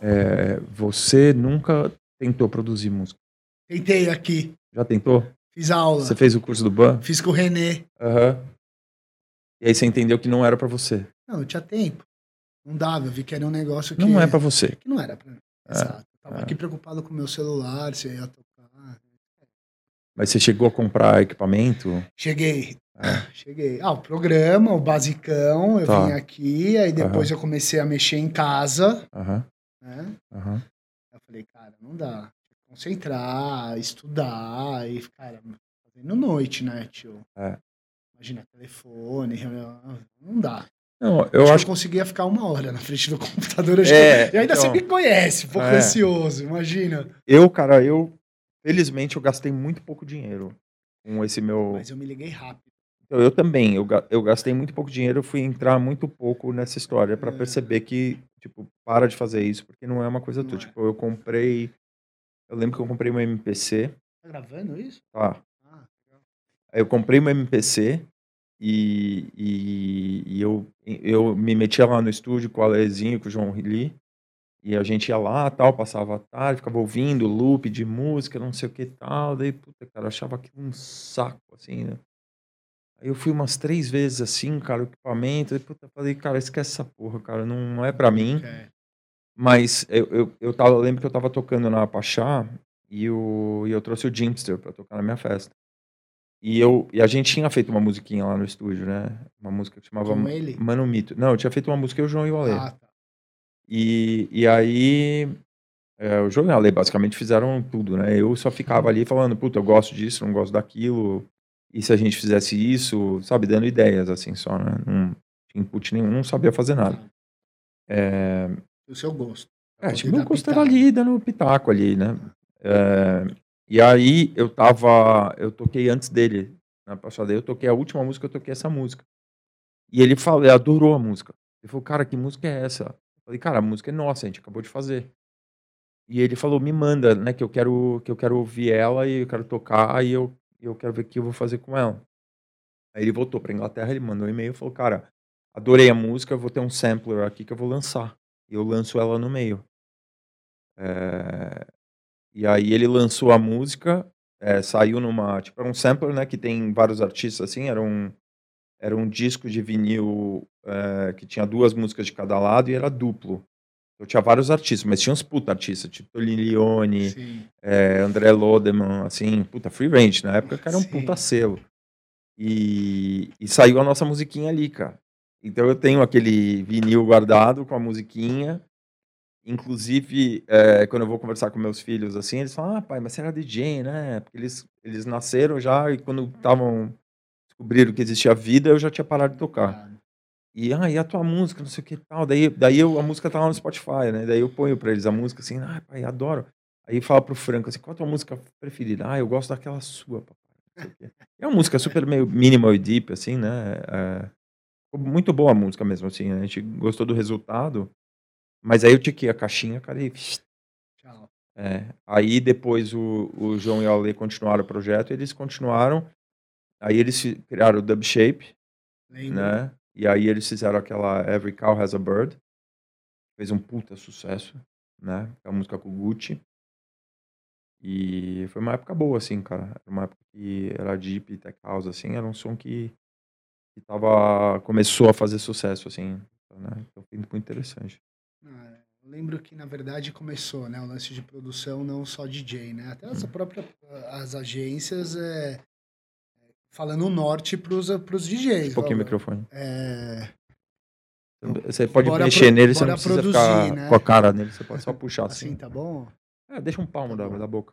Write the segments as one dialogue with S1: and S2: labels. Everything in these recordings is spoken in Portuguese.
S1: É, você nunca tentou produzir música?
S2: Tentei aqui,
S1: Já tentou?
S2: fiz aula,
S1: Você fez o curso do Ban?
S2: fiz com o Renê.
S1: Aham. E aí você entendeu que não era pra você.
S2: Não, eu tinha tempo. Não dava, eu vi que era um negócio que
S1: Não é pra você.
S2: que não era pra mim.
S1: É,
S2: Exato. Eu tava
S1: é.
S2: aqui preocupado com o meu celular, se eu ia tocar.
S1: Mas você chegou a comprar equipamento?
S2: Cheguei. Cheguei. Ah, o programa, o basicão, eu
S1: É. Tá.
S2: vim aqui, aí depois eu comecei a mexer em casa,
S1: Aham.
S2: né?
S1: Aham.
S2: Eu falei, cara, não dá. Concentrar, estudar, e, cara, fazendo noite, né, tio?
S1: É.
S2: Imagina, telefone, reunião, não dá.
S1: Não, eu
S2: acho,
S1: acho
S2: que eu conseguia ficar uma hora na frente do computador. Eu acho
S1: É,
S2: que- e ainda
S1: então.
S2: você me conhece, um pouco
S1: É.
S2: ansioso, imagina.
S1: Eu, cara, eu. Felizmente, eu gastei muito pouco dinheiro com esse meu.
S2: Mas eu me liguei rápido.
S1: Eu, eu também. Eu, ga- eu gastei muito pouco dinheiro. Eu fui entrar muito pouco nessa história pra
S2: É.
S1: perceber que, tipo, para de fazer isso, porque não é uma coisa
S2: Não
S1: tua.
S2: é.
S1: Tipo, eu comprei. Eu lembro que eu comprei uma MPC.
S2: Tá gravando isso?
S1: Tá.
S2: Ah, legal.
S1: Aí Eu comprei uma MPC e, e, e eu, eu me metia lá no estúdio com o Alezinho, com o João Lee. E a gente ia lá, tal, passava a tarde, ficava ouvindo loop de música, não sei o que tal. Daí, puta, cara, eu achava aquilo um saco, assim, né? Aí eu fui umas três vezes, assim, cara, o equipamento. Aí, puta, eu falei, cara, esquece essa porra, cara, não, não é pra mim.
S2: É.
S1: Mas eu, eu, eu, tava, eu lembro que eu tava tocando na Pachá e, o, e eu trouxe o Jimster pra tocar na minha festa. E, eu, e a gente tinha feito uma musiquinha lá no estúdio, né? Uma música que chamava
S2: Com ele?
S1: Mano Mito. Não, eu tinha feito uma música eu, o João e o Ale.
S2: é Ah, tá.
S1: E, e aí é, o João e o Ale basicamente fizeram tudo, né? Eu só ficava ali falando, puta, eu gosto disso, não gosto daquilo. E se a gente fizesse isso, sabe? Dando ideias, assim, só, né? Não tinha input nenhum, não sabia fazer nada.
S2: Tá.
S1: É,
S2: Do seu gosto. pra
S1: é,
S2: poder
S1: tipo, eu
S2: dar
S1: gostava
S2: pitaco.
S1: ali, dando pitaco ali, né? É, e aí eu tava. Eu toquei antes dele, na passada, eu toquei a última música, eu toquei essa música. E ele falou, ele adorou a música. Ele falou, cara, que música é essa? Eu falei, cara, a música é nossa, a gente acabou de fazer. E ele falou, me manda, né? Que eu quero, que eu quero ouvir ela e eu quero tocar e eu, eu quero ver o que eu vou fazer com ela. Aí ele voltou pra Inglaterra, ele mandou um e-mail e falou, cara, adorei a música, eu vou ter um sampler aqui que eu vou lançar. E eu lanço ela no meio. É, E aí ele lançou a música, é, saiu numa. Tipo, era um sampler, né? Que tem vários artistas assim, era um, era um disco de vinil é, que tinha duas músicas de cada lado e era duplo. Eu tinha vários artistas, mas tinha uns puta artistas, tipo Tolin Leone,
S2: Sim.
S1: é, André Lodeman, assim, puta, free range na época, que era um
S2: Sim.
S1: puta selo. E, e saiu a nossa musiquinha ali, cara. Então eu tenho aquele vinil guardado com a musiquinha. Inclusive, é, quando eu vou conversar com meus filhos, assim, eles falam, ah, pai, mas você era DJ, né? Porque eles, eles nasceram já e quando estavam descobriram que existia vida, eu já tinha parado de tocar.
S2: Ah,
S1: E, ah, e a tua música, não sei o que e tal. Daí, daí eu, a música tá lá no Spotify, né? Daí eu ponho pra eles a música assim, ah, pai, adoro. Aí fala pro Franco assim, qual a tua música preferida? Ah, eu gosto daquela sua, papai. não sei o quê. É uma música super meio minimal e deep, assim, né? É, ficou muito boa a música mesmo, assim. A gente gostou do resultado. Mas aí eu tiquei a caixinha, cara, e...
S2: tchau.
S1: É, Aí depois o, o João e o Ale continuaram o projeto, eles continuaram. Aí eles fi- criaram o Dub Shape,
S2: Lembra?
S1: né? E aí eles fizeram aquela Every Cow Has a Bird, fez um puta sucesso, né? A música com o Gucci. E foi uma época boa, assim, cara. Era uma época que era deep, tech house, assim, era um som que, que tava, começou a fazer sucesso, assim. Né? Então foi muito interessante.
S2: Ah, eu lembro que, na verdade, começou, né? O lance de produção, não só DJ, né? Até
S1: Uhum.
S2: as próprias as agências é, falando o norte pros, pros DJs.
S1: Um pouquinho o
S2: ó,
S1: microfone.
S2: É,
S1: Você pode
S2: Então, Bora
S1: mexer
S2: pro-
S1: nele, você não
S2: bora
S1: precisa
S2: produzir,
S1: ficar
S2: né?
S1: com a cara nele, você pode só puxar assim.
S2: assim, tá bom?
S1: É, deixa um palmo da, da boca.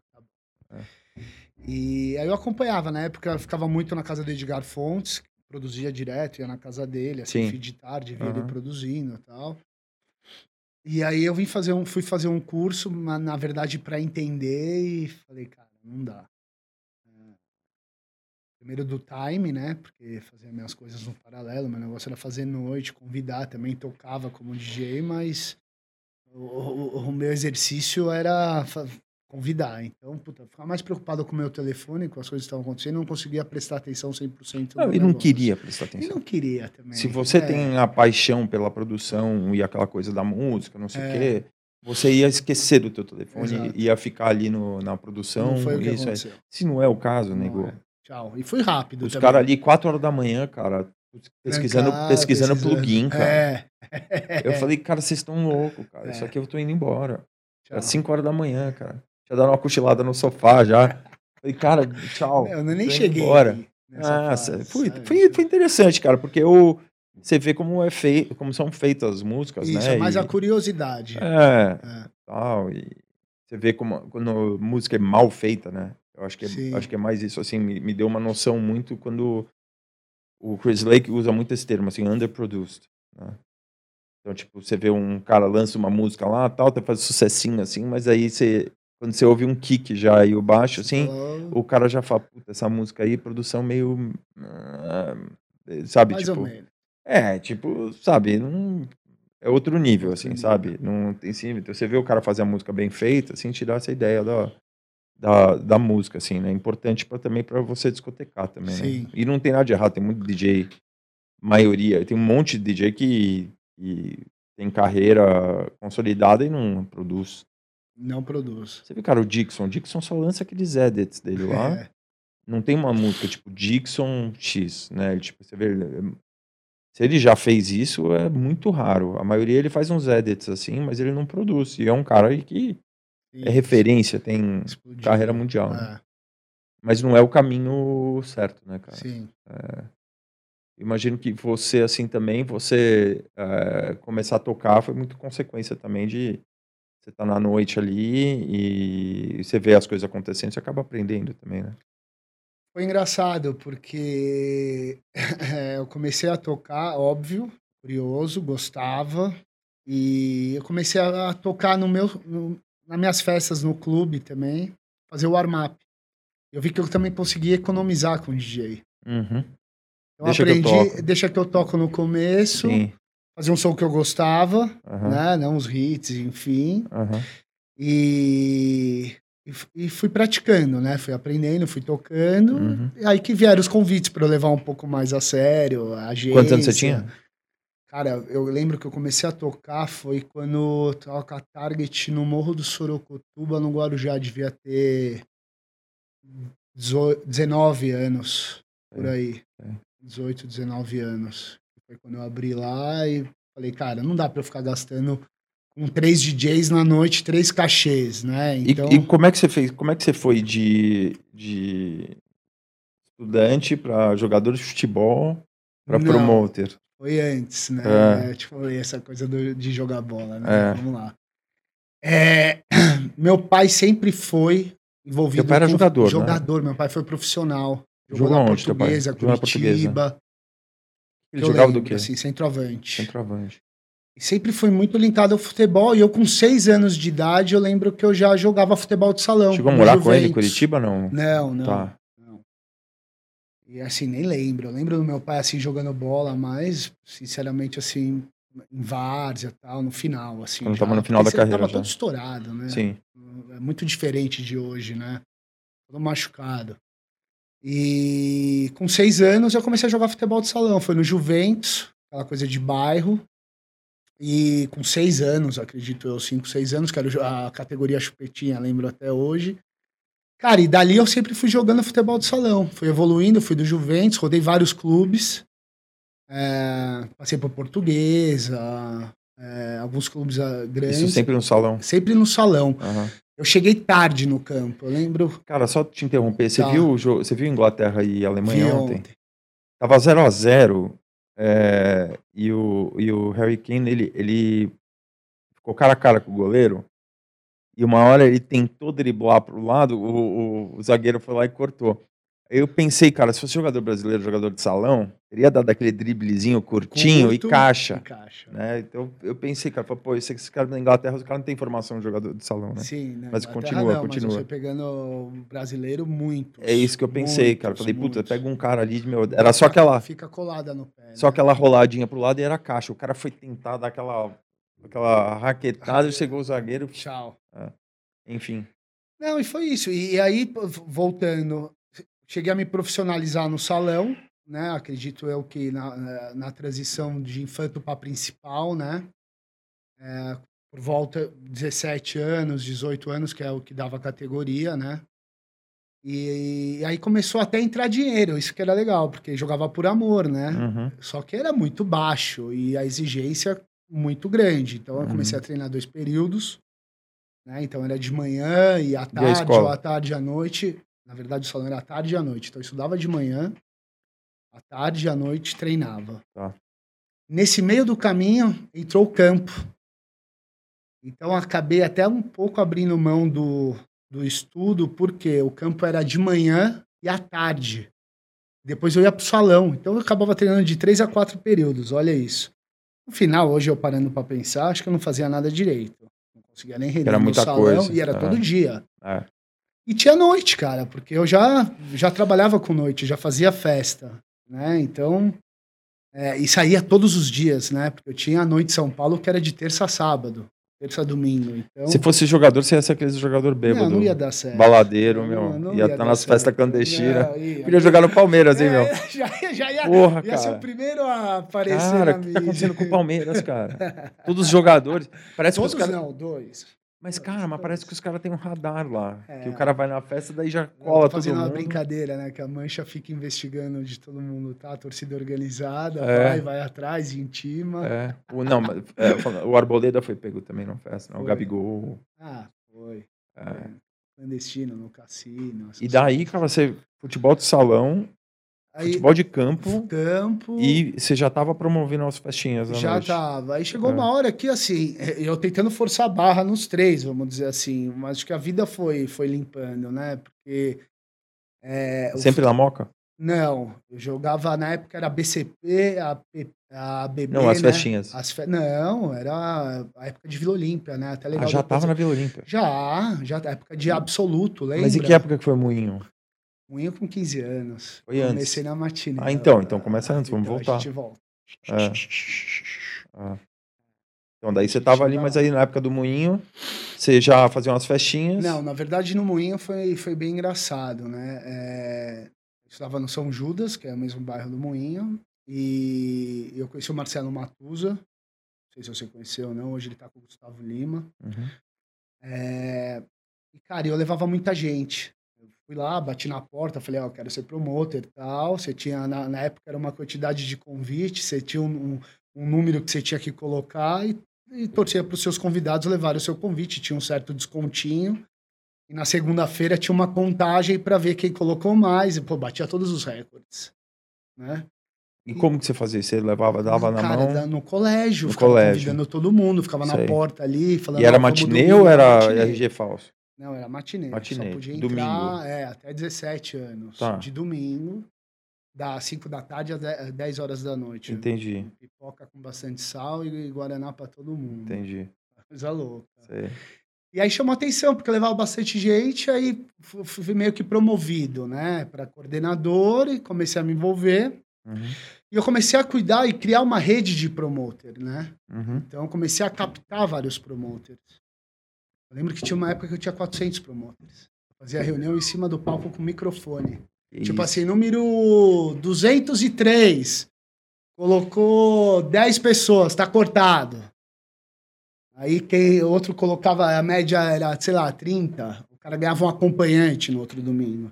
S2: E aí eu acompanhava, na época eu ficava muito na casa do Edgar Fontes, que produzia direto, ia na casa dele, assim,
S1: Sim.
S2: fim de tarde, via
S1: Aham.
S2: ele produzindo e tal. E aí eu vim fazer um, fui fazer um curso, mas na verdade para entender e falei, cara, não dá. É. Primeiro do time, né? Porque fazia minhas coisas no paralelo, meu negócio era fazer noite, convidar, também tocava como DJ, mas o, o- o meu exercício era fa- convidar. Então, puta, eu ficava mais preocupado com o meu telefone, com as coisas que estavam acontecendo, não conseguia prestar atenção 100% no
S1: Não, e não
S2: negócio.
S1: queria prestar
S2: E
S1: atenção.
S2: não queria também.
S1: Se você
S2: É,
S1: tem a paixão pela produção e aquela coisa da música, não sei o
S2: É.
S1: quê, você ia esquecer do teu telefone,
S2: Exato.
S1: ia ficar ali no, na produção.
S2: não foi o que
S1: isso aí.
S2: aconteceu.
S1: Se não é o caso,
S2: Não
S1: nego.
S2: é. Tchau. E foi rápido
S1: Os
S2: também.
S1: caras ali, 4 horas da manhã, cara, pesquisando,
S2: Trancado,
S1: pesquisando, plugin, cara.
S2: É.
S1: Eu falei, cara, vocês estão loucos, cara. Isso
S2: É. Então.
S1: aqui eu tô indo embora. Era
S2: tchau.
S1: 5 horas da manhã, cara. Tinha dado uma cochilada no sofá já. Falei, cara, tchau.
S2: Eu nem
S1: indo
S2: cheguei.
S1: embora. Ah,
S2: aqui nessa
S1: Nossa,
S2: fase,
S1: foi,
S2: sabe? é
S1: foi, foi interessante, cara, porque eu, você vê como, é fei, como são feitas as músicas,
S2: Isso,
S1: né?
S2: é mais
S1: e,
S2: a curiosidade.
S1: É,
S2: É.
S1: tal. E você vê como quando a música é mal feita, né? Eu acho que
S2: Sim.
S1: é, acho que é mais isso, assim, me, me deu uma noção muito quando o Chris Lake usa muito esse termo, assim, underproduced, né? Então, tipo, você vê um cara lança uma música lá, tal, tá fazendo sucessinho, assim, mas aí você, quando você ouve um kick já e o baixo, assim,
S2: Então,
S1: o cara já fala, puta, essa música aí, produção meio. ah, sabe,
S2: mais
S1: tipo.
S2: ou menos.
S1: É, tipo, sabe, não. É outro nível, assim,
S2: Outro
S1: sabe? Não tem sim. Então, você vê o cara fazer a música bem feita, assim, tirar essa ideia da, da, da música, assim, né? Importante pra, também para você discotecar também, né?
S2: Sim.
S1: E não tem nada de errado, tem muito DJ, maioria, tem um monte de DJ que, que tem carreira consolidada e não produz.
S2: Não produz.
S1: Você viu, cara, o Dixon? O Dixon só lança aqueles edits dele lá
S2: É.
S1: não tem uma música tipo Dixon X, né? Ele, Tipo, você vê, ele- se ele já fez isso, é muito raro. A maioria ele faz uns edits assim, mas ele não produz. E é um cara aí que é
S2: Isso.
S1: referência, tem
S2: Explodiu.
S1: carreira mundial. né?
S2: Ah,
S1: Mas não é o caminho certo, né, cara?
S2: sim.
S1: Imagino que você, assim também, você eh, começar a tocar foi muito consequência também de você estar na noite ali e você vê as coisas acontecendo, você acaba aprendendo também, né?
S2: Foi engraçado, porque eh, eu comecei a tocar, óbvio, curioso, gostava. E eu comecei a tocar no meu, no- nas minhas festas no clube também, fazer o warm-up. Eu vi que eu também conseguia economizar com o DJ.
S1: Uhum.
S2: Eu
S1: Deixa que eu
S2: aprendi,
S1: toco.
S2: deixa que eu toco no começo,
S1: Sim.
S2: fazer um som que eu gostava,
S1: Aham.
S2: né? Não os hits, enfim.
S1: aham.
S2: E, e f- e fui praticando, né? Fui aprendendo, fui tocando.
S1: Uhum.
S2: E aí que vieram os convites para eu levar um pouco mais a sério a agência.
S1: Quantos anos você tinha?
S2: Cara, eu lembro que eu comecei a tocar foi quando eu tava com a Target no Morro do Sorocotuba, no Guarujá, devia ter dezo- 19 anos, por
S1: É,
S2: aí.
S1: é.
S2: 18, 19 anos. Foi quando eu abri lá e falei, cara, não dá pra eu ficar gastando com três DJs na noite, três cachês, né?
S1: E-
S2: Então,
S1: E, como é que você fez? Como é que você foi de, de estudante para jogador de futebol para
S2: Não.
S1: promoter?
S2: Foi antes, né?
S1: É.
S2: É. Tipo, essa coisa do- de jogar bola, né?
S1: É.
S2: Vamos lá. É, meu pai sempre foi envolvido
S1: Teu pai era
S2: com
S1: jogador, né?
S2: jogador. Meu pai foi profissional. Jogou,
S1: Jogou
S2: na
S1: onde teu pai?
S2: Portuguesa,
S1: Jogou na
S2: Curitiba.
S1: Ele
S2: Eu
S1: jogava do
S2: lembro,
S1: quê?
S2: Assim, centroavante.
S1: Centroavante.
S2: E sempre foi muito linkado ao futebol. E eu, com seis anos de idade, eu lembro que eu já jogava futebol de salão.
S1: Chegou a
S2: no
S1: morar com ele em
S2: Então, Juventus.
S1: Curitiba não?
S2: Não, não.
S1: Tá.
S2: E assim, nem lembro. Eu lembro do meu pai assim jogando bola, mas sinceramente assim, em várzea e tal, no final assim.
S1: Quando
S2: já.
S1: tava no final da
S2: Porque você
S1: carreira,
S2: Tava
S1: já.
S2: todo estourado, né?
S1: Sim.
S2: É muito diferente de hoje, né? Todo machucado. E com seis anos eu comecei a jogar futebol de salão. Foi no Juventus, aquela coisa de bairro. E com seis anos, acredito eu, cinco, seis anos, que era o jo- a categoria chupetinha, lembro até hoje. Cara, e dali eu sempre fui jogando futebol de salão. Fui evoluindo, fui do Juventus, rodei vários clubes. É, passei por Portuguesa, é, alguns clubes ah, grandes.
S1: Isso sempre no salão.
S2: Sempre no salão.
S1: Aham.
S2: Eu cheguei tarde no campo, eu lembro.
S1: Cara, só te interromper. Você
S2: Tá.
S1: viu o jogo? Você viu Inglaterra e Alemanha
S2: vi
S1: ontem? Tava 0 a 0 é, e, o, e o Harry Kane, ele, ele ficou cara a cara com o goleiro. E uma hora ele tentou driblar pro lado, o, o, o zagueiro foi lá e cortou. Eu pensei, cara, se fosse jogador brasileiro, jogador de salão, teria dado aquele driblezinho curtinho
S2: Curto.
S1: e caixa.
S2: Caixa.
S1: Né? Então eu pensei, cara, pô, esse, esse cara da Inglaterra, os caras não têm formação de jogador de salão, né?
S2: Sim, né?
S1: Mas
S2: Inglaterra
S1: continua,
S2: não,
S1: continua.
S2: Mas eu tô pegando o brasileiro muito.
S1: É isso que eu pensei, cara. Eu Falei, puta, pega um cara ali, meu. Era só
S2: Fica-
S1: aquela
S2: Fica colada no pé.
S1: Só
S2: né?
S1: aquela roladinha pro lado e era caixa. O cara foi tentar dar aquela, aquela raquetada e chegou o zagueiro.
S2: Tchau.
S1: Enfim.
S2: Não, e foi isso. E aí, pô, v- voltando, cheguei a me profissionalizar no salão, né? Acredito eu que na, na- na transição de infanto para principal, né? É, por volta 17 anos, 18 anos, que é o que dava a categoria, né? E, e aí começou até a entrar dinheiro, isso que era legal, porque jogava por amor, né?
S1: Uhum.
S2: Só que era muito baixo e a exigência muito grande. Então eu
S1: Uhum.
S2: comecei a treinar dois períodos, né? Então era de manhã e à tarde,
S1: escola?
S2: ou à tarde e à noite. Na verdade, o salão era à tarde e à noite. Então eu estudava de manhã, à tarde e à noite treinava.
S1: Tá.
S2: Nesse meio do caminho entrou o campo. Então acabei até um pouco abrindo mão do, do estudo, porque o campo era de manhã e à tarde. Depois eu ia pro salão. Então eu acabava treinando de três a quatro períodos, olha isso. No final, hoje eu parando para pensar, acho que eu não fazia nada direito. Não conseguia nem render
S1: Era
S2: no
S1: muita
S2: salão
S1: coisa,
S2: e era
S1: é.
S2: todo dia.
S1: É.
S2: E tinha noite, cara, porque eu já, já trabalhava com noite, já fazia festa, né? Então, é, e saía todos os dias, né? Porque eu tinha a noite de São Paulo que era de terça a sábado, terça a domingo. Então,
S1: Se fosse jogador, você ia ser aquele jogador bêbado. um
S2: não, não ia dar certo.
S1: Baladeiro,
S2: Não,
S1: meu.
S2: não
S1: ia estar
S2: dar
S1: nas
S2: certo.
S1: festas clandestinas.
S2: Não, ia.
S1: Queria jogar no Palmeiras, hein, meu?
S2: É, já, ia- já ia,
S1: Porra,
S2: ia ser o
S1: cara.
S2: primeiro a aparecer
S1: Cara,
S2: na
S1: o que
S2: mídia.
S1: tá acontecendo com o Palmeiras, cara? Todos os jogadores. Parece
S2: Todos
S1: que os caras.
S2: não, dois.
S1: Mas, cara, mas parece que os caras têm um radar lá.
S2: É.
S1: Que o cara vai na festa, daí já
S2: Eu
S1: cola todo
S2: tô fazendo uma
S1: mundo.
S2: brincadeira, né? Que a mancha fica investigando de todo mundo, tá? A torcida organizada,
S1: É.
S2: vai, vai atrás, intima.
S1: É. O, não, mas, é, falando, o Arboleda foi pego também na festa, não. O
S2: Foi.
S1: Gabigol.
S2: Ah, foi.
S1: é.
S2: Clandestino, no cassino. essas
S1: E daí, cara, você. Futebol de salão,
S2: Aí,
S1: futebol de campo.
S2: campo.
S1: E você já tava promovendo as festinhas né, à
S2: já tá.
S1: noite.
S2: tava. Aí chegou
S1: É.
S2: uma hora que, assim, eu tentando forçar a barra nos três, vamos dizer assim. Mas acho que a vida foi, foi limpando, né? Porque. é, o
S1: Sempre na moca?
S2: Não, eu jogava na época era BCP, a, P- a BB,
S1: Não, as
S2: né?
S1: festinhas.
S2: As fe- Não, era a época de Vila Olímpia, né? Até legal.
S1: Ah, já
S2: depois-
S1: tava na Vila Olímpia.
S2: Já, já, a época de absoluto, lembra?
S1: Mas e que época que foi o Moinho?
S2: Moinho com 15 anos.
S1: Foi antes.
S2: Comecei na matina.
S1: Ah, então, então começa antes, vamos
S2: Então,
S1: voltar.
S2: A gente volta.
S1: É. Então, daí você tava ali, mas aí na época do Moinho, você já fazia umas festinhas.
S2: Não, na verdade no Moinho foi, foi bem engraçado, né? É, eu estudava no São Judas, que é o mesmo bairro do Moinho, e eu conheci o Marcelo Matuza, não sei se você conheceu ou não, hoje ele tá com o Gustavo Lima.
S1: Uhum.
S2: É, E, cara, eu levava muita gente. Eu fui lá, bati na porta, falei, ó, eu quero ser promotor e tal. Você tinha, na, na época, era uma quantidade de convite, você tinha um, um- um número que você tinha que colocar e, e torcia para os seus convidados levarem o seu convite. Tinha um certo descontinho. E na segunda-feira tinha uma contagem para ver quem colocou mais. E, pô, batia todos os recordes, né?
S1: E como que você fazia? Você levava, dava na
S2: Cara,
S1: mão?
S2: da- no colégio.
S1: No
S2: ficava
S1: colégio.
S2: convidando todo mundo, ficava na
S1: Sei.
S2: porta ali, falando...
S1: E era
S2: ó, vamos
S1: matinê
S2: dormir,
S1: ou era
S2: matinê.
S1: RG falso?
S2: Não, era matinê.
S1: Matinê,
S2: Só podia
S1: domingo.
S2: entrar é, até 17 anos.
S1: Tá.
S2: De domingo, das 5 da tarde às 10 10 horas da noite.
S1: Entendi,
S2: Pipoca com bastante sal e guaraná pra todo mundo.
S1: entendi.
S2: Coisa louca.
S1: Sei.
S2: Uhum. E aí chamou atenção, porque eu levava bastante gente, aí fu- fui meio que promovido, né, Pra coordenador e comecei a me envolver.
S1: Uhum,
S2: E eu comecei a cuidar e criar uma rede de promoter, né?
S1: uhum.
S2: Então eu comecei a captar vários promoters. Eu lembro que tinha uma época que eu tinha 400 promoters. Eu Fazia reunião em cima do palco com microfone.
S1: E isso-
S2: Tipo assim, número 203. Colocou 10 pessoas, tá cortado. Aí quem outro colocava, a média era, sei lá, 30. O cara ganhava um acompanhante no outro domingo.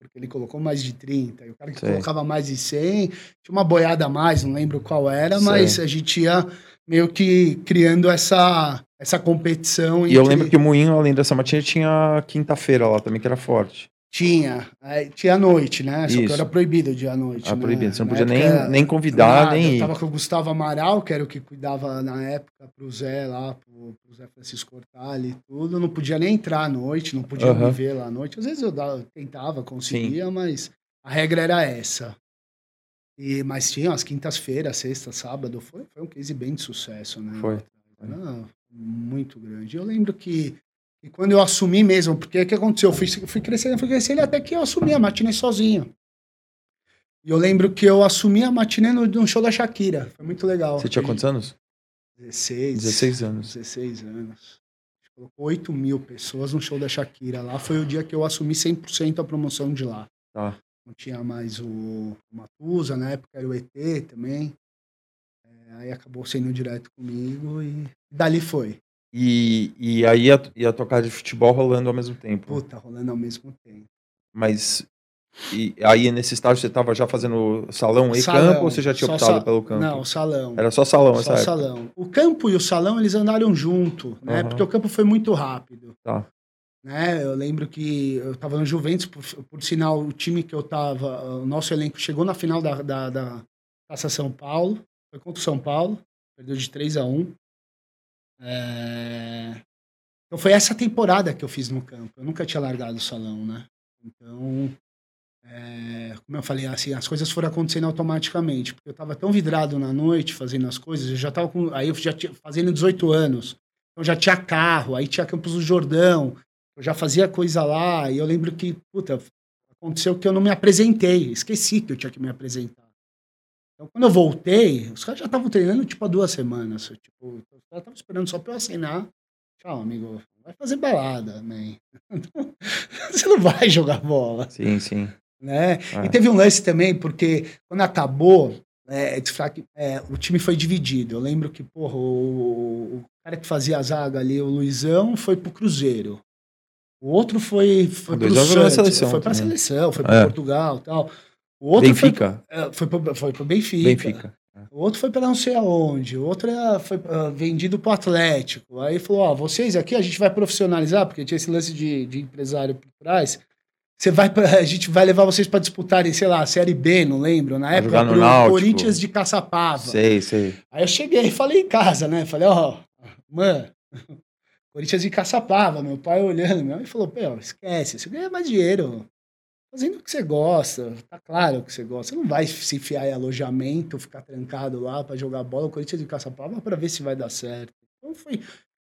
S2: Porque ele colocou mais de 30. E o cara que
S1: Sei.
S2: colocava mais de 100, tinha uma boiada a mais, não lembro qual era,
S1: Sei.
S2: mas a gente ia meio que criando essa, essa competição.
S1: E eu lembro que o Moinho, além dessa matinha, tinha quinta-feira lá também, que era forte.
S2: Tinha. Aí tinha à noite, né? Só
S1: Isso.
S2: que era proibido de à noite.
S1: Era
S2: né?
S1: proibido, você não
S2: Na
S1: podia nem,
S2: época,
S1: nem convidar,
S2: nada.
S1: nem
S2: Eu
S1: ir.
S2: tava com o Gustavo Amaral, que era o que cuidava na época pro Zé lá, pro, pro Zé Francisco Cortali e tudo. Não podia nem entrar à noite, não podia
S1: Aham.
S2: me ver lá à noite. Às vezes eu dava- tentava, conseguia, mas a regra era essa. E, mas tinha as quintas-feiras, sexta, sábado. Foi, foi um case bem de sucesso, né?
S1: Foi.
S2: Era muito grande. Eu lembro que e quando eu assumi mesmo, porque o que aconteceu? Eu fui, fui crescendo, fui crescendo até que eu assumi a matinê sozinho. E eu lembro que eu assumi a matinê no, no show da Shakira. Foi muito legal.
S1: Você tinha quantos anos?
S2: 16.
S1: 16 anos.
S2: 16 anos. Colocou 8 mil pessoas no show da Shakira lá. Foi o dia que eu assumi 100% a promoção de lá.
S1: Tá.
S2: Não tinha mais o Matusa, na época era o ET também. É, Aí acabou sendo direto comigo e dali foi.
S1: E, e aí ia, ia tocar de futebol rolando ao mesmo tempo.
S2: Puta, tá rolando ao mesmo tempo.
S1: Mas e aí nesse estágio você estava já fazendo salão e
S2: Salão,
S1: campo ou Um você já tinha
S2: só
S1: optado
S2: sa-
S1: pelo campo?
S2: Não, salão.
S1: Era só salão
S2: Só
S1: essa época.
S2: salão. O campo e o salão, eles andaram junto, né?
S1: Aham.
S2: Porque o campo foi muito rápido.
S1: Tá.
S2: Né? Eu lembro que eu tava no Juventus, por, por sinal, o time que eu tava, o nosso elenco chegou na final da, da, da Taça São Paulo, foi contra o São Paulo, perdeu de 3 a 1 É, Então foi essa temporada que eu fiz no campo. Eu nunca tinha largado o salão, né? Então, é, como eu falei, assim, as coisas foram acontecendo automaticamente, porque eu estava tão vidrado na noite fazendo as coisas, eu já estava com, aí eu já tinha, fazendo 18 anos, então já tinha carro, aí tinha Campos do Jordão, eu já fazia coisa lá, e eu lembro que, puta, aconteceu que eu não me apresentei, esqueci que eu tinha que me apresentar. Então quando eu voltei, os caras já estavam treinando tipo há duas semanas, eu, tipo, os caras estavam esperando só pra eu assinar, tchau amigo, vai fazer balada, man. Então, Você não vai jogar bola,
S1: Sim, sim.
S2: né?
S1: Ah,
S2: E teve um lance também, porque quando acabou, é, de falar que, é, o time foi dividido. Eu lembro que, porra, o, o cara que fazia a zaga ali, o Luizão, foi pro Cruzeiro. O outro foi, foi
S1: O
S2: pro
S1: Luizão jogou na
S2: Santos,
S1: seleção
S2: foi pra
S1: também.
S2: seleção, foi pro
S1: É.
S2: Portugal e tal. O outro
S1: Benfica?
S2: foi, é, foi, pro, foi pro Benfica.
S1: Benfica.
S2: O outro foi pra não sei aonde, o outro era- foi ah, vendido pro Atlético. Aí falou: Ó, vocês aqui a gente vai profissionalizar, porque tinha esse lance de, de empresário por trás. Você vai pra- a gente vai levar vocês pra disputarem, sei lá, a Série B, não lembro, na
S1: Vai
S2: época,
S1: jogar no Náutico.
S2: Corinthians de Caçapava.
S1: Sei, sei.
S2: Aí eu cheguei e falei em casa, né? Falei: Ó, mano, Corinthians de Caçapava. Meu pai olhando, meu, e falou: Pô, esquece, você ganha mais dinheiro. Fazendo o que você gosta, tá claro o que você gosta. Você não vai se enfiar em alojamento, ficar trancado lá pra jogar bola. O Corinthians de Caçapava pra ver se vai dar certo. Então foi,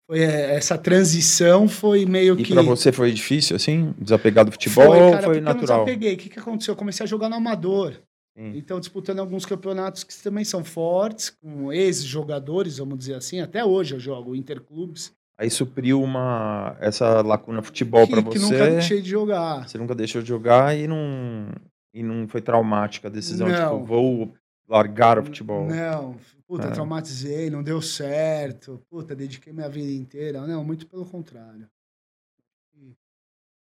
S2: foi é, essa transição foi meio
S1: E
S2: que.
S1: pra você foi difícil, assim? Desapegar do futebol ou
S2: porque
S1: foi natural?
S2: Eu peguei. O que, que aconteceu? Eu comecei a jogar no amador.
S1: Sim.
S2: Então, disputando alguns campeonatos que também são fortes, com ex-jogadores, vamos dizer assim. Até hoje eu jogo interclubes,
S1: Aí supriu uma, essa lacuna futebol pra
S2: que, que
S1: você.
S2: nunca deixei de jogar.
S1: Você nunca deixou de jogar e não, e não foi traumática a decisão,
S2: Não. né.
S1: tipo, vou largar o futebol.
S2: Não, puta,
S1: É.
S2: traumatizei, não deu certo, puta, dediquei minha vida inteira. Não, muito pelo contrário. E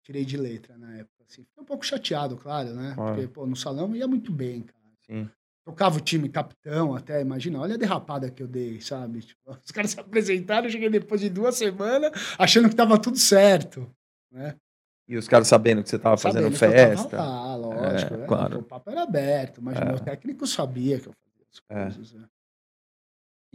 S2: Tirei de letra na época, assim. Fiquei um pouco chateado, claro, né?
S1: Claro.
S2: Porque, pô, no salão eu ia muito bem, cara.
S1: Sim.
S2: Tocava o time capitão até, imagina, olha a derrapada que eu dei, sabe? Tipo, os caras se apresentaram, eu cheguei depois de duas semanas, achando que tava tudo certo.
S1: E os caras sabendo que você tava fazendo
S2: Sabendo que eu
S1: festa.
S2: Tava lá, lógico.
S1: É,
S2: né?
S1: claro.
S2: O papo era aberto, mas
S1: É.
S2: meu técnico sabia que eu fazia as
S1: É.
S2: coisas. né?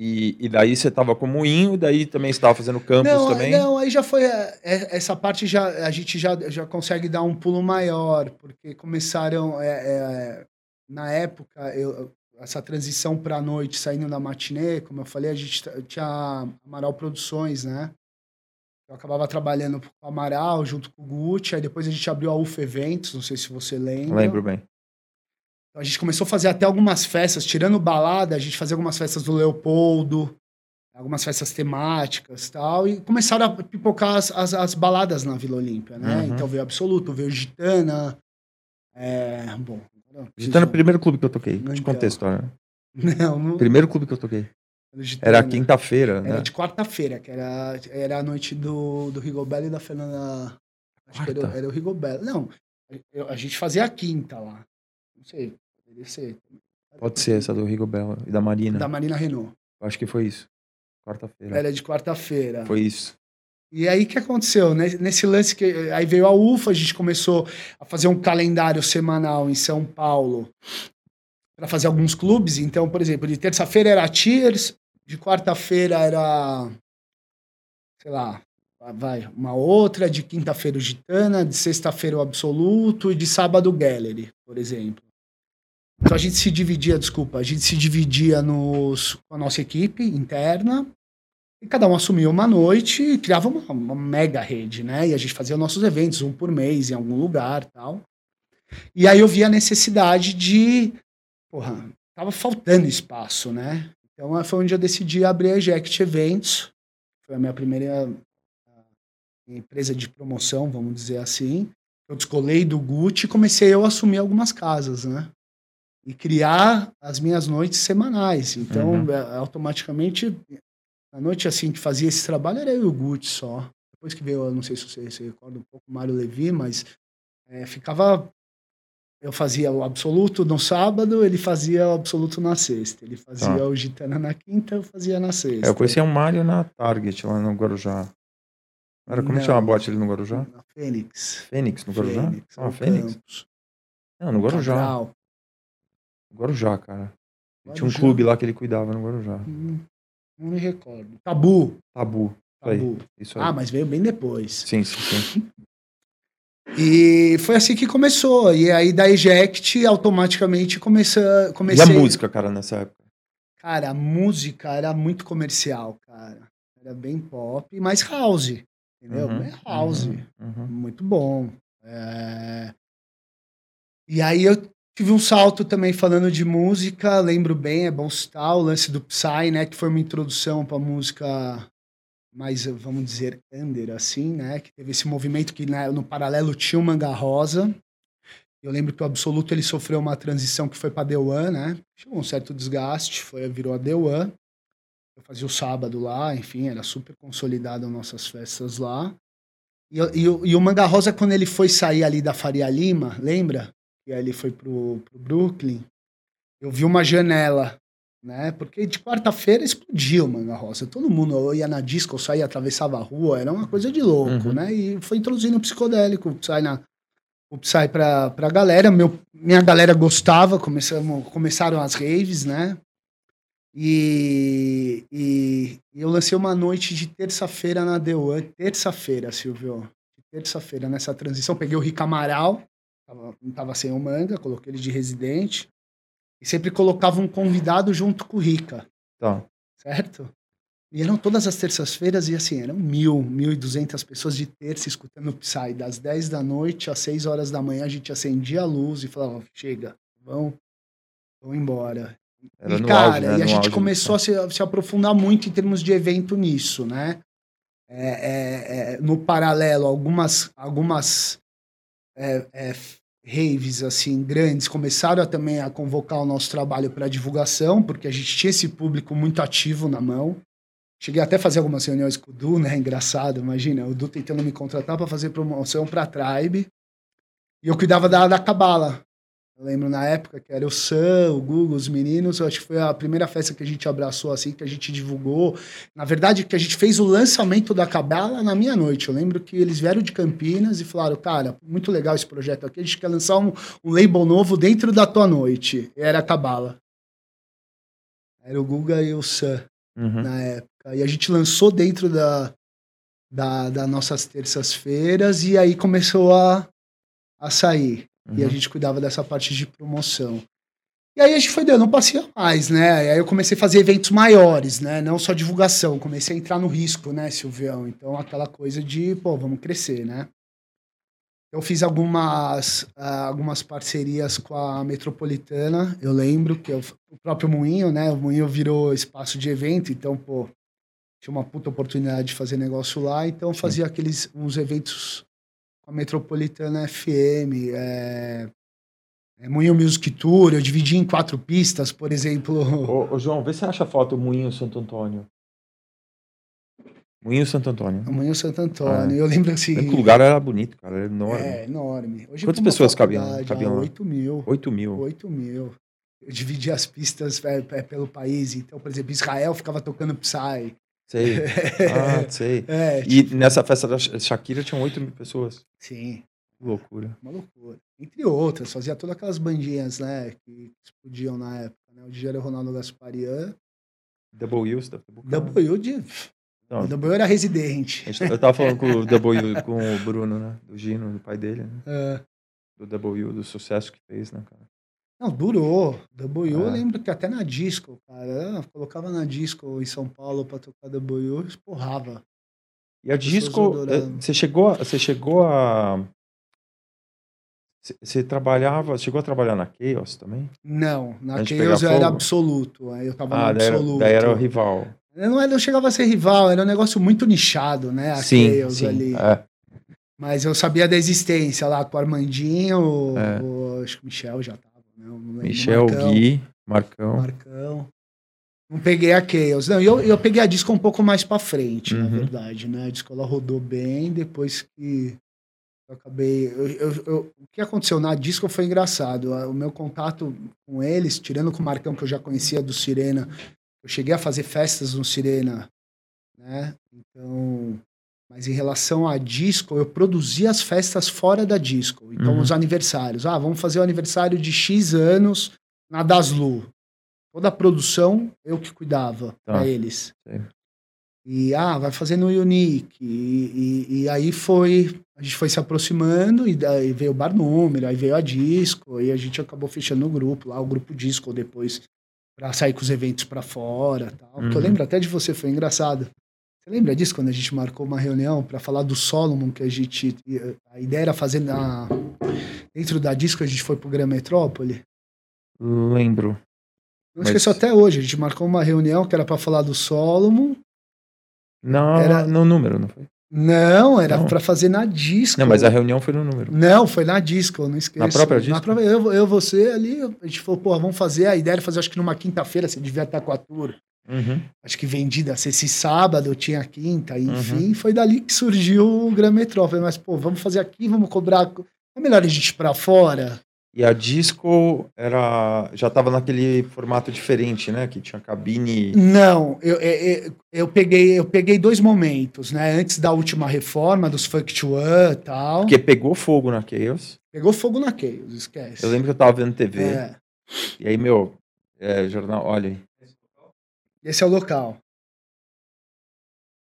S1: E, e daí você tava como inho, daí também você tava fazendo campus
S2: não,
S1: também.
S2: Não, aí já foi. é, é, Essa parte já a gente já, já consegue dar um pulo maior, porque começaram. é, é, na época, eu- essa transição para noite, saindo da matinê, como eu falei, a gente t- tinha Amaral Produções, né? Eu acabava trabalhando com o Amaral, junto com o Gucci, aí depois a gente abriu a UF Eventos, não sei se você lembra.
S1: Lembro bem.
S2: Então, A gente começou a fazer até algumas festas, tirando balada, a gente fazia algumas festas do Leopoldo, algumas festas temáticas e tal, e começaram a pipocar as, as, as baladas na Vila Olímpia, né?
S1: Uhum.
S2: Então veio Absoluto, veio Gitana, é... Bom... agora
S1: Gitana é
S2: eu
S1: o
S2: preciso-
S1: primeiro clube que eu toquei. Te
S2: Então.
S1: contei a história. né?
S2: Não, não...
S1: Primeiro clube que eu toquei.
S2: Gitana.
S1: Era quinta-feira, né?
S2: Era tipo de quarta-feira, que era, era a noite do, do Rigobello e da Fernanda. Acho que era,
S1: Quarta?
S2: era o Rigobello. Não, eu- a gente fazia a quinta lá. Não sei, poderia ser.
S1: Pode ser essa né? do Rigobel e da Marina.
S2: Da Marina Renault.
S1: Eu Acho que foi isso. Quarta-feira.
S2: Era é de quarta-feira.
S1: É. Foi isso.
S2: E aí o que aconteceu? né? Nesse lance que aí veio a UFA, a gente começou a fazer um calendário semanal em São Paulo para fazer alguns clubes. Então, por exemplo, de terça-feira era Tiers, de quarta-feira era sei lá, vai uma outra, de quinta-feira o Gitana, de sexta-feira o Absoluto e de sábado o Gallery, por exemplo. Então a gente se dividia, desculpa, a gente se dividia nos, com a nossa equipe interna e cada um assumia uma noite e criava uma, uma mega rede, né? E a gente fazia nossos eventos, um por mês, em algum lugar tal. E aí eu vi a necessidade de. Porra, tava faltando espaço, né? Então aí foi onde eu decidi abrir a Eject Eventos. Foi a minha primeira ah, empresa de promoção, vamos dizer assim. Eu descolei do Gucci e comecei eu a assumir algumas casas, né? e criar as minhas noites semanais. Então,
S1: Uhum.
S2: eh, automaticamente, na noite assim que fazia esse trabalho era eu e o Gucci só. Depois que veio, eu não sei se você se recorda um pouco, o Mário Levi, mas eh, ficava. Eu fazia o absoluto no sábado, ele fazia o absoluto na sexta. Ele fazia
S1: Tá.
S2: o Gitana na quinta, eu fazia na sexta.
S1: É, eu conheci o Mário na Target, lá no Guarujá. Era como
S2: Não.
S1: que chama a boate ali no Guarujá?
S2: Na Fênix.
S1: Fênix, no Guarujá?
S2: Fênix,
S1: ah,
S2: no
S1: Fênix?
S2: campus,
S1: Não, no Guarujá.
S2: Cabral.
S1: No Guarujá, cara. Ele Tinha um
S2: Guarujá.
S1: clube lá que ele cuidava no Guarujá.
S2: Hum, Não me recordo. Tabu.
S1: Tabu. Isso Tá aí.
S2: Tabu.
S1: Isso aí.
S2: Ah, mas veio bem depois.
S1: Sim, sim, sim.
S2: E foi assim que começou. E aí da Eject automaticamente começa,
S1: E a
S2: comecei.
S1: música, cara, nessa época?
S2: Cara, a música era muito comercial, cara. Era bem pop, mas house. Entendeu?
S1: Uhum,
S2: É house.
S1: uhum, uhum.
S2: Muito bom. É, E aí eu tive um salto também falando de música, lembro bem, é bom citar o lance do Psy, né, que foi uma introdução para música mais, vamos dizer, under, assim, né, que teve esse movimento que né, no paralelo tinha o Manga Rosa. Eu lembro que o Absoluto ele sofreu uma transição que foi para Dewan, né, chegou um certo desgaste, foi, virou a Dewan. Eu fazia o sábado lá, enfim, era super consolidado as nossas festas lá. E, o- e o- e o Manga Rosa, quando ele foi sair ali da Faria Lima, lembra? E aí ele foi pro, pro Brooklyn. Eu vi uma janela, né? Porque de quarta-feira explodiu o Manga Rosa. Todo mundo ou ia na disco, ou saía, atravessava a rua. Era uma coisa de louco,
S1: Uhum.
S2: né? E foi introduzindo o psicodélico, o Psy, na, o Psy pra, pra galera. Meu, minha galera gostava, começamos, começaram as raves, né? E, e- e eu lancei uma noite de terça-feira na Dewan. Terça-feira, Silvio. Terça-feira, nessa transição. Peguei o Rick Amaral, tava, não tava sem o manga, coloquei ele de residente. E sempre colocava um convidado junto com o Rica,
S1: Tá.
S2: certo? E eram todas as terças-feiras, e assim, eram mil, mil e duzentas pessoas de terça escutando o Psy. Das 10 da noite às 6 horas da manhã, a gente acendia a luz e falava: chega, vão, vão embora
S1: Era
S2: e,
S1: no
S2: cara,
S1: auge, né?
S2: e a
S1: No
S2: gente
S1: auge.
S2: começou a se, a se aprofundar muito em termos de evento nisso, né? É, é, é, no paralelo, algumas, algumas é, é, raves assim grandes começaram a, também a convocar o nosso trabalho para divulgação, porque a gente tinha esse público muito ativo na mão. Cheguei até a fazer algumas reuniões com o Du, né? Engraçado, imagina, o Du tentando me contratar para fazer promoção para Tribe. E eu cuidava da, da Cabala. Eu lembro na época que era o Sam, o Google, os meninos. Eu acho que foi a primeira festa que a gente abraçou, assim, que a gente divulgou. Na verdade, que a gente fez o lançamento da Cabala na minha noite. Eu lembro que eles vieram de Campinas e falaram: Cara, muito legal esse projeto aqui. A gente quer lançar um, um label novo dentro da tua noite. E era a Cabala. Era o Guga e o Sam
S1: Uhum.
S2: na época. E a gente lançou dentro da, da, das nossas terças-feiras e aí começou a, a sair. E a
S1: Uhum.
S2: gente cuidava dessa parte de promoção. E aí a gente foi dando, não passeia mais, né? E aí eu comecei a fazer eventos maiores, né? Não só divulgação, comecei a entrar no risco, né, Silvião? Então aquela coisa de, pô, vamos crescer, né? Eu fiz algumas, ah, algumas parcerias com a Metropolitana, eu lembro que eu- o próprio Moinho, né? O Moinho virou espaço de evento, então, pô, tinha uma puta oportunidade de fazer negócio lá, então eu fazia aqueles uns eventos com a Metropolitana FM, é, é Moinho Music Tour, eu dividi em quatro pistas, por exemplo.
S1: Ô, ô, João, vê se acha a foto do Moinho Santo Antônio. Moinho Santo Antônio.
S2: Moinho Santo Antônio, eu lembro assim.
S1: Lembro que o lugar era bonito, cara. Era É. enorme.
S2: É, enorme. Hoje
S1: Quantas
S2: pra uma
S1: pessoas cabiam-
S2: faculdade,
S1: cabiam
S2: ah,
S1: lá?
S2: 8 mil.
S1: 8 mil.
S2: 8 mil. Eu dividi as pistas é, é, pelo país. Então, por exemplo, Israel ficava tocando Psy.
S1: Sei. Ah, sei.
S2: É,
S1: E nessa festa da Sha- Shakira tinham 8 mil pessoas.
S2: sim.
S1: Que loucura.
S2: Uma loucura. Entre outras, fazia todas aquelas bandinhas, né? Que explodiam na época, né? O DJ era o Ronaldo Gasparian.
S1: Double tá Use. Double Bucana.
S2: W de.
S1: Não,
S2: W era residente.
S1: a gente- tá, eu tava falando com o Double Use, com o Bruno, né? Do Gino, do pai dele, né?
S2: É.
S1: Do Double Use, do sucesso que fez, né, cara?
S2: Ah, Não, durou. W eu
S1: É.
S2: lembro que até na disco, cara. eu colocava na disco em São Paulo pra tocar W, esporrava.
S1: E a
S2: pessoas
S1: disco, eh,
S2: adoraram.
S1: você chegou, a- você chegou a você- você trabalhava, chegou a trabalhar na Chaos também?
S2: Não, na
S1: Antes de
S2: Chaos eu
S1: pegar
S2: era
S1: fogo?
S2: absoluto. Aí eu tava
S1: Ah,
S2: no
S1: daí era,
S2: absoluto.
S1: daí era o rival.
S2: Eu não, era- eu chegava a ser rival, era um negócio muito nichado, né? A
S1: sim,
S2: Chaos
S1: sim.
S2: ali. né,
S1: é.
S2: Mas eu sabia da existência lá com o Armandinho,
S1: É.
S2: o, acho que o Michel já tava, né? Não, não lembro.
S1: Michel,
S2: Marcão,
S1: Gui, Marcão.
S2: Marcão. Não peguei a Chaos. Não, eu, eu peguei a disco um pouco mais pra frente, na
S1: Uhum.
S2: verdade, né? A disco ela rodou bem, depois que eu acabei. eu- eu- eu- o que aconteceu na disco foi engraçado. O meu contato com eles, tirando com o Marcão, que eu já conhecia do Sirena, eu cheguei a fazer festas no Sirena, né? Então. Mas em relação à disco, eu produzia as festas fora da disco. Então,
S1: Uhum.
S2: os aniversários. Ah, vamos fazer o aniversário de X anos na Daslu. Toda a produção eu que cuidava
S1: Tá.
S2: pra eles.
S1: Sei.
S2: E ah, vai fazer no Unique. E, e- e aí foi. A gente foi se aproximando e daí veio o bar número, aí veio a disco, e a gente acabou fechando o grupo lá, o grupo disco depois, pra sair com os eventos pra fora tal. Porque eu
S1: Uhum.
S2: lembro até de você, foi engraçado. Você lembra disso quando a gente marcou uma reunião pra falar do Solomon que a gente. A ideia era fazer na. Dentro da disco a gente foi pro Gran Metrópole?
S1: Lembro.
S2: Não
S1: Mas-
S2: esqueço até hoje, a gente marcou uma reunião que era pra falar do Solomon.
S1: Não,
S2: Era-
S1: no número, não foi?
S2: Não, era
S1: Não.
S2: pra fazer na disco.
S1: Não, mas a reunião foi no número.
S2: Não, foi na disco, eu não esqueço.
S1: Na própria disco?
S2: própria- eu, eu, você ali, a gente falou, porra, vamos fazer. A ideia era fazer, acho que numa quinta-feira, você devia estar com a tour.
S1: Uhum.
S2: Acho que vendida, se esse sábado tinha quinta, enfim. Foi dali que surgiu o Gran Metrópole. Mas, pô, vamos fazer aqui, vamos cobrar. É melhor a gente ir pra fora?
S1: E a disco era já tava naquele formato diferente, né? Que tinha cabine.
S2: Não, eu, eu, eu- eu peguei, eu peguei dois momentos, né? Antes da última reforma, dos Funk to One e tal.
S1: Porque pegou fogo na Chaos.
S2: Pegou fogo na Chaos, esquece.
S1: Eu lembro que eu tava vendo TV.
S2: É,
S1: E aí, meu, é, jornal, olha aí.
S2: esse é o local.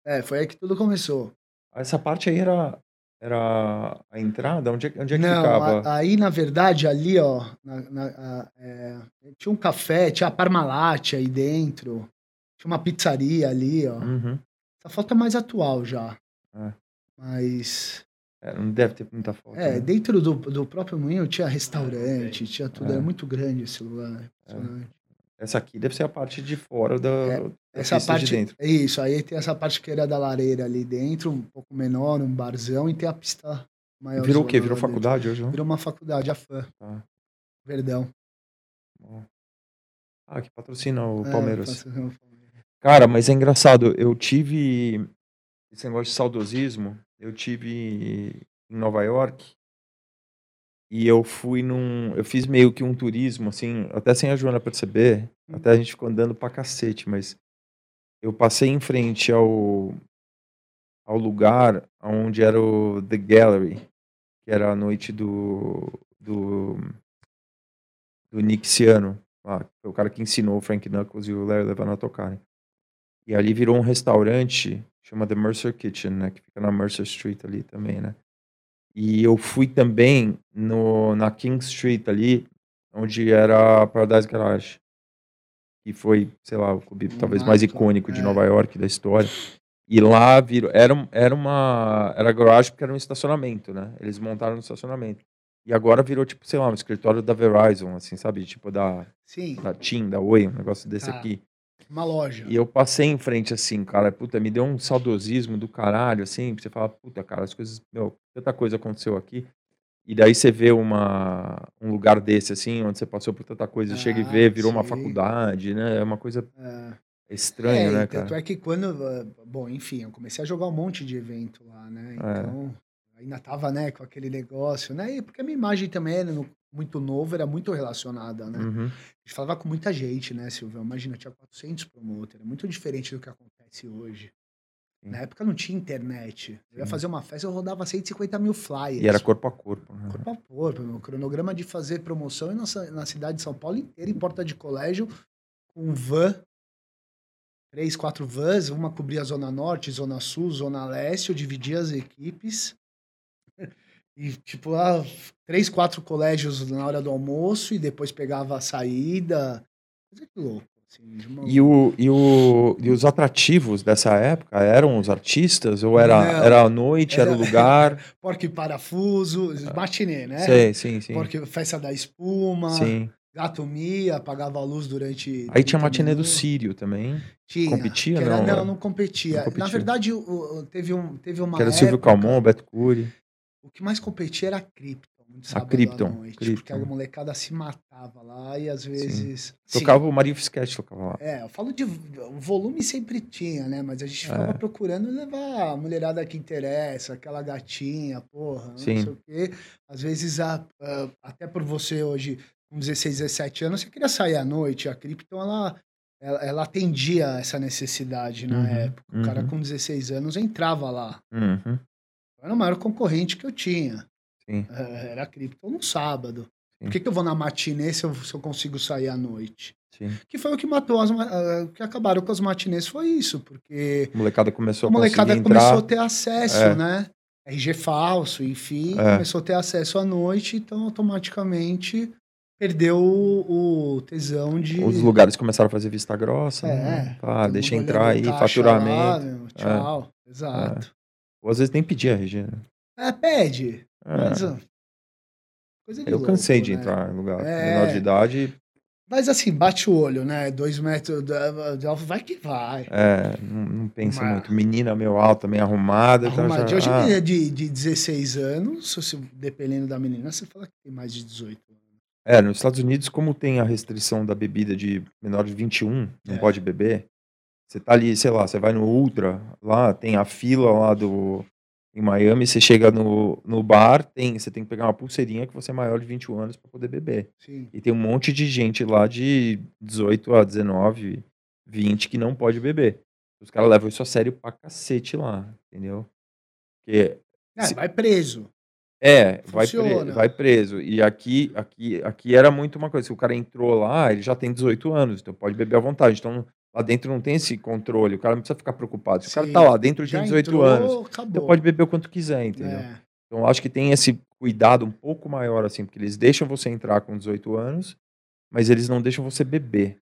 S2: É, foi aí que tudo começou.
S1: Essa parte aí era, era a entrada? Onde, é que- onde é que
S2: Não,
S1: ficava?
S2: a- aí na verdade ali, ó, na- na- a- é, tinha um café, tinha a Parmalat aí dentro, tinha uma pizzaria ali, ó.
S1: Uhum.
S2: Essa foto é mais atual já.
S1: É.
S2: Mas,
S1: É, não deve ter muita foto.
S2: é,
S1: né?
S2: dentro do, do próprio moinho tinha restaurante, tinha tudo.
S1: É.
S2: Era muito grande esse lugar. impressionante.
S1: Essa aqui deve ser a parte de fora da, da
S2: É, Essa
S1: pista
S2: parte
S1: de dentro.
S2: É isso, aí tem essa parte que era da lareira ali dentro, um pouco menor, um barzão, e tem a pista maior.
S1: Virou o quê?
S2: zona
S1: Virou
S2: lá
S1: faculdade hoje?
S2: dentro.
S1: Não?
S2: Virou uma faculdade, a fã.
S1: Tá.
S2: Verdão.
S1: Ah, que patrocina o
S2: É,
S1: Palmeiras.
S2: faço- não, Palmeiras.
S1: Cara, mas é engraçado. Eu tive esse negócio de saudosismo. Eu tive em Nova York e eu fui num. Eu fiz meio que um turismo, assim, até sem a Joana perceber.
S2: Hum.
S1: Até a gente ficou andando pra cacete, mas eu passei em frente ao, ao lugar onde era o The Gallery, que era a noite do. do, do Nick Ciano lá, foi o cara que ensinou o Frank Knuckles e o Larry Levano a tocarem. E ali virou um restaurante, chama The Mercer Kitchen, né? Que fica na Mercer Street ali também, né? E eu fui também no, na King Street ali, onde era a Paradise Garage. Que foi, sei lá, o clube
S2: Um
S1: talvez mais
S2: marco,
S1: icônico de
S2: é.
S1: Nova York da história. E lá virou. Era, um- era uma. Era garagem porque era um estacionamento, né? Eles montaram um estacionamento. E agora virou, tipo, sei lá, um escritório da Verizon, assim, sabe? Tipo, da
S2: Sim,
S1: da TIM, da Oi, um negócio desse
S2: Tá.
S1: aqui.
S2: uma loja.
S1: E eu passei em frente assim, cara, puta, me deu um saudosismo do caralho, assim, pra você falar, puta, cara, as coisas, meu, tanta coisa aconteceu aqui. E daí você vê uma, um lugar desse, assim, onde você passou por tanta coisa, chega e
S2: Ah,
S1: vê, virou uma
S2: sim.
S1: faculdade, né? É uma coisa
S2: É.
S1: estranha,
S2: É,
S1: né,
S2: e tanto
S1: cara?
S2: é que quando. ah, Bom, enfim, eu comecei a jogar um monte de evento lá,
S1: É.
S2: né? Então, ainda tava, né, com aquele negócio, né? E porque a minha imagem também era no- muito novo, era muito relacionada, né?
S1: Uhum.
S2: A gente falava com muita gente, né, Silvio? Imagina, tinha 400 promotor. É muito diferente do que acontece hoje.
S1: Sim.
S2: Na época não tinha internet. Eu ia
S1: Sim.
S2: fazer uma festa, eu rodava 150 mil flyers.
S1: E era corpo a corpo. Né?
S2: corpo a corpo. Meu cronograma de fazer promoção e nossa, na cidade de São Paulo inteira, em porta de colégio, com van. Três, quatro vans. Uma cobria a Zona Norte, Zona Sul, Zona Leste. Eu dividia as equipes. E, tipo, ah, três, quatro colégios na hora do almoço e depois pegava a saída. Coisa que louco. Assim, de uma-
S1: E, o, e, o, e os atrativos dessa época eram os artistas? Ou era,
S2: Não.
S1: era a noite, era, o
S2: Era-
S1: lugar?
S2: Porco e parafuso, matinê, né?
S1: Ah. Sei, sim, sim.
S2: Porque festa da espuma,
S1: Sim.
S2: gato mia, apagava a luz durante.
S1: Aí tinha a
S2: 30
S1: matinê do
S2: minutos.
S1: Sírio também,
S2: Tinha,
S1: Competia,
S2: que era-
S1: não?
S2: não? Não, competia.
S1: Não competia.
S2: Na verdade, o- o- teve, um, teve uma
S1: que era o Silvio
S2: época-
S1: Calmon, o Beto Cury.
S2: O que mais competia era a Krypton. Muito sábado
S1: Ah, Krypton,
S2: à noite.
S1: Krypton.
S2: Porque a molecada se matava lá e às vezes. Sim.
S1: Tocava o Marinho Fisquete, tocava lá.
S2: É, eu falo de. O volume sempre tinha, né? Mas a gente ficava
S1: É.
S2: procurando levar a mulherada que interessa, aquela gatinha, porra, não
S1: Sim.
S2: sei o quê. Às vezes, a- a- até por você hoje, com 16, 17 anos, você queria sair à noite. A Krypton, ela, ela, ela atendia essa necessidade na
S1: Uhum,
S2: época. O cara
S1: uhum.
S2: com 16 anos entrava lá.
S1: Uhum,
S2: Era o maior concorrente que eu tinha.
S1: Sim.
S2: Eh, Era Krypton no sábado.
S1: Sim.
S2: Por que, que eu vou na matinê se eu, se eu consigo sair à noite?
S1: Sim.
S2: Que foi o que matou as ma- ah, o que acabaram com as matinês foi isso, porque
S1: A molecada começou
S2: a
S1: a,
S2: molecada
S1: conseguir entrar.
S2: começou a ter acesso,
S1: É.
S2: né? RG falso, enfim,
S1: É.
S2: começou a ter acesso à noite, então automaticamente perdeu o, o tesão de
S1: Os lugares começaram a fazer vista grossa.
S2: É,
S1: né? Tá,
S2: todo
S1: deixa
S2: mundo
S1: entrar aí,
S2: olhando caixa lá,
S1: faturamento.
S2: ah,
S1: É.
S2: meu, tchau, exato.
S1: Ou às vezes nem pedia, Regina.
S2: É, pede.
S1: É.
S2: mas, ó, coisa de
S1: Eu cansei
S2: louco,
S1: de
S2: né?
S1: entrar em lugar
S2: É.
S1: menor de idade.
S2: Mas assim, bate o olho, né? Dois metros da, da- vai que vai.
S1: É, não, não pensa
S2: Mas-
S1: muito. Menina meio alta, meio arrumada. então
S2: Arrumar. De
S1: já-
S2: hoje
S1: ah,
S2: menina de, de 16 anos, se você- dependendo da menina, você fala que tem mais de 18 anos.
S1: É, nos Estados Unidos, como tem a restrição da bebida de menor de 21, não
S2: É.
S1: pode beber, você tá ali, sei lá, você vai no Ultra, lá tem a fila lá do em Miami, você chega no, no bar, tem, você tem que pegar uma pulseirinha que você é maior de 21 anos para poder beber.
S2: Sim.
S1: E tem um monte de gente lá de 18 a 19, 20 que não pode beber. Os caras levam isso a sério pra cacete lá, entendeu? Porque
S2: É,
S1: Se-
S2: vai preso.
S1: é, vai, pre-
S2: Funciona.
S1: vai preso. E aqui, aqui, aqui era muito uma coisa. Se o cara entrou lá, ele já tem 18 anos, então pode beber à vontade. Então lá dentro não tem esse controle. O cara não precisa ficar preocupado. Se o cara tá
S2: Sim,
S1: lá dentro, ele tem 18
S2: entrou,
S1: anos.
S2: Acabou.
S1: Então pode beber o quanto quiser, entendeu?
S2: É.
S1: Então acho que tem esse cuidado um pouco maior, assim, porque eles deixam você entrar com 18 anos, mas eles não deixam você beber.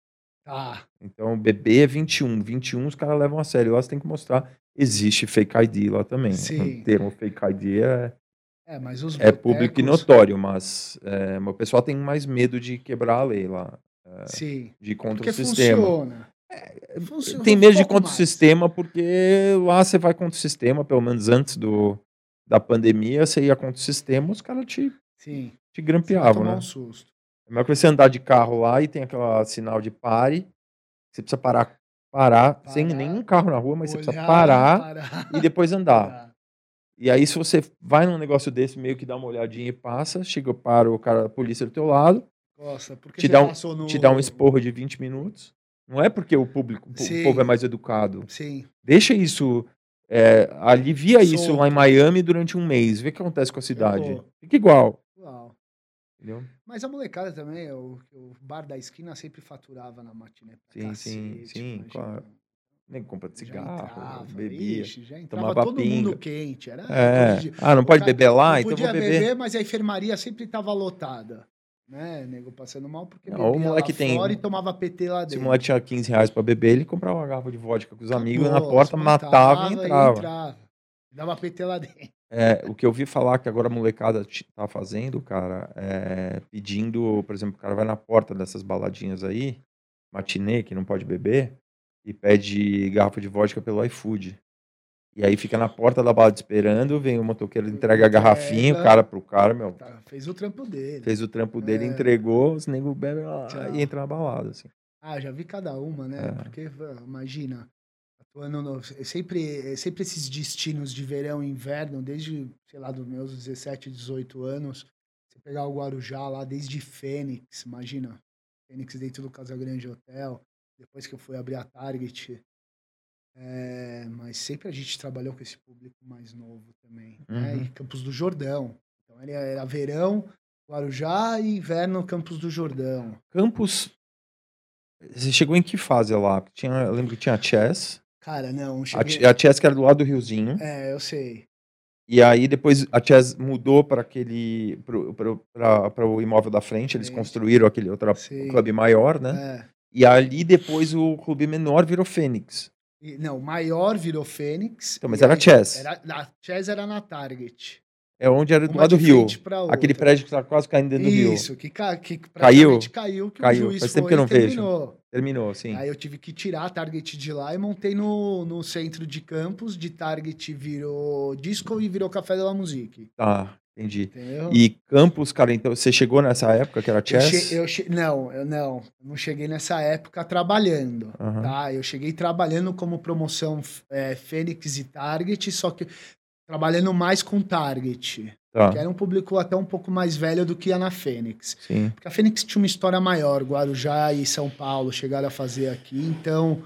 S2: Tá.
S1: Então beber é 21. 21 os caras levam a sério. Lá você tem que mostrar. Existe fake ID lá também. né?
S2: Sim.
S1: O termo fake ID é.
S2: É, mas os
S1: É público e
S2: botecos-
S1: notório, mas é, o pessoal tem mais medo de quebrar a lei lá,
S2: é, Sim.
S1: de ir contra
S2: Porque
S1: o sistema. É,
S2: funciona. Funciona
S1: Tem
S2: um
S1: medo de ir
S2: pouco
S1: contra o
S2: mais.
S1: sistema, porque lá você vai contra o sistema, pelo menos antes do, da pandemia, você ia contra o sistema, os caras te,
S2: Sim.
S1: te
S2: Você vai
S1: grampeavam,
S2: tomar
S1: né?
S2: um susto.
S1: É melhor que você andar de carro lá e tem aquela sinal de pare, você precisa parar, parar, sem
S2: Parar,
S1: nenhum carro na rua, mas você precisa
S2: Olhar,
S1: parar
S2: parar,
S1: e depois andar.
S2: parar.
S1: E aí, se você vai num negócio desse, meio que dá uma olhadinha e passa, chega, para o cara da polícia do teu lado,
S2: Nossa, porque
S1: Te
S2: você
S1: dá um-
S2: passou no...
S1: te dá um esporro de 20 minutos. Não é porque o público, o
S2: Sim.
S1: povo é mais educado.
S2: Sim.
S1: Deixa isso, é, alivia isso lá em
S2: Solto.
S1: Miami durante um mês, vê o que acontece com a cidade.
S2: vou.
S1: Fica igual,
S2: Uau.
S1: entendeu?
S2: Mas a molecada também, o, o bar da esquina sempre faturava na matiné. pra
S1: Sim, sim,
S2: cacete,
S1: sim,
S2: imagina.
S1: claro. Nem compra de
S2: Já
S1: cigarro,
S2: entrava,
S1: bebia.
S2: ixi, já entrava
S1: tomava
S2: todo
S1: pinga.
S2: mundo quente. Era
S1: É.
S2: coisa de-
S1: Ah, não
S2: o
S1: pode
S2: cara-
S1: beber lá,
S2: não
S1: então vou
S2: podia
S1: beber.
S2: mas a enfermaria sempre estava lotada. Né, nego passando mal porque
S1: Não,
S2: bebia
S1: o moleque
S2: lá
S1: tem-
S2: fora e tomava PT lá
S1: Se
S2: dentro.
S1: o moleque tinha 15 reais pra beber, ele comprava uma garrafa de vodka com os amigos na
S2: Acabou,
S1: porta, matava
S2: espantava
S1: e entrava.
S2: Dava PT lá dentro.
S1: É, o que eu vi falar que agora a molecada te- tá fazendo, cara, é pedindo, por exemplo, o cara vai na porta dessas baladinhas aí, matinê, que não pode beber, e pede garrafa de vodka pelo iFood. E aí fica na porta da balada esperando, vem o motoqueiro, entrega a garrafinha, o
S2: Entrega.
S1: cara pro cara, meu,
S2: É, Tá, fez o trampo dele.
S1: fez o trampo dele,
S2: É.
S1: entregou, os nego bebem lá
S2: Tchau.
S1: e entra na balada, assim.
S2: Ah, já vi cada uma, né?
S1: É.
S2: Porque, va- imagina, atuando no, sempre, sempre esses destinos de verão e inverno, desde, sei lá, dos meus 17, 18 anos, você pegar o Guarujá lá, desde Fênix, imagina, Fênix dentro do Casa Grande Hotel, depois que eu fui abrir a Target. É, mas sempre a gente trabalhou com esse público mais novo também, né?
S1: Uhum.
S2: E Campos do Jordão. Então era, era verão, Guarujá e inverno, Campos do Jordão.
S1: Campos, você chegou em que fase lá? Tinha, eu lembro que tinha a Chess,
S2: Cara, não,
S1: a,
S2: cheguei...
S1: Ch- a Chess que era do lado do riozinho.
S2: É, eu sei.
S1: E aí depois a Chess mudou para aquele para o imóvel da frente, eles
S2: Sim.
S1: construíram aquele outro
S2: Sim.
S1: clube maior, né?
S2: É.
S1: E ali depois o clube menor virou Fênix.
S2: E- não, o maior virou Fênix.
S1: Então, mas
S2: e
S1: era
S2: aí-
S1: Chess.
S2: Era, a Chess era na Target.
S1: É onde era do
S2: Uma
S1: lado do
S2: de
S1: rio.
S2: frente pra outra.
S1: Aquele prédio que tá quase caindo dentro do rio.
S2: Isso, que, ca... que
S1: Caiu?
S2: praticamente caiu, que
S1: Caiu.
S2: o juiz
S1: Faz tempo
S2: foi
S1: que eu não
S2: e
S1: vejo.
S2: terminou.
S1: Terminou, sim.
S2: Aí eu tive que tirar a Target de lá e montei no, no centro de campus. De Target virou disco e virou Café da Musique.
S1: Tá, entendi.
S2: Entendeu?
S1: E Campos, cara, então você chegou nessa época que era
S2: Ah. Eu che-
S1: chess?
S2: eu che- não, eu não. Eu não cheguei nessa época trabalhando.
S1: Aham.
S2: Tá? Eu cheguei trabalhando como promoção é, Fênix e Target, só que trabalhando mais com Target.
S1: Tá,
S2: Que era um público até um pouco mais velho do que a na Fênix.
S1: sim.
S2: Porque a Fênix tinha uma história maior, Guarujá e São Paulo chegaram a fazer aqui, então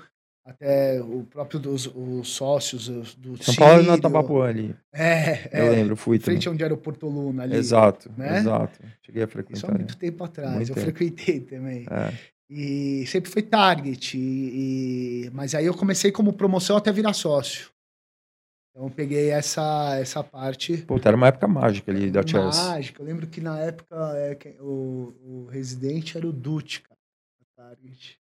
S2: até o próprio dos os sócios os do
S1: São Paulo e
S2: Círio-
S1: na Tabapuã ali.
S2: É, é
S1: Eu lembro, fui
S2: em
S1: também.
S2: frente onde era o Porto Luna ali.
S1: Exato,
S2: né?
S1: exato. Cheguei a
S2: Isso
S1: frequentar.
S2: há
S1: ali.
S2: muito tempo atrás,
S1: Muito
S2: eu
S1: tempo.
S2: frequentei também.
S1: É.
S2: E sempre foi target. E, e- mas aí eu comecei como promoção até virar sócio. Então eu peguei essa, essa parte
S1: Pô, era uma época mágica ali da Chess.
S2: mágica. Eu lembro que na época é, que- o, o residente era o Dutch, cara. da Target.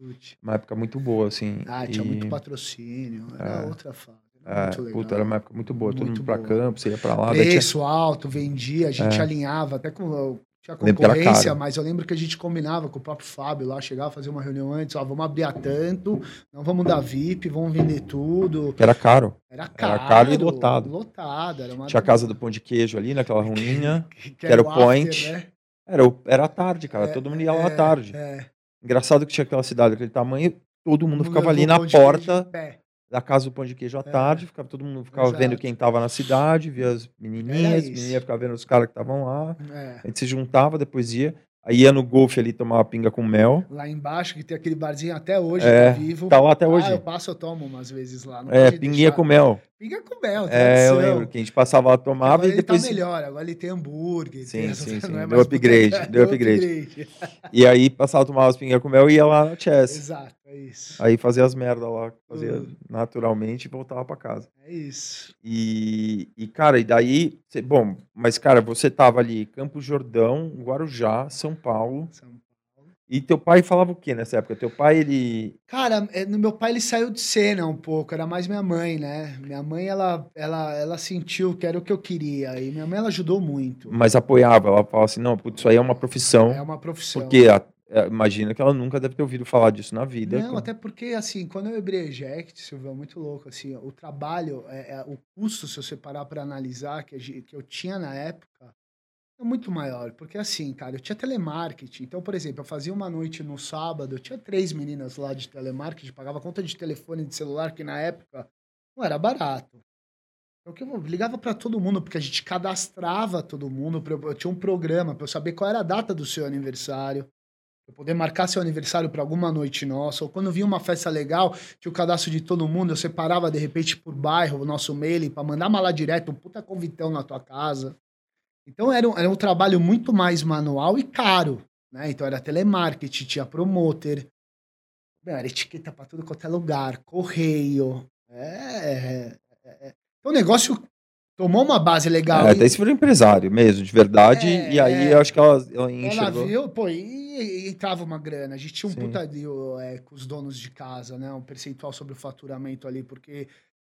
S2: Dutch.
S1: Uma época muito boa, assim.
S2: Ah, tinha
S1: e-
S2: muito patrocínio. Era
S1: É.
S2: outra fase. Era
S1: É,
S2: muito legal.
S1: puta, era uma época muito boa. Todo
S2: Muito
S1: mundo pra
S2: boa.
S1: Campos, você ia pra lá. daí tinha- É.
S2: Preço alto, vendia, a gente alinhava, até com tinha
S1: Lembro que era
S2: concorrência,
S1: caro.
S2: mas eu lembro que a gente combinava com o próprio Fábio lá, chegava, fazia uma reunião antes, ó, vamos abrir a tanto, não vamos dar VIP, vamos vender tudo.
S1: que era caro.
S2: Era caro.
S1: caro e lotado.
S2: Lotado, era uma...
S1: Tinha a casa do pão de queijo ali, naquela ruinha.
S2: que,
S1: que era o
S2: after,
S1: point.
S2: né?
S1: Era, o- era à tarde, cara.
S2: É,
S1: todo mundo ia lá à
S2: é,
S1: tarde.
S2: é.
S1: Engraçado que tinha aquela cidade daquele tamanho, todo mundo ficava
S2: Levou
S1: ali na
S2: pão de queijo
S1: porta
S2: em pé.
S1: da casa do pão de queijo à tarde, ficava todo mundo ficava
S2: Exato.
S1: vendo quem tava na cidade, via as
S2: Era
S1: menininhas,
S2: isso.
S1: as menininhas ficavam vendo os caras que estavam lá.
S2: É.
S1: A gente se juntava, depois ia. Aí ia no golfe ali tomar pinga com mel.
S2: Lá embaixo, que tem aquele barzinho até hoje,
S1: É,
S2: tá vivo.
S1: Tá lá até
S2: Ah,
S1: hoje.
S2: eu passo, eu tomo umas vezes lá. não
S1: é,
S2: pode
S1: pinguinha
S2: deixar.
S1: com mel.
S2: Pinga com mel,
S1: É, eu
S2: tradição.
S1: lembro que a gente passava lá, tomava
S2: Agora
S1: e
S2: ele
S1: depois.
S2: tá melhor, agora ele tem hambúrguer.
S1: Sim,
S2: tem
S1: sim,
S2: essas-
S1: sim,
S2: não é
S1: deu
S2: mais
S1: upgrade,
S2: boteca,
S1: deu
S2: upgrade.
S1: E aí passava, tomava as pingas com mel e ia lá na Chess.
S2: Exato, é isso.
S1: Aí fazia as merda lá, fazia
S2: Tudo.
S1: naturalmente e voltava pra casa.
S2: É isso.
S1: E, e, cara, e daí, cê- bom, mas cara, você tava ali, Campos Jordão, Guarujá, São Paulo,
S2: São-
S1: e teu pai falava o quê nessa época? Teu pai, ele.
S2: Cara, é, no meu pai ele saiu de cena um pouco, era mais minha mãe, né? Minha mãe, ela, ela, ela sentiu que era o que eu queria. E minha mãe, ela ajudou muito.
S1: Mas apoiava, ela falava assim: não, putz, isso aí é uma profissão,
S2: É uma profissão.
S1: porque a- é, imagina que ela nunca deve ter ouvido falar disso na vida.
S2: Não, até porque, assim, quando eu abri a Eject, Silvio, é muito louco, assim, o trabalho, é, é, o custo, se você parar para analisar, que, a gen- que eu tinha na época, é muito maior, porque assim, cara, eu tinha telemarketing, então, por exemplo, eu fazia uma noite no sábado, eu tinha três meninas lá de telemarketing, pagava conta de telefone e de celular, que na época não era barato. Então, que eu ligava para todo mundo, porque a gente cadastrava todo mundo, pra eu, eu tinha um programa para eu saber qual era a data do seu aniversário, eu poder marcar seu aniversário para alguma noite nossa, ou quando vinha uma festa legal, tinha o cadastro de todo mundo, eu separava de repente por bairro o nosso mailing para mandar uma lá direto, um puta convitão na tua casa. Então era um, era um trabalho muito mais manual e caro, né? Então era telemarketing, tinha promoter, meu, era etiqueta para tudo quanto é lugar, correio. É, é, é. Então o negócio tomou uma base legal.
S1: É,
S2: e-
S1: até se for empresário mesmo, de verdade,
S2: É,
S1: e aí
S2: é.
S1: eu acho que ela, ela
S2: Ela
S1: enxergou.
S2: viu, pô, e, e entrava uma grana. A gente tinha um
S1: Sim.
S2: puta deal é, com os donos de casa, né? Um percentual sobre o faturamento ali, porque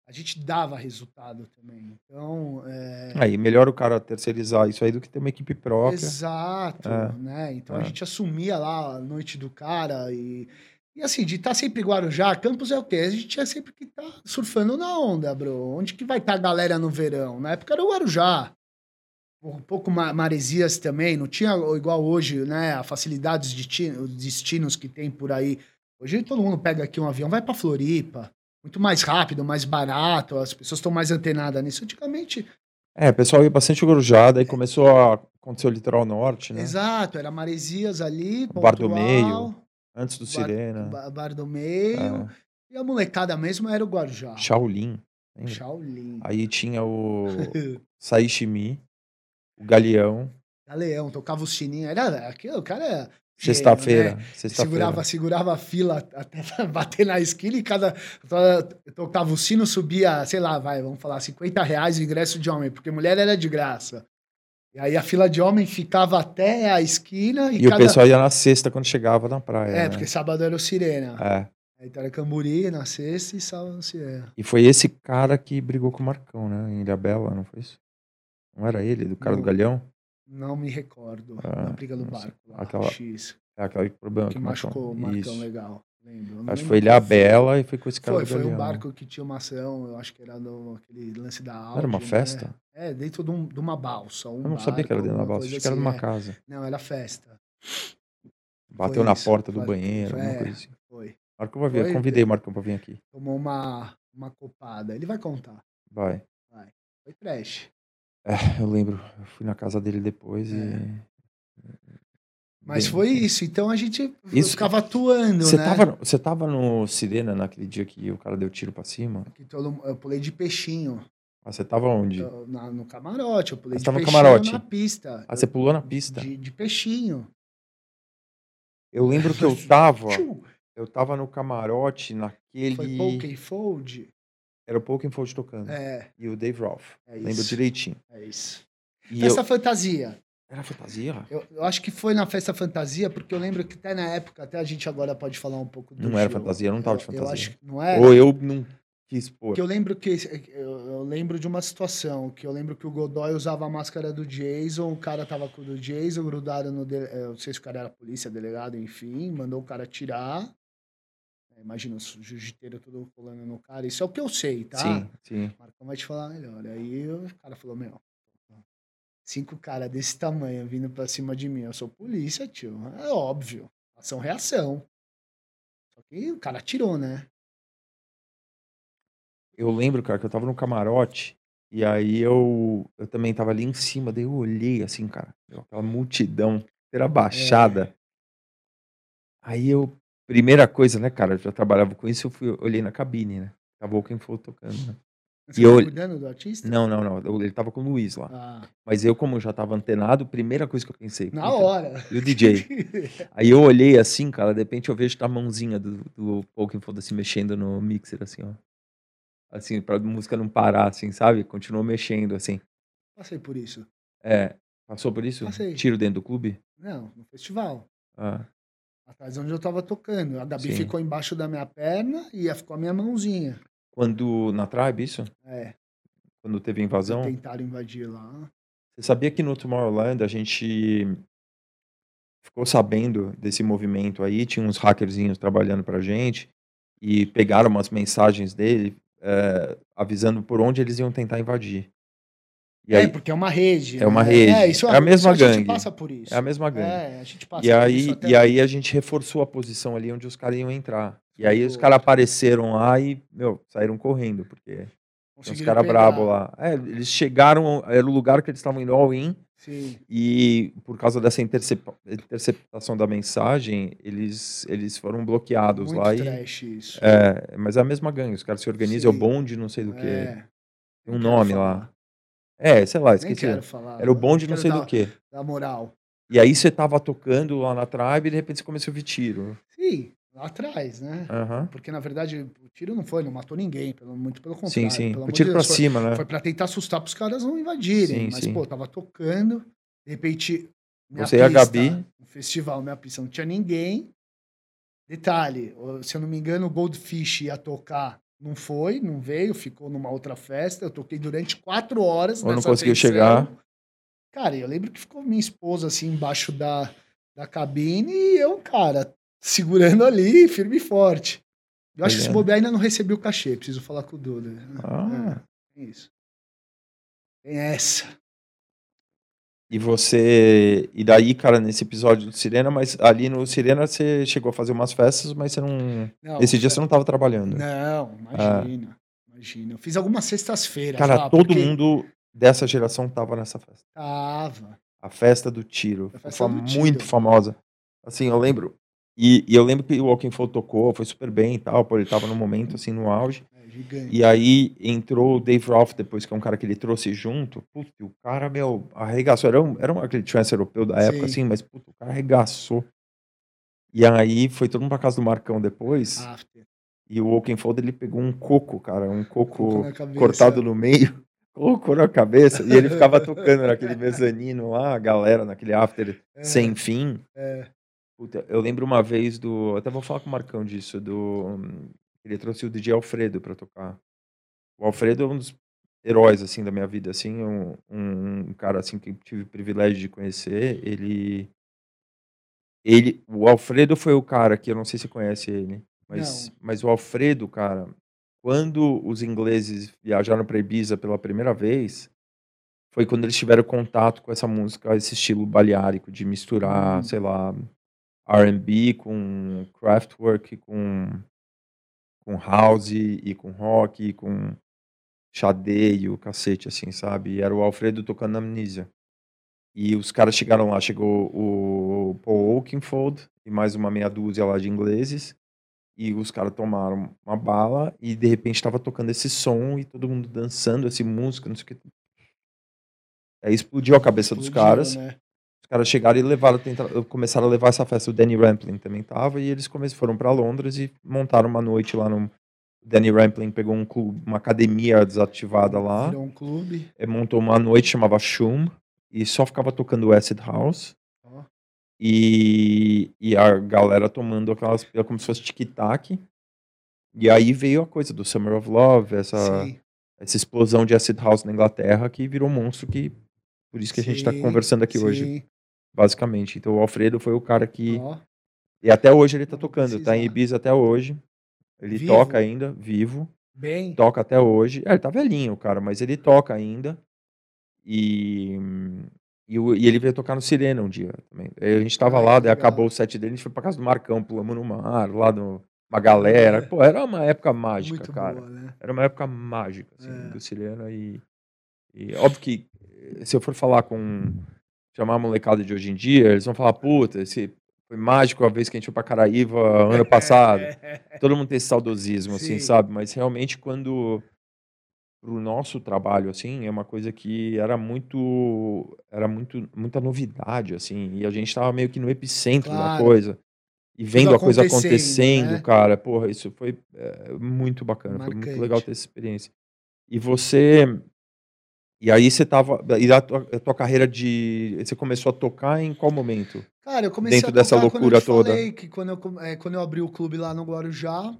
S2: a gente dava resultado também. Então, é,
S1: Aí melhor o cara terceirizar isso aí do que ter uma equipe própria.
S2: exato,
S1: É,
S2: né? Então a
S1: é.
S2: gente assumia lá a noite do cara e... E assim, de estar sempre em Guarujá, Campos é o quê? A gente tinha sempre que estar surfando na onda, bro. Onde que vai estar a galera no verão? Na época era o Guarujá. um pouco ma- maresias também, não tinha o- igual hoje, né? A facilidade de ti- os destinos que tem por aí. Hoje todo mundo pega aqui um avião, vai pra Floripa. Muito mais rápido, mais barato, as pessoas estão mais antenadas nisso. Antigamente,
S1: É, o pessoal ia bastante gorjada,
S2: É.
S1: aí começou a acontecer o litoral norte, né?
S2: exato, era maresias ali,
S1: Bar do
S2: Pontual,
S1: Meio, Antes do
S2: Bar-
S1: Sirena.
S2: Ba- Bar do meio.
S1: é,
S2: E a molecada mesmo era o Guarujá.
S1: Shaolin. lembra?
S2: Shaolin.
S1: Aí tinha o Saishimi, o Galeão,
S2: Galeão, tocava o sininho. Era aquilo, o cara. era gênio, né?
S1: sexta-feira.
S2: segurava, assim,
S1: Sexta-feira.
S2: segurava a fila até bater na esquina e cada. to- Tocava o sino, subia, sei lá, vai, vamos falar, 50 reais o ingresso de homem, porque mulher era de graça. E aí a fila de homem ficava até a esquina e,
S1: E o
S2: cada.
S1: pessoal ia na sexta quando chegava na praia.
S2: é,
S1: né?
S2: porque sábado era o Sirena.
S1: É.
S2: Aí Então era Camburi na sexta e sábado no Sirena.
S1: E foi esse cara que brigou com o Marcão, né? Em Ilhabela, não foi isso? Não era ele, do cara do
S2: Não.
S1: Galeão?
S2: Não me recordo.
S1: Ah,
S2: na briga do
S1: não sei.
S2: barco. Lá,
S1: Aquela-
S2: X,
S1: É aquele problema
S2: que machucou o Marcão
S1: Isso.
S2: legal. Lembro. Eu
S1: Acho que
S2: não lembro
S1: foi ele
S2: quem
S1: a Bela e foi com esse cara
S2: Hum,
S1: do
S2: Foi,
S1: né?
S2: foi um
S1: Galeão.
S2: barco que tinha uma ação, eu acho que era no, aquele lance da
S1: Não
S2: Audi.
S1: era uma
S2: né?
S1: festa?
S2: É, dentro de, um- de uma balsa. Um
S1: Eu não sabia que era dentro da balsa, achei que era numa
S2: casa.
S1: casa.
S2: assim, é. Não, era festa.
S1: Bateu
S2: Foi
S1: na
S2: isso,
S1: porta do
S2: foi-
S1: banheiro, alguma
S2: é.
S1: coisa assim.
S2: Foi.
S1: Marcão vai vir, eu
S2: Foi-
S1: convidei o Marcão pra vir aqui.
S2: Tomou uma, uma copada. Ele vai contar.
S1: Vai.
S2: Foi trash.
S1: Eu lembro, eu fui na casa dele depois e.
S2: É. Mas
S1: Bem,
S2: foi isso. Então a gente
S1: Isso-
S2: ficava atuando,
S1: Você
S2: né?
S1: tava, no- você tava no Sirena naquele dia que o cara deu tiro pra cima?
S2: Que todo- eu pulei de peixinho.
S1: Ah, você tava onde?
S2: Eu- na- no camarote. Eu pulei
S1: Ah,
S2: de
S1: tava no
S2: peixinho
S1: camarote.
S2: na pista.
S1: Ah, você pulou na pista.
S2: de, de peixinho.
S1: Eu lembro que eu tava.
S2: Tchum!
S1: Eu tava no camarote naquele.
S2: Foi Poké Fold.
S1: Era o Pokémon Fold tocando.
S2: É,
S1: E o Dave Ralph.
S2: é isso.
S1: Lembro direitinho.
S2: É isso.
S1: E
S2: Festa
S1: eu...
S2: fantasia.
S1: Era fantasia?
S2: Eu, eu acho que foi na festa fantasia, porque eu lembro que até na época, até a gente agora pode falar um pouco do
S1: Não era
S2: Gil.
S1: fantasia, eu não tava de
S2: Eu- Eu acho
S1: fantasia.
S2: que não era.
S1: Ou eu não quis pôr.
S2: Porque eu lembro É. que eu, eu lembro de uma situação que eu lembro que o Godoy usava a máscara do Jason, o cara tava com o do Jason, grudaram no. de- eh, Eu não sei se o cara era polícia, delegado, enfim, mandou o cara tirar. Eh, Imagina os jiu-jiteiros tudo colando no cara. Isso é o que eu sei, tá?
S1: Sim, sim.
S2: O Marcão vai te falar melhor. Aí o cara falou, meu, cinco caras desse tamanho vindo pra cima de mim, eu sou polícia, tio. É óbvio. Ação, reação. Só que o cara atirou, né?
S1: Eu lembro, cara, que eu tava no camarote e aí eu, eu também tava ali em cima, daí eu olhei assim, cara, meu, aquela multidão era
S2: É.
S1: baixada. Aí eu, primeira coisa, né, cara, eu já trabalhava com isso, eu fui, olhei na cabine, né? Tava quem for tocando. né?
S2: Você
S1: E eu-
S2: tá cuidando do artista?
S1: Não, não, não, eu- ele tava com o Luiz lá.
S2: Ah,
S1: Mas eu, como eu já tava antenado, primeira coisa que eu pensei.
S2: na
S1: puta,
S2: hora.
S1: E o DJ. Aí eu olhei assim, cara, de repente eu vejo a mãozinha do, do Pokémon foda se mexendo no mixer, assim, ó. Assim, pra música não parar, assim, sabe? Continuou mexendo, assim.
S2: Passei por isso.
S1: É. Passou por isso?
S2: Passei.
S1: Tiro dentro do clube?
S2: Não, no festival.
S1: Ah,
S2: Atrás de onde eu tava tocando. A Gabi
S1: Sim.
S2: ficou embaixo da minha perna e a- ficou a minha mãozinha.
S1: Quando. Na Tribe, isso?
S2: É,
S1: Quando teve a invasão?
S2: tentaram invadir lá.
S1: Você sabia que no Tomorrowland a gente ficou sabendo desse movimento aí, tinha uns hackerzinhos trabalhando pra gente e pegaram umas mensagens dele eh, avisando por onde eles iam tentar invadir. E
S2: é,
S1: aí
S2: porque é uma rede.
S1: É uma rede.
S2: isso
S1: É a mesma
S2: isso A
S1: gangue.
S2: gente passa por isso.
S1: é a mesma gangue.
S2: É, a gente passa
S1: e
S2: por
S1: aí,
S2: isso até
S1: e aí a gente reforçou a posição ali onde os caras iam entrar. E aí os
S2: Boa.
S1: caras apareceram lá e, meu, saíram correndo, porque tinha uns
S2: conseguiram
S1: caras
S2: pegar.
S1: brabo lá. É, eles chegaram, era o lugar que eles estavam indo all in,
S2: Sim.
S1: E por causa dessa intercep- interceptação da mensagem, eles, eles foram bloqueados
S2: Muito
S1: lá. E,
S2: trash isso.
S1: é, mas é a mesma gangue, os caras se organizam, é o
S2: Sim.
S1: bonde, não sei do que.
S2: É,
S1: Tem um
S2: nem quero
S1: nome
S2: falar,
S1: lá. É, sei lá,
S2: Nem
S1: esqueci.
S2: quero falar.
S1: Era o bonde,
S2: quero
S1: não sei
S2: dar,
S1: do que.
S2: Da moral.
S1: E aí você tava tocando lá na tribe e de repente você começou a ouvir tiro.
S2: Sim, lá atrás, né?
S1: Aham.
S2: Porque, na verdade, o tiro não foi, não matou ninguém, pelo, muito pelo contrário.
S1: Sim, sim.
S2: Pelo
S1: O
S2: amor
S1: tiro
S2: de
S1: pra
S2: Deus, foi,
S1: cima, né?
S2: foi pra tentar assustar pros caras não
S1: Sim,
S2: invadirem. mas,
S1: sim.
S2: pô, tava tocando, de repente. minha
S1: Você e a
S2: pista,
S1: Gabi.
S2: Um festival, minha pista, não tinha ninguém. Detalhe, o- se eu não me engano, o Goldfish ia tocar. Não foi, não veio, ficou numa outra festa. Eu toquei durante quatro horas.
S1: Ou não
S2: nessa
S1: conseguiu
S2: atenção.
S1: chegar.
S2: Cara, eu lembro que ficou minha esposa assim embaixo da, da cabine e eu, cara, segurando ali, firme e forte. Eu acho que esse
S1: Olhando.
S2: bobear ainda não recebeu o cachê, preciso falar com o Duda.
S1: Ah,
S2: É, é isso. Tem essa.
S1: E você. E daí, cara, nesse episódio do Sirena, mas ali no Sirena você chegou a fazer umas festas, mas você não.
S2: Não, é,
S1: Esse dia você não tava trabalhando.
S2: tá Não, imagina. Imagina. Eu fiz algumas sextas-feiras.
S1: Cara,
S2: lá,
S1: todo
S2: porque
S1: mundo dessa geração tava nessa festa.
S2: Tava.
S1: A festa do tiro.
S2: A
S1: Foi
S2: festa do
S1: fam-
S2: tiro.
S1: Muito famosa. Assim, eu lembro. E, e eu lembro que o Walking Fall tocou, foi super bem e tal, pô, ele tava no momento, assim, no auge.
S2: É, gigante.
S1: E aí entrou o Dave Ralph depois, que é um cara que ele trouxe junto. Putz, e o cara, meu, arregaçou. Era, um, era um, aquele trance europeu da época,
S2: Sim.
S1: assim, mas putz, o cara arregaçou. E aí foi todo mundo pra casa do Marcão depois.
S2: After.
S1: E o Walking Fall, ele pegou um coco, cara, um coco
S2: na cabeça.
S1: cortado no meio, colocou na cabeça e ele ficava tocando naquele mezanino lá, a galera naquele after
S2: É,
S1: sem fim.
S2: é.
S1: Puta, eu lembro uma vez do, até vou falar com o Marcão disso, do ele trouxe o DJ Alfredo pra tocar. O Alfredo é um dos heróis assim da minha vida assim um, um, um cara assim que tive o privilégio de conhecer ele ele o Alfredo foi o cara que eu não sei se conhece ele mas
S2: Não.
S1: mas o Alfredo cara quando os ingleses viajaram para Ibiza pela primeira vez foi quando eles tiveram contato com essa música esse estilo baleárico de misturar
S2: Hum.
S1: sei lá R&B com craftwork com com house e com rock e com xadeio, cacete, assim, sabe? E era o Alfredo tocando amnésia. E os caras chegaram lá, chegou o Paul Oakenfold e mais uma meia dúzia lá de ingleses. E os caras tomaram uma bala e de repente tava tocando esse som e todo mundo dançando, essa música, não sei o que. Aí explodiu a cabeça dos
S2: Explodiu,
S1: caras.
S2: né?
S1: Os caras chegaram e levaram, tentaram, começaram a levar essa festa. O Danny Rampling também tava, e eles come- foram para Londres e montaram uma noite lá no. O Danny Rampling pegou um clube, uma academia desativada lá,
S2: Virou um clube.
S1: eh, montou uma noite chamava Shum, e só ficava tocando Acid House.
S2: Ó.
S1: E, e a galera tomando aquelas é como se fosse tic-tac. E aí veio a coisa do Summer of Love, essa,
S2: Sim.
S1: essa explosão de Acid House na Inglaterra que virou um monstro que. Por isso que a gente está
S2: Sim,
S1: conversando aqui hoje
S2: sim.
S1: basicamente. Então o Alfredo foi o cara que.
S2: Ó,
S1: E até hoje ele tá
S2: Eu vou
S1: tocando, tá em
S2: precisar.
S1: Ibiza até hoje. Ele
S2: Vivo?
S1: toca ainda, vivo.
S2: bem.
S1: Toca até hoje. É, ele tá velhinho, cara, mas ele toca ainda. E. E, o- e ele veio tocar no Sirena um dia também. Aí A gente tava
S2: Ai,
S1: lá,
S2: Ah, que
S1: daí
S2: legal.
S1: acabou o set dele, a gente foi pra casa do Marcão, pulamos no mar, lá no, uma galera.
S2: É.
S1: Pô, era uma época mágica,
S2: muito
S1: cara.
S2: boa, né?
S1: Era uma época mágica, assim,
S2: É.
S1: do Sirena e, e óbvio que eh, se eu for falar com chamar a molecada de hoje em dia, eles vão falar, puta, esse foi mágico a vez que a gente foi pra Caraíva
S2: É.
S1: ano passado. Todo mundo tem esse saudosismo, assim,
S2: Sim.
S1: sabe? Mas realmente quando pro nosso trabalho, assim, é uma coisa que era muito era muito muita novidade, assim, e a gente tava meio que no epicentro da
S2: Claro.
S1: coisa. E vendo a coisa
S2: acontecendo,
S1: acontecendo,
S2: né?
S1: cara, porra, isso foi é, muito bacana, foi muito
S2: Marcante.
S1: legal ter essa experiência. E você e aí você tava. E a tua, a tua carreira de. Você começou a tocar em qual momento?
S2: Cara, eu comecei
S1: Dentro
S2: a tocar
S1: dessa
S2: quando
S1: loucura
S2: eu te
S1: toda.
S2: Falei que quando eu, com- eh, quando eu abri o clube lá no Guarujá,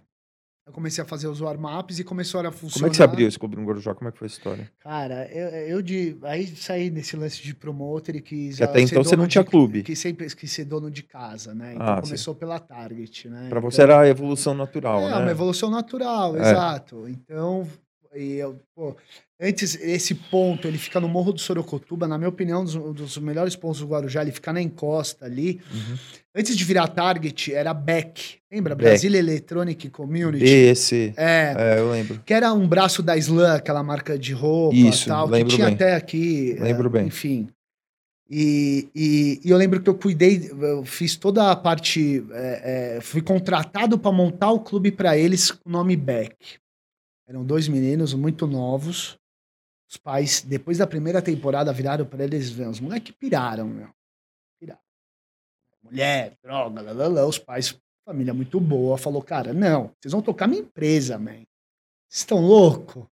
S2: eu comecei a fazer os warm-ups e começou a funcionar.
S1: Como é que você abriu esse clube no Guarujá? Como é que foi a história?
S2: Cara, eu, eu de. Aí saí desse lance de promoter e quis.
S1: Porque
S2: ah,
S1: até
S2: ser
S1: então você
S2: dono
S1: não tinha
S2: de-
S1: clube.
S2: Quis sempre quis ser dono de casa, né? Então
S1: Ah, sim.
S2: começou pela Target, né?
S1: Pra
S2: Então-
S1: você era a evolução natural,
S2: é,
S1: né?
S2: uma evolução natural,
S1: É.
S2: exato. Então, e eu, pô, antes, esse ponto, ele fica no Morro do Sorocotuba, na minha opinião, um dos, um dos melhores pontos do Guarujá, ele fica na encosta ali.
S1: Uhum.
S2: Antes de virar Target, era Beck. Lembra?
S1: Beck.
S2: Brasília Electronic Community.
S1: BC.
S2: É,
S1: É, eu lembro.
S2: que era um braço da Slam, aquela marca de roupa
S1: Isso,
S2: e tal, que
S1: lembro
S2: tinha
S1: bem.
S2: até aqui. eh,
S1: Lembro bem.
S2: Enfim. E, e- e eu lembro que eu cuidei, eu fiz toda a parte. eh, eh, fui contratado para montar o clube para eles com o nome Beck. Eram dois meninos muito novos. Os pais, depois da primeira temporada, viraram para eles ver. Os moleques piraram, meu. Piraram. Mulher, droga, lalala. Os pais, família muito boa, falou: cara, não, vocês vão tocar minha empresa, man. Vocês estão louco?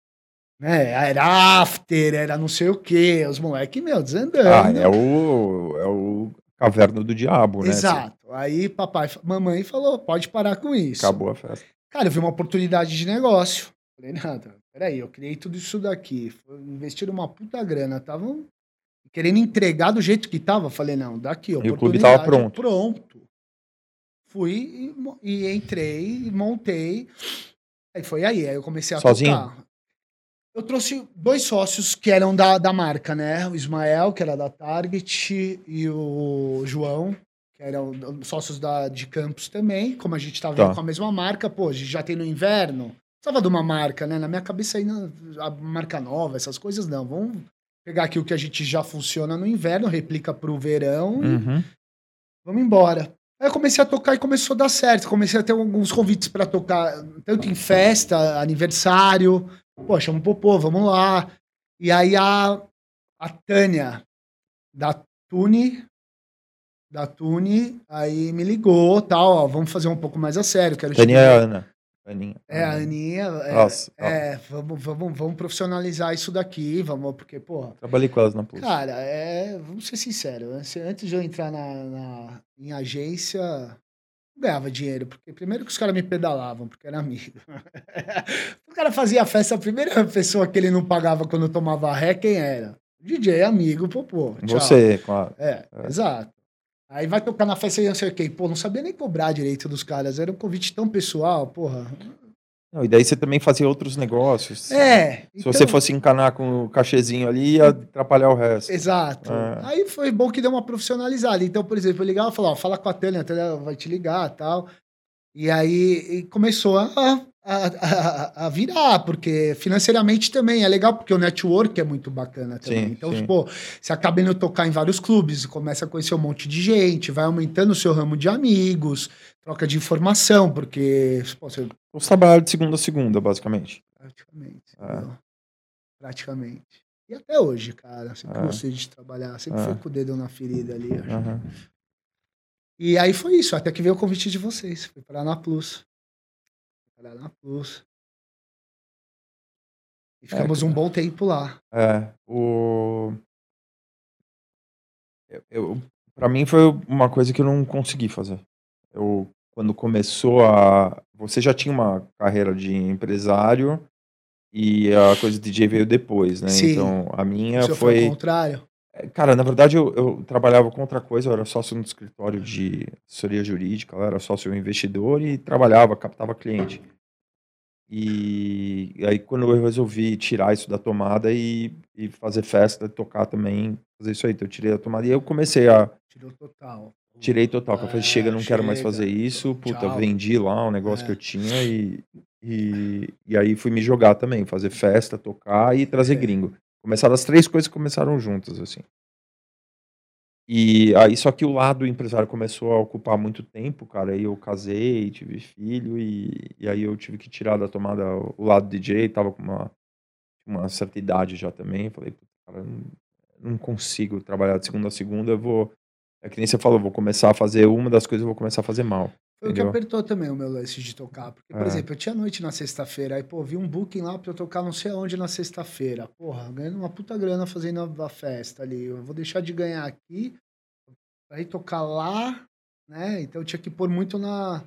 S2: Né? Era after, era não sei o quê. Os moleques, meu, desandando.
S1: Ah, é o. É o Caverna do Diabo, né?
S2: Exato. Aí papai, fa- mamãe falou: pode parar com
S1: Você-
S2: isso.
S1: Acabou a festa.
S2: Cara, eu vi uma oportunidade de negócio. Falei, nada, peraí, eu criei tudo isso daqui. Foi- Investiram uma puta grana, estavam querendo entregar do jeito que tava. Falei, não, daqui,
S1: o clube
S2: oportunidade. é
S1: tava pronto.
S2: Pronto. Fui e, mo- e entrei, e montei. Aí foi aí, aí eu comecei a
S1: Sozinho?
S2: tocar. Eu trouxe dois sócios que eram da, da marca, né? O Ismael, que era da Target, e o João, que eram sócios da, de Campos também, como a gente tá vendo
S1: Tá.
S2: com a mesma marca, pô, a gente já tem no inverno. Precisava de uma marca, né? Na minha cabeça ainda a marca nova, essas coisas não. Vamos pegar aqui o que a gente já funciona no inverno, replica pro verão e
S1: Uhum.
S2: vamos embora. Aí eu comecei a tocar e começou a dar certo. Comecei a ter alguns convites pra tocar, tanto em festa, aniversário. Pô, chama o Popô, vamos lá. E aí a, a Tânia, da Tune, da Tune, aí me ligou, tal, ó, vamos fazer um pouco mais a sério. Quero
S1: Tânia é
S2: te-
S1: a Ana. Aninha.
S2: É, a Aninha, é,
S1: Nossa, tá.
S2: é, vamos, vamos, vamos profissionalizar isso daqui, vamos, porque, porra,
S1: Trabalhei com elas na Plus.
S2: Cara, é, vamos ser sinceros. né? Se- Antes de eu entrar na, na- em agência, ganhava dinheiro, porque primeiro que os caras me pedalavam, porque era amigo. o cara fazia festa, a primeira pessoa que ele não pagava quando eu tomava ré, quem era? DJ, amigo, pô, pô. tchau.
S1: Você, claro.
S2: É,
S1: É.
S2: exato. Aí vai tocar na festa e não sei o quê. Pô, não sabia nem cobrar direito dos caras. Era um convite tão pessoal, porra.
S1: Não, e daí você também fazia outros negócios.
S2: É.
S1: Se você fosse encanar com o cachezinho ali, ia atrapalhar o resto.
S2: Exato.
S1: É.
S2: Aí foi bom que deu uma profissionalizada. Então, por exemplo, eu ligava e falava, ó, fala com a Tânia, a Tânia vai te ligar tal. E aí e começou a, a, a- a virar, porque financeiramente também é legal, porque o network é muito bacana também.
S1: Sim,
S2: então,
S1: sim.
S2: pô, você acaba indo tocar em vários clubes, começa a conhecer um monte de gente, vai aumentando o seu ramo de amigos, troca de informação, porque, pô, você
S1: Os trabalhos de segunda a segunda, basicamente.
S2: Praticamente.
S1: É.
S2: entendeu? Praticamente. E até hoje, cara. Sempre
S1: É.
S2: gostei de trabalhar. Sempre
S1: É.
S2: fui com o dedo na ferida ali. acho.
S1: Aham.
S2: E aí foi isso. Até que veio o convite de vocês. Fui parar na Plus. Fui parar na Plus. E ficamos um
S1: É, cara.
S2: bom tempo lá.
S1: É, o... Eu, eu, pra mim foi uma coisa que eu não consegui fazer. Eu, quando começou a... Você já tinha uma carreira de empresário e a coisa de DJ veio depois, né?
S2: Sim.
S1: Então, a minha
S2: O senhor foi ao
S1: foi...
S2: contrário.
S1: É, Cara, na verdade eu, eu trabalhava com outra coisa, eu era sócio no escritório de assessoria jurídica, eu era sócio investidor e trabalhava, captava cliente. E aí quando eu resolvi tirar isso da tomada e, e fazer festa, tocar também, fazer isso aí, então eu tirei da tomada e eu comecei a
S2: Tirou total.
S1: tirei total, que eu falei,
S2: É,
S1: chega, não quero mais
S2: chega.
S1: fazer isso, puta,
S2: Tchau.
S1: vendi lá um negócio
S2: É.
S1: que eu tinha e, e e aí fui me jogar também, fazer festa, tocar e trazer
S2: É.
S1: gringo. Começaram as três coisas começaram juntas assim. E aí, só que o lado empresário começou a ocupar muito tempo, cara. Aí eu casei, tive filho, e, e aí eu tive que tirar da tomada o o lado DJ, tava com uma, uma certa idade já também. Falei, "Pô, cara, eu não, não consigo trabalhar de segunda a segunda, eu vou. É que nem você falou, eu vou começar a fazer uma das coisas, eu vou começar a fazer mal.
S2: Foi o que
S1: Entendeu?
S2: apertou também o meu lance de tocar. Porque, por
S1: É.
S2: exemplo, eu tinha noite na sexta-feira, aí, pô, vi um booking lá pra eu tocar não sei aonde na sexta-feira. Porra, ganhando uma puta grana fazendo a, a festa ali. Eu vou deixar de ganhar aqui, pra ir tocar lá, né? Então eu tinha que pôr muito na.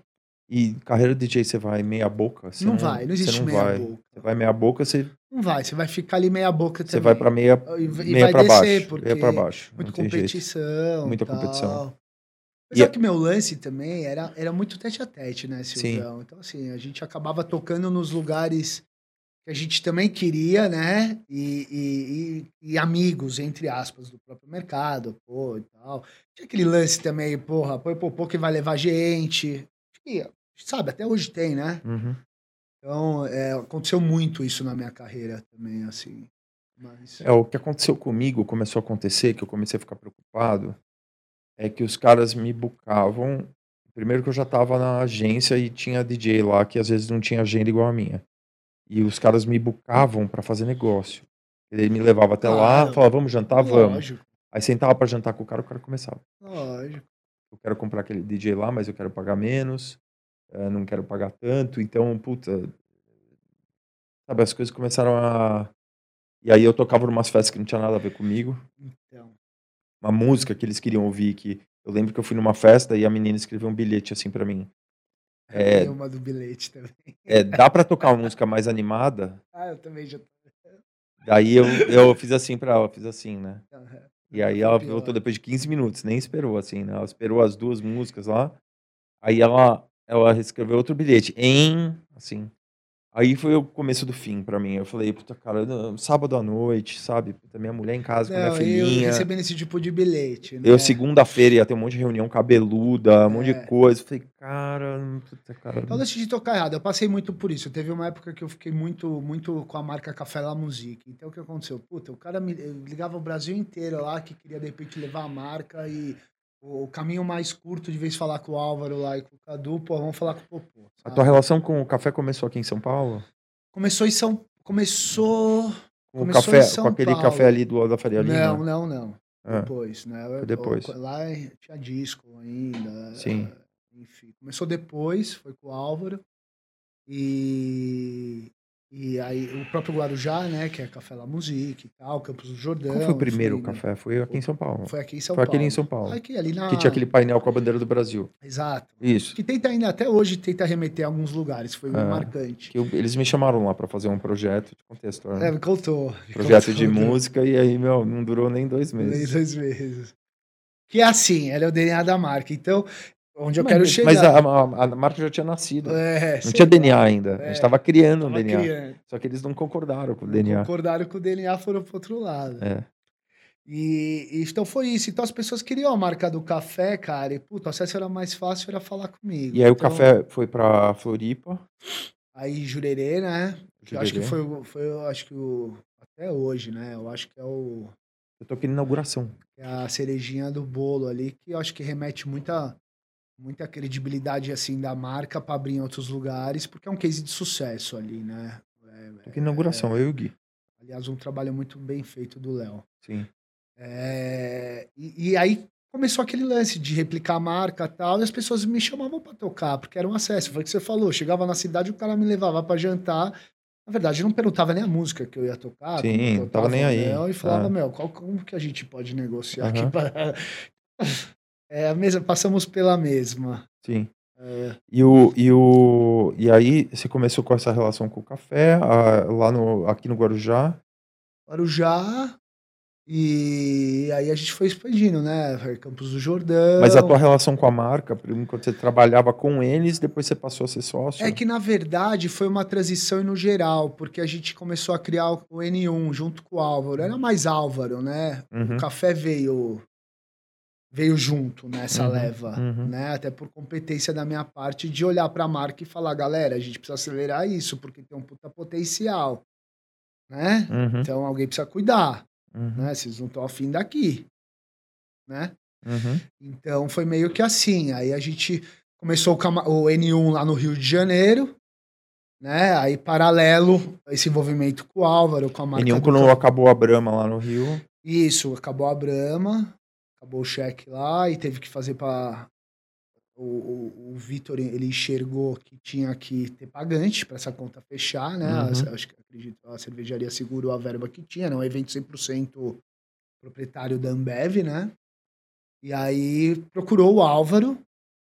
S1: E carreira de DJ, você vai meia boca? Você
S2: não, vai, não existe
S1: você não
S2: meia
S1: vai.
S2: boca.
S1: Você vai meia boca, você,
S2: Não vai, você vai ficar ali meia boca também.
S1: você vai pra meia,
S2: E, e
S1: meia
S2: vai
S1: pra
S2: descer,
S1: baixo.
S2: porque.
S1: Meia pra baixo.
S2: Muita
S1: não tem jeito.
S2: competição.
S1: Muita
S2: tal.
S1: competição.
S2: Mas é
S1: E-
S2: que meu lance também era, era muito tete a tete, né, Silvão? Então, assim, a gente acabava tocando nos lugares que a gente também queria, né? E, e- e- e amigos, entre aspas, do próprio mercado, pô, e tal. Tinha aquele lance também, porra, põe popô que vai levar gente. E, sabe, até hoje tem, né?
S1: Uhum.
S2: Então, é, aconteceu muito isso na minha carreira também, assim. Mas,
S1: É, o que aconteceu comigo, começou a acontecer, que eu comecei a ficar preocupado, é que os caras me bucavam. Primeiro que eu já tava na agência e tinha DJ lá que às vezes não tinha agenda igual a minha. E os caras me bucavam para fazer negócio. Ele me levava até lá,
S2: Claro.
S1: falava, vamos jantar, vamos.
S2: lógico,
S1: Aí sentava para jantar com o cara, o cara começava.
S2: lógico.
S1: Eu quero comprar aquele DJ lá, mas eu quero pagar menos, eh, não quero pagar tanto. Então, puta, sabe, as coisas começaram a. E aí eu tocava em umas festas que não tinha nada a ver comigo
S2: Então,
S1: uma música que eles queriam ouvir que eu lembro que eu fui numa festa e a menina escreveu um bilhete assim pra mim É.
S2: tem uma do bilhete também.
S1: é, dá pra tocar uma música mais animada
S2: Ah, eu também já
S1: daí eu, eu fiz assim pra ela fiz assim né e aí ela
S2: Pior.
S1: voltou depois de 15 minutos nem esperou assim né ela esperou as duas músicas lá aí ela ela escreveu outro bilhete em assim aí foi o começo do fim pra mim eu falei puta cara não, sábado à noite sabe puta, minha mulher em casa com
S2: Não,
S1: minha
S2: eu
S1: filhinha
S2: recebendo esse tipo de bilhete, né?
S1: Eu, segunda-feira, ia ter um monte de reunião cabeluda, um monte
S2: É.
S1: de coisa. Falei, cara, não- puta, cara.
S2: Então eu decidi tocar errado. Eu passei muito por isso. Teve uma época que eu fiquei muito, muito com a marca Café La Musique. Então o que aconteceu? Puta, o cara me eu ligava o Brasil inteiro lá que queria de repente levar a marca e o, o caminho mais curto de vez falar com o Álvaro lá e com o Cadu, pô, vamos falar com o Popô.
S1: A
S2: sabe?
S1: tua relação com o café começou aqui em São Paulo?
S2: Começou em São. Começou.
S1: Com, o
S2: Começou
S1: café,
S2: em São
S1: com aquele
S2: Paulo.
S1: café ali do lado da Faria Lima?
S2: Não, não, não.
S1: Ah,
S2: depois, né? Eu-
S1: depois.
S2: eu- lá tinha disco ainda. é,
S1: Sim.
S2: Enfim, começou depois, foi com o Álvaro. E, E aí o próprio Guarujá, né, que é Café La Musique e tal, Campos do Jordão.
S1: Qual foi o primeiro
S2: enfim, né?
S1: café? Foi aqui em São Paulo.
S2: Foi aqui em São
S1: Foi
S2: Paulo.
S1: aquele em São Paulo.
S2: Aqui, ali na...
S1: Que tinha aquele painel com a bandeira do Brasil.
S2: Exato.
S1: Isso.
S2: Que tenta ainda, até hoje, tenta remeter a alguns lugares. Foi um
S1: É.
S2: marcante.
S1: Que eu- eles me chamaram lá pra fazer um projeto de contexto. né?
S2: É, me contou. me
S1: projeto
S2: contou,
S1: de
S2: né?
S1: música e aí, meu, não durou nem dois meses.
S2: Dois, dois meses. Que é assim, ela é o DNA da marca. Então, onde eu
S1: mas,
S2: quero chegar...
S1: Mas a, a- a marca já tinha nascido.
S2: É,
S1: não
S2: sei
S1: tinha
S2: lá,
S1: DNA ainda. A gente
S2: É.
S1: tava criando um
S2: tava
S1: DNA.
S2: criando.
S1: Só que eles não concordaram com o DNA.
S2: Concordaram com o DNA, foram pro outro lado.
S1: É.
S2: E, e então foi isso. Então as pessoas queriam a marca do café, cara. E puta, o acesso era mais fácil, era falar comigo.
S1: E aí o
S2: Então,
S1: café foi pra Floripa.
S2: Aí Jurerê, né? Que eu acho que
S1: Jurerê.
S2: foi, o- foi eu acho que o. Até hoje, né? Eu acho que é o.
S1: Eu tô aqui na inauguração.
S2: é a cerejinha do bolo ali, que eu acho que remete muita muita credibilidade assim da marca para abrir em outros lugares, porque é um case de sucesso ali, né?
S1: Tô aqui na inauguração, eu e o Gui.
S2: Aliás, um trabalho muito bem feito do Léo.
S1: Sim.
S2: É, e, e aí começou aquele lance de replicar a marca e tal, e as pessoas me chamavam para tocar, porque era um acesso. Foi o que você falou. Chegava na cidade, o cara me levava para jantar. Na verdade, não perguntava nem a música que eu ia tocar.
S1: Sim,
S2: como que eu
S1: não tava nem aí.
S2: não, e falava,
S1: Ah.
S2: meu, qual, como que a gente pode negociar
S1: Aham.
S2: aqui pra... É, a mesa, passamos pela mesma.
S1: Sim.
S2: É,
S1: E, o, e, o, e aí você começou com essa relação com o café, a- lá no, aqui no Guarujá.
S2: Guarujá, e aí a gente foi expandindo, né? Campos do Jordão.
S1: Mas a tua relação com a marca, primeiro, quando você trabalhava com eles, depois você passou a ser sócio.
S2: É que, na verdade, foi uma transição no geral, porque a gente começou a criar o N1 junto com o Álvaro. Era mais Álvaro, né?
S1: Uhum.
S2: O café veio veio junto nessa
S1: Uhum,
S2: leva,
S1: uhum.
S2: né? Até por competência da minha parte de olhar para a marca e falar, galera, a gente precisa acelerar isso, porque tem um puta potencial, né?
S1: Uhum,
S2: Então alguém precisa cuidar,
S1: uhum,
S2: né? Vocês não estão afim daqui, né?
S1: uhum.
S2: Então foi meio que assim. Aí a gente começou o, cama- o N1 lá no Rio de Janeiro, né? Aí paralelo esse envolvimento com o Álvaro, um com a marca. é
S1: Nenhum
S2: do
S1: quando
S2: ca-
S1: acabou a Brahma lá no Rio.
S2: Isso, acabou a Brahma, acabou o cheque lá e teve que fazer para o, o, o Vitor ele enxergou que tinha que ter pagante para essa conta fechar, né?
S1: Uhum.
S2: As- Acho que acredito a cervejaria segurou a verba que tinha, era um evento 100% proprietário da Ambev, né? E aí procurou o Álvaro,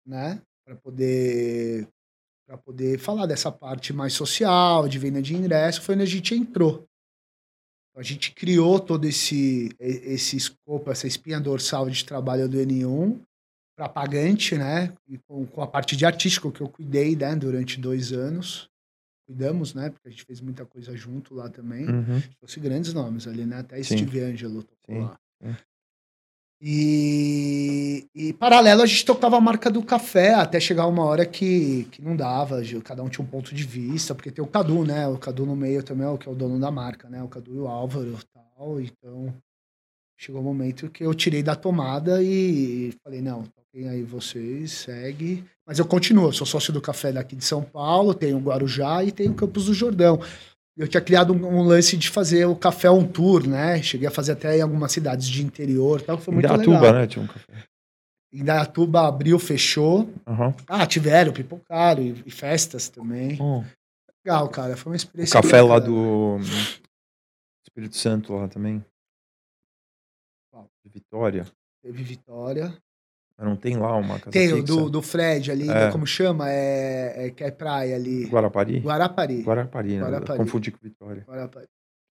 S2: né, para poder para poder falar dessa parte mais social, de venda de ingresso, foi onde a gente entrou. A gente criou todo esse e- esse escopo, essa espinha dorsal de trabalho do N1 para pagante, né? E com, com a parte de artístico que eu cuidei, né? Durante dois anos, cuidamos, né? Porque a gente fez muita coisa junto lá também.
S1: Uhum.
S2: Trouxe grandes nomes ali, né? Até
S1: Sim.
S2: Steve Angelo tocou
S1: Sim, é.
S2: lá.
S1: sim.
S2: E, e paralelo a gente tocava a marca do café até chegar uma hora que, que não dava, Gil. cada um tinha um ponto de vista, porque tem o Cadu, né? O Cadu no meio também é o que é o dono da marca, né? O Cadu e o Álvaro e tal. Então chegou o momento que eu tirei da tomada e falei, não, toquem aí vocês, segue. Mas eu continuo, eu sou sócio do café daqui de São Paulo, tenho o Guarujá e tenho o Campos do Jordão. Eu tinha criado um, um lance de fazer o café on tour, né? Cheguei a fazer até em algumas cidades de interior, e tal, que foi
S1: Em
S2: muito legal.
S1: Datuba, né? Tinha um café.
S2: Indaiatuba abriu, fechou.
S1: Aham.
S2: Ah, tiveram pipocário e, e festas também.
S1: Oh,
S2: Legal, cara. Foi
S1: O
S2: uma experiência.
S1: café lá
S2: bacana.
S1: do Espírito Santo lá também.
S2: Qual?
S1: De Vitória.
S2: Teve Vitória.
S1: Mas Não tem lá uma casa
S2: Tem o
S1: fixa?
S2: do, do Fred ali,
S1: É.
S2: né, como chama? É, é, que é praia ali.
S1: Guarapari?
S2: Guarapari.
S1: Guarapari, né?
S2: Guarapari.
S1: Confundi com Vitória.
S2: Guarapari.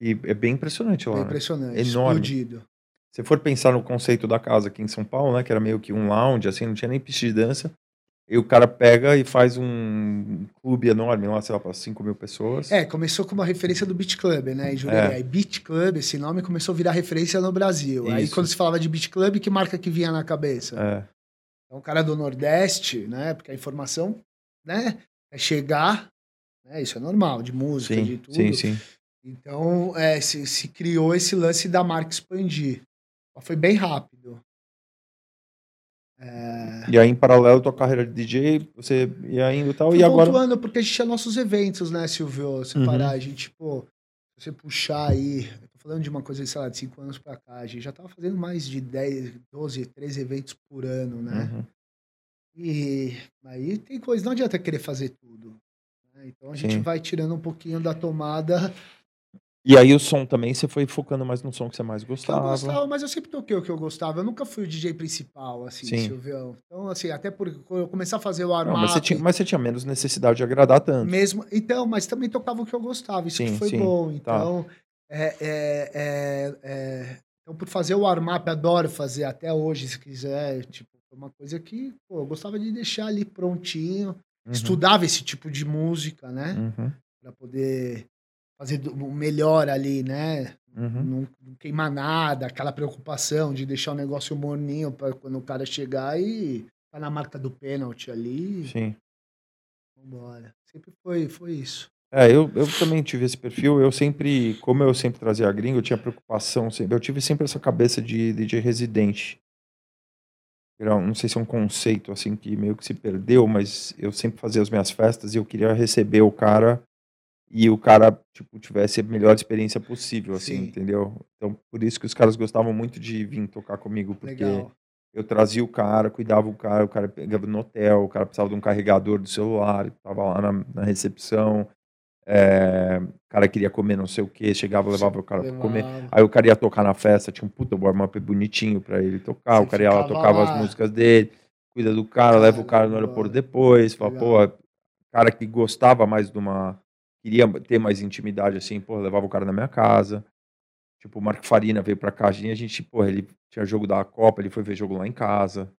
S1: E é bem impressionante lá.
S2: Foi
S1: né?
S2: impressionante.
S1: Enorme.
S2: Explodido.
S1: Se for pensar no conceito da casa aqui em São Paulo, né, que era meio que um lounge, assim, não tinha nem pista de dança, e o cara pega e faz um clube enorme lá, sei lá, para 5 mil pessoas.
S2: É, começou com uma referência do Beat Club, né? em
S1: É.
S2: Jurerê? Aí Beat Club, esse nome começou a virar referência no Brasil. Aí
S1: Isso.
S2: quando se falava de Beat Club, que marca que vinha na cabeça?
S1: É,
S2: Então, o cara do Nordeste, né? Porque a informação, né? É chegar, né? Isso é normal, de música, de
S1: sim,
S2: tudo.
S1: sim, sim.
S2: Então, é, se, se criou esse lance da marca expandir. Mas Foi bem rápido. É...
S1: E aí, em paralelo, tua carreira de DJ, você ia indo e tal,
S2: Fui
S1: e agora...
S2: pontuando porque a gente tinha nossos eventos, né, Silvio? Se
S1: Uhum.
S2: parar, a gente, pô, se você puxar aí, eu tô falando de uma coisa, sei lá, de cinco anos pra cá, a gente já tava fazendo mais de 10, 12, 13 eventos por ano, né?
S1: Uhum.
S2: E aí tem coisa, não adianta querer fazer tudo. né? Então a gente
S1: Sim.
S2: vai tirando um pouquinho da tomada.
S1: E aí o som também, você foi focando mais no som que você mais
S2: Que eu
S1: gostava.
S2: gostava, mas eu sempre toquei o que eu gostava. Eu nunca fui o DJ principal, assim,
S1: Sim.
S2: Silvião. Então, assim, até porque quando eu começar a fazer o
S1: Não,
S2: armário.
S1: mas, você tinha, mas você tinha menos necessidade de agradar tanto.
S2: Mesmo, então, mas também tocava o que eu gostava, isso
S1: Sim, tá.
S2: que foi
S1: sim,
S2: bom. Então, é, é, é, é, então, por fazer o armap, adoro fazer até hoje, se quiser. Tipo, foi uma coisa que pô, eu gostava de deixar ali prontinho.
S1: Uhum,
S2: Estudava esse tipo de música, né?
S1: uhum,
S2: Pra poder fazer do- o melhor ali, né?
S1: uhum.
S2: Não, não queimar nada, aquela preocupação de deixar o negócio morninho pra quando o cara chegar e tá na marca do pênalti ali.
S1: Sim.
S2: Vambora. Sempre foi, foi isso.
S1: É, eu, eu também tive esse perfil. Eu sempre, como eu sempre trazia a gringa, eu tinha preocupação. sempre- Eu tive sempre essa cabeça de DJ residente. Era um- Não sei se é um conceito assim que meio que se perdeu, mas eu sempre fazia as minhas festas e eu queria receber o cara e o cara tipo tivesse a melhor experiência possível, assim,
S2: Sim.
S1: entendeu? Então por isso que os caras gostavam muito de vir tocar comigo, porque
S2: Legal.
S1: eu trazia o cara, cuidava o cara, o cara pegava no hotel, o cara precisava de um carregador do celular, tava lá na, na recepção, é, o cara queria comer não sei o que, chegava, levava o cara pra comer.
S2: Levava.
S1: Aí o cara ia tocar na festa, tinha um puta warm-up bonitinho pra ele tocar,
S2: Você
S1: o cara ia lá,
S2: ficava
S1: tocava
S2: lá.
S1: as músicas dele, cuida do cara, leva o cara no
S2: Caramba.
S1: aeroporto depois, fala, pô,
S2: Legal.
S1: cara que gostava mais de uma, queria ter mais intimidade assim, pô, levava o cara na minha casa. Tipo, o Marco Farina veio pra cá, a gente- a gente, porra, ele tinha jogo da Copa, ele foi ver jogo lá em casa.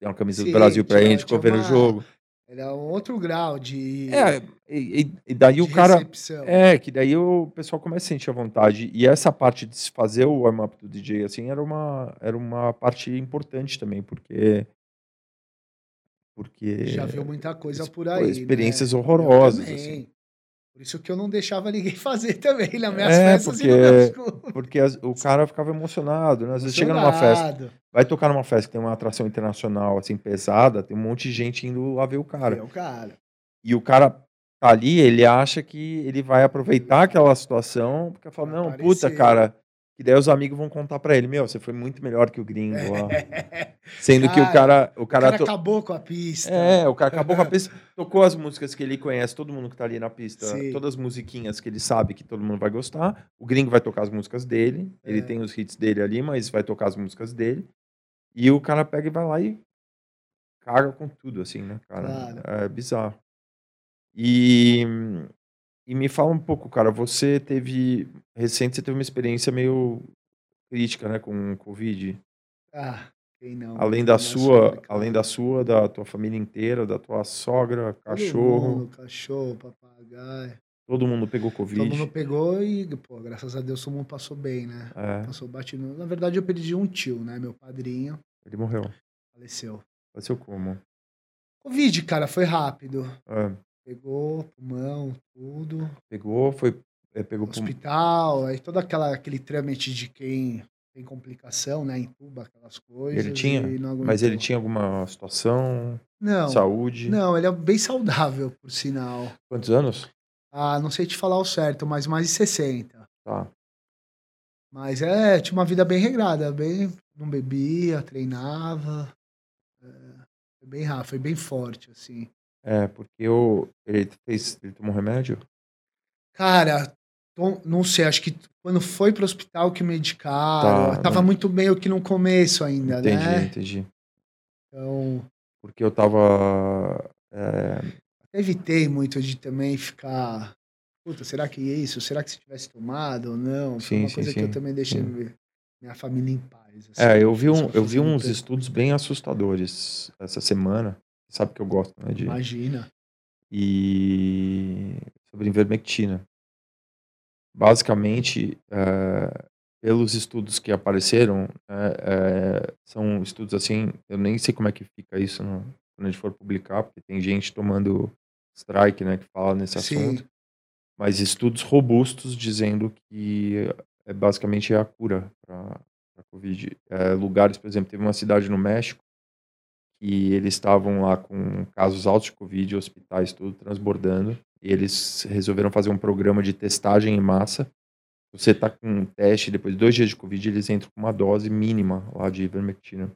S1: Deu uma camisa
S2: Sim,
S1: do Brasil pra
S2: tinha-
S1: ele, a gente ficou
S2: tinha
S1: vendo o
S2: uma-
S1: jogo.
S2: Era um outro grau de.
S1: É, e, e- e daí
S2: de
S1: o cara.
S2: recepção.
S1: É, que daí o pessoal começa a sentir a vontade. E essa parte de se fazer o warm-up do DJ, assim, era uma, era uma parte importante também, porque. Porque.
S2: Já viu muita coisa
S1: ex-
S2: por aí.
S1: experiências
S2: né? Eu
S1: horrorosas,
S2: também.
S1: assim.
S2: Por isso que eu não deixava ninguém fazer também nas minhas
S1: É,
S2: festas e
S1: porque-
S2: nos meus shows.
S1: Porque as- o cara ficava emocionado, né? Às vezes chega numa festa.
S2: Emocionado.
S1: vai tocar numa festa que tem uma atração internacional assim pesada, tem um monte de gente indo lá ver o cara.
S2: Meu, cara.
S1: E o cara tá ali, ele acha que ele vai aproveitar aquela situação, porque fala:
S2: Vai
S1: "Não,
S2: aparecer."
S1: puta, cara, que daí os amigos vão contar pra ele: "Meu, você foi muito melhor que o gringo lá". Sendo que o cara, o
S2: Ah, O
S1: cara,
S2: cara
S1: to-
S2: acabou com a pista.
S1: é, o cara acabou com a pista, tocou as músicas que ele conhece, todo mundo que tá ali na pista,
S2: Sim.
S1: todas as musiquinhas que ele sabe que todo mundo vai gostar. O gringo vai tocar as músicas dele, ele
S2: É.
S1: tem os hits dele ali, mas vai tocar as músicas dele. E o cara pega e vai lá e caga com tudo, assim, né, cara? É bizarro. E, e me fala um pouco, cara, você teve, recente, você teve uma experiência meio crítica, né, com o Covid.
S2: Ah, quem não?
S1: Além
S2: Quem
S1: da
S2: não
S1: sua,
S2: sabe, cara?
S1: além da sua, da tua família inteira, da tua sogra,
S2: Todo
S1: cachorro,
S2: mundo, cachorro, papagaio.
S1: todo mundo pegou
S2: Todo
S1: covid.
S2: mundo pegou e, pô, graças a Deus todo mundo passou bem, né?
S1: É,
S2: Passou batido. Na verdade, eu perdi um tio, né? Meu padrinho
S1: ele morreu.
S2: faleceu.
S1: Faleceu como?
S2: Covid, cara, foi rápido.
S1: É,
S2: Pegou pulmão, tudo.
S1: pegou, foi, é, pegou pro-
S2: Hospital, aí todo aquela, aquele trâmite de quem tem complicação, né? Entuba aquelas coisas.
S1: Ele tinha?
S2: e não
S1: mas ele
S2: aguentou.
S1: tinha alguma situação,
S2: então. Não,
S1: saúde.
S2: não, ele é bem saudável, por sinal.
S1: Quantos anos?
S2: Ah, não sei te falar o certo, mas mais de 60.
S1: Tá.
S2: Mas é, tinha uma vida bem regrada, bem, não bebia, treinava. é, foi bem rápido, foi bem forte, assim.
S1: É, porque eu ele fez, ele tomou um remédio?
S2: Cara, tom- não sei, acho que quando foi pro hospital que medicaram,
S1: Tá,
S2: tava
S1: não-
S2: muito meio que no começo ainda,
S1: Entendi,
S2: né?
S1: entendi.
S2: Então,
S1: Porque eu tava é,
S2: evitei muito de também ficar. Puta, será que é isso? Será que se tivesse tomado ou não? Foi
S1: Sim,
S2: uma
S1: sim,
S2: coisa que
S1: sim,
S2: eu também deixei
S1: sim.
S2: minha- minha família em paz. assim.
S1: é, eu vi um,
S2: Pessoal
S1: eu vi
S2: fazendo
S1: uns
S2: tanto.
S1: estudos bem assustadores essa semana. Sabe que eu gosto, né, de
S2: Imagina.
S1: e sobre invermectina. Basicamente, eh, pelos estudos que apareceram, né, eh, são estudos assim, eu nem sei como é que fica isso no- quando a gente for publicar, porque tem gente tomando strike, né, que fala nesse
S2: Sim.
S1: assunto, mas estudos robustos dizendo que é basicamente a cura para a Covid. Eh, lugares, por exemplo, teve uma cidade no México que eles estavam lá com casos altos de Covid, hospitais, tudo transbordando. E eles resolveram fazer um programa de testagem em massa. Você tá com um teste, depois de dois dias de Covid, eles entram com uma dose mínima lá de ivermectina,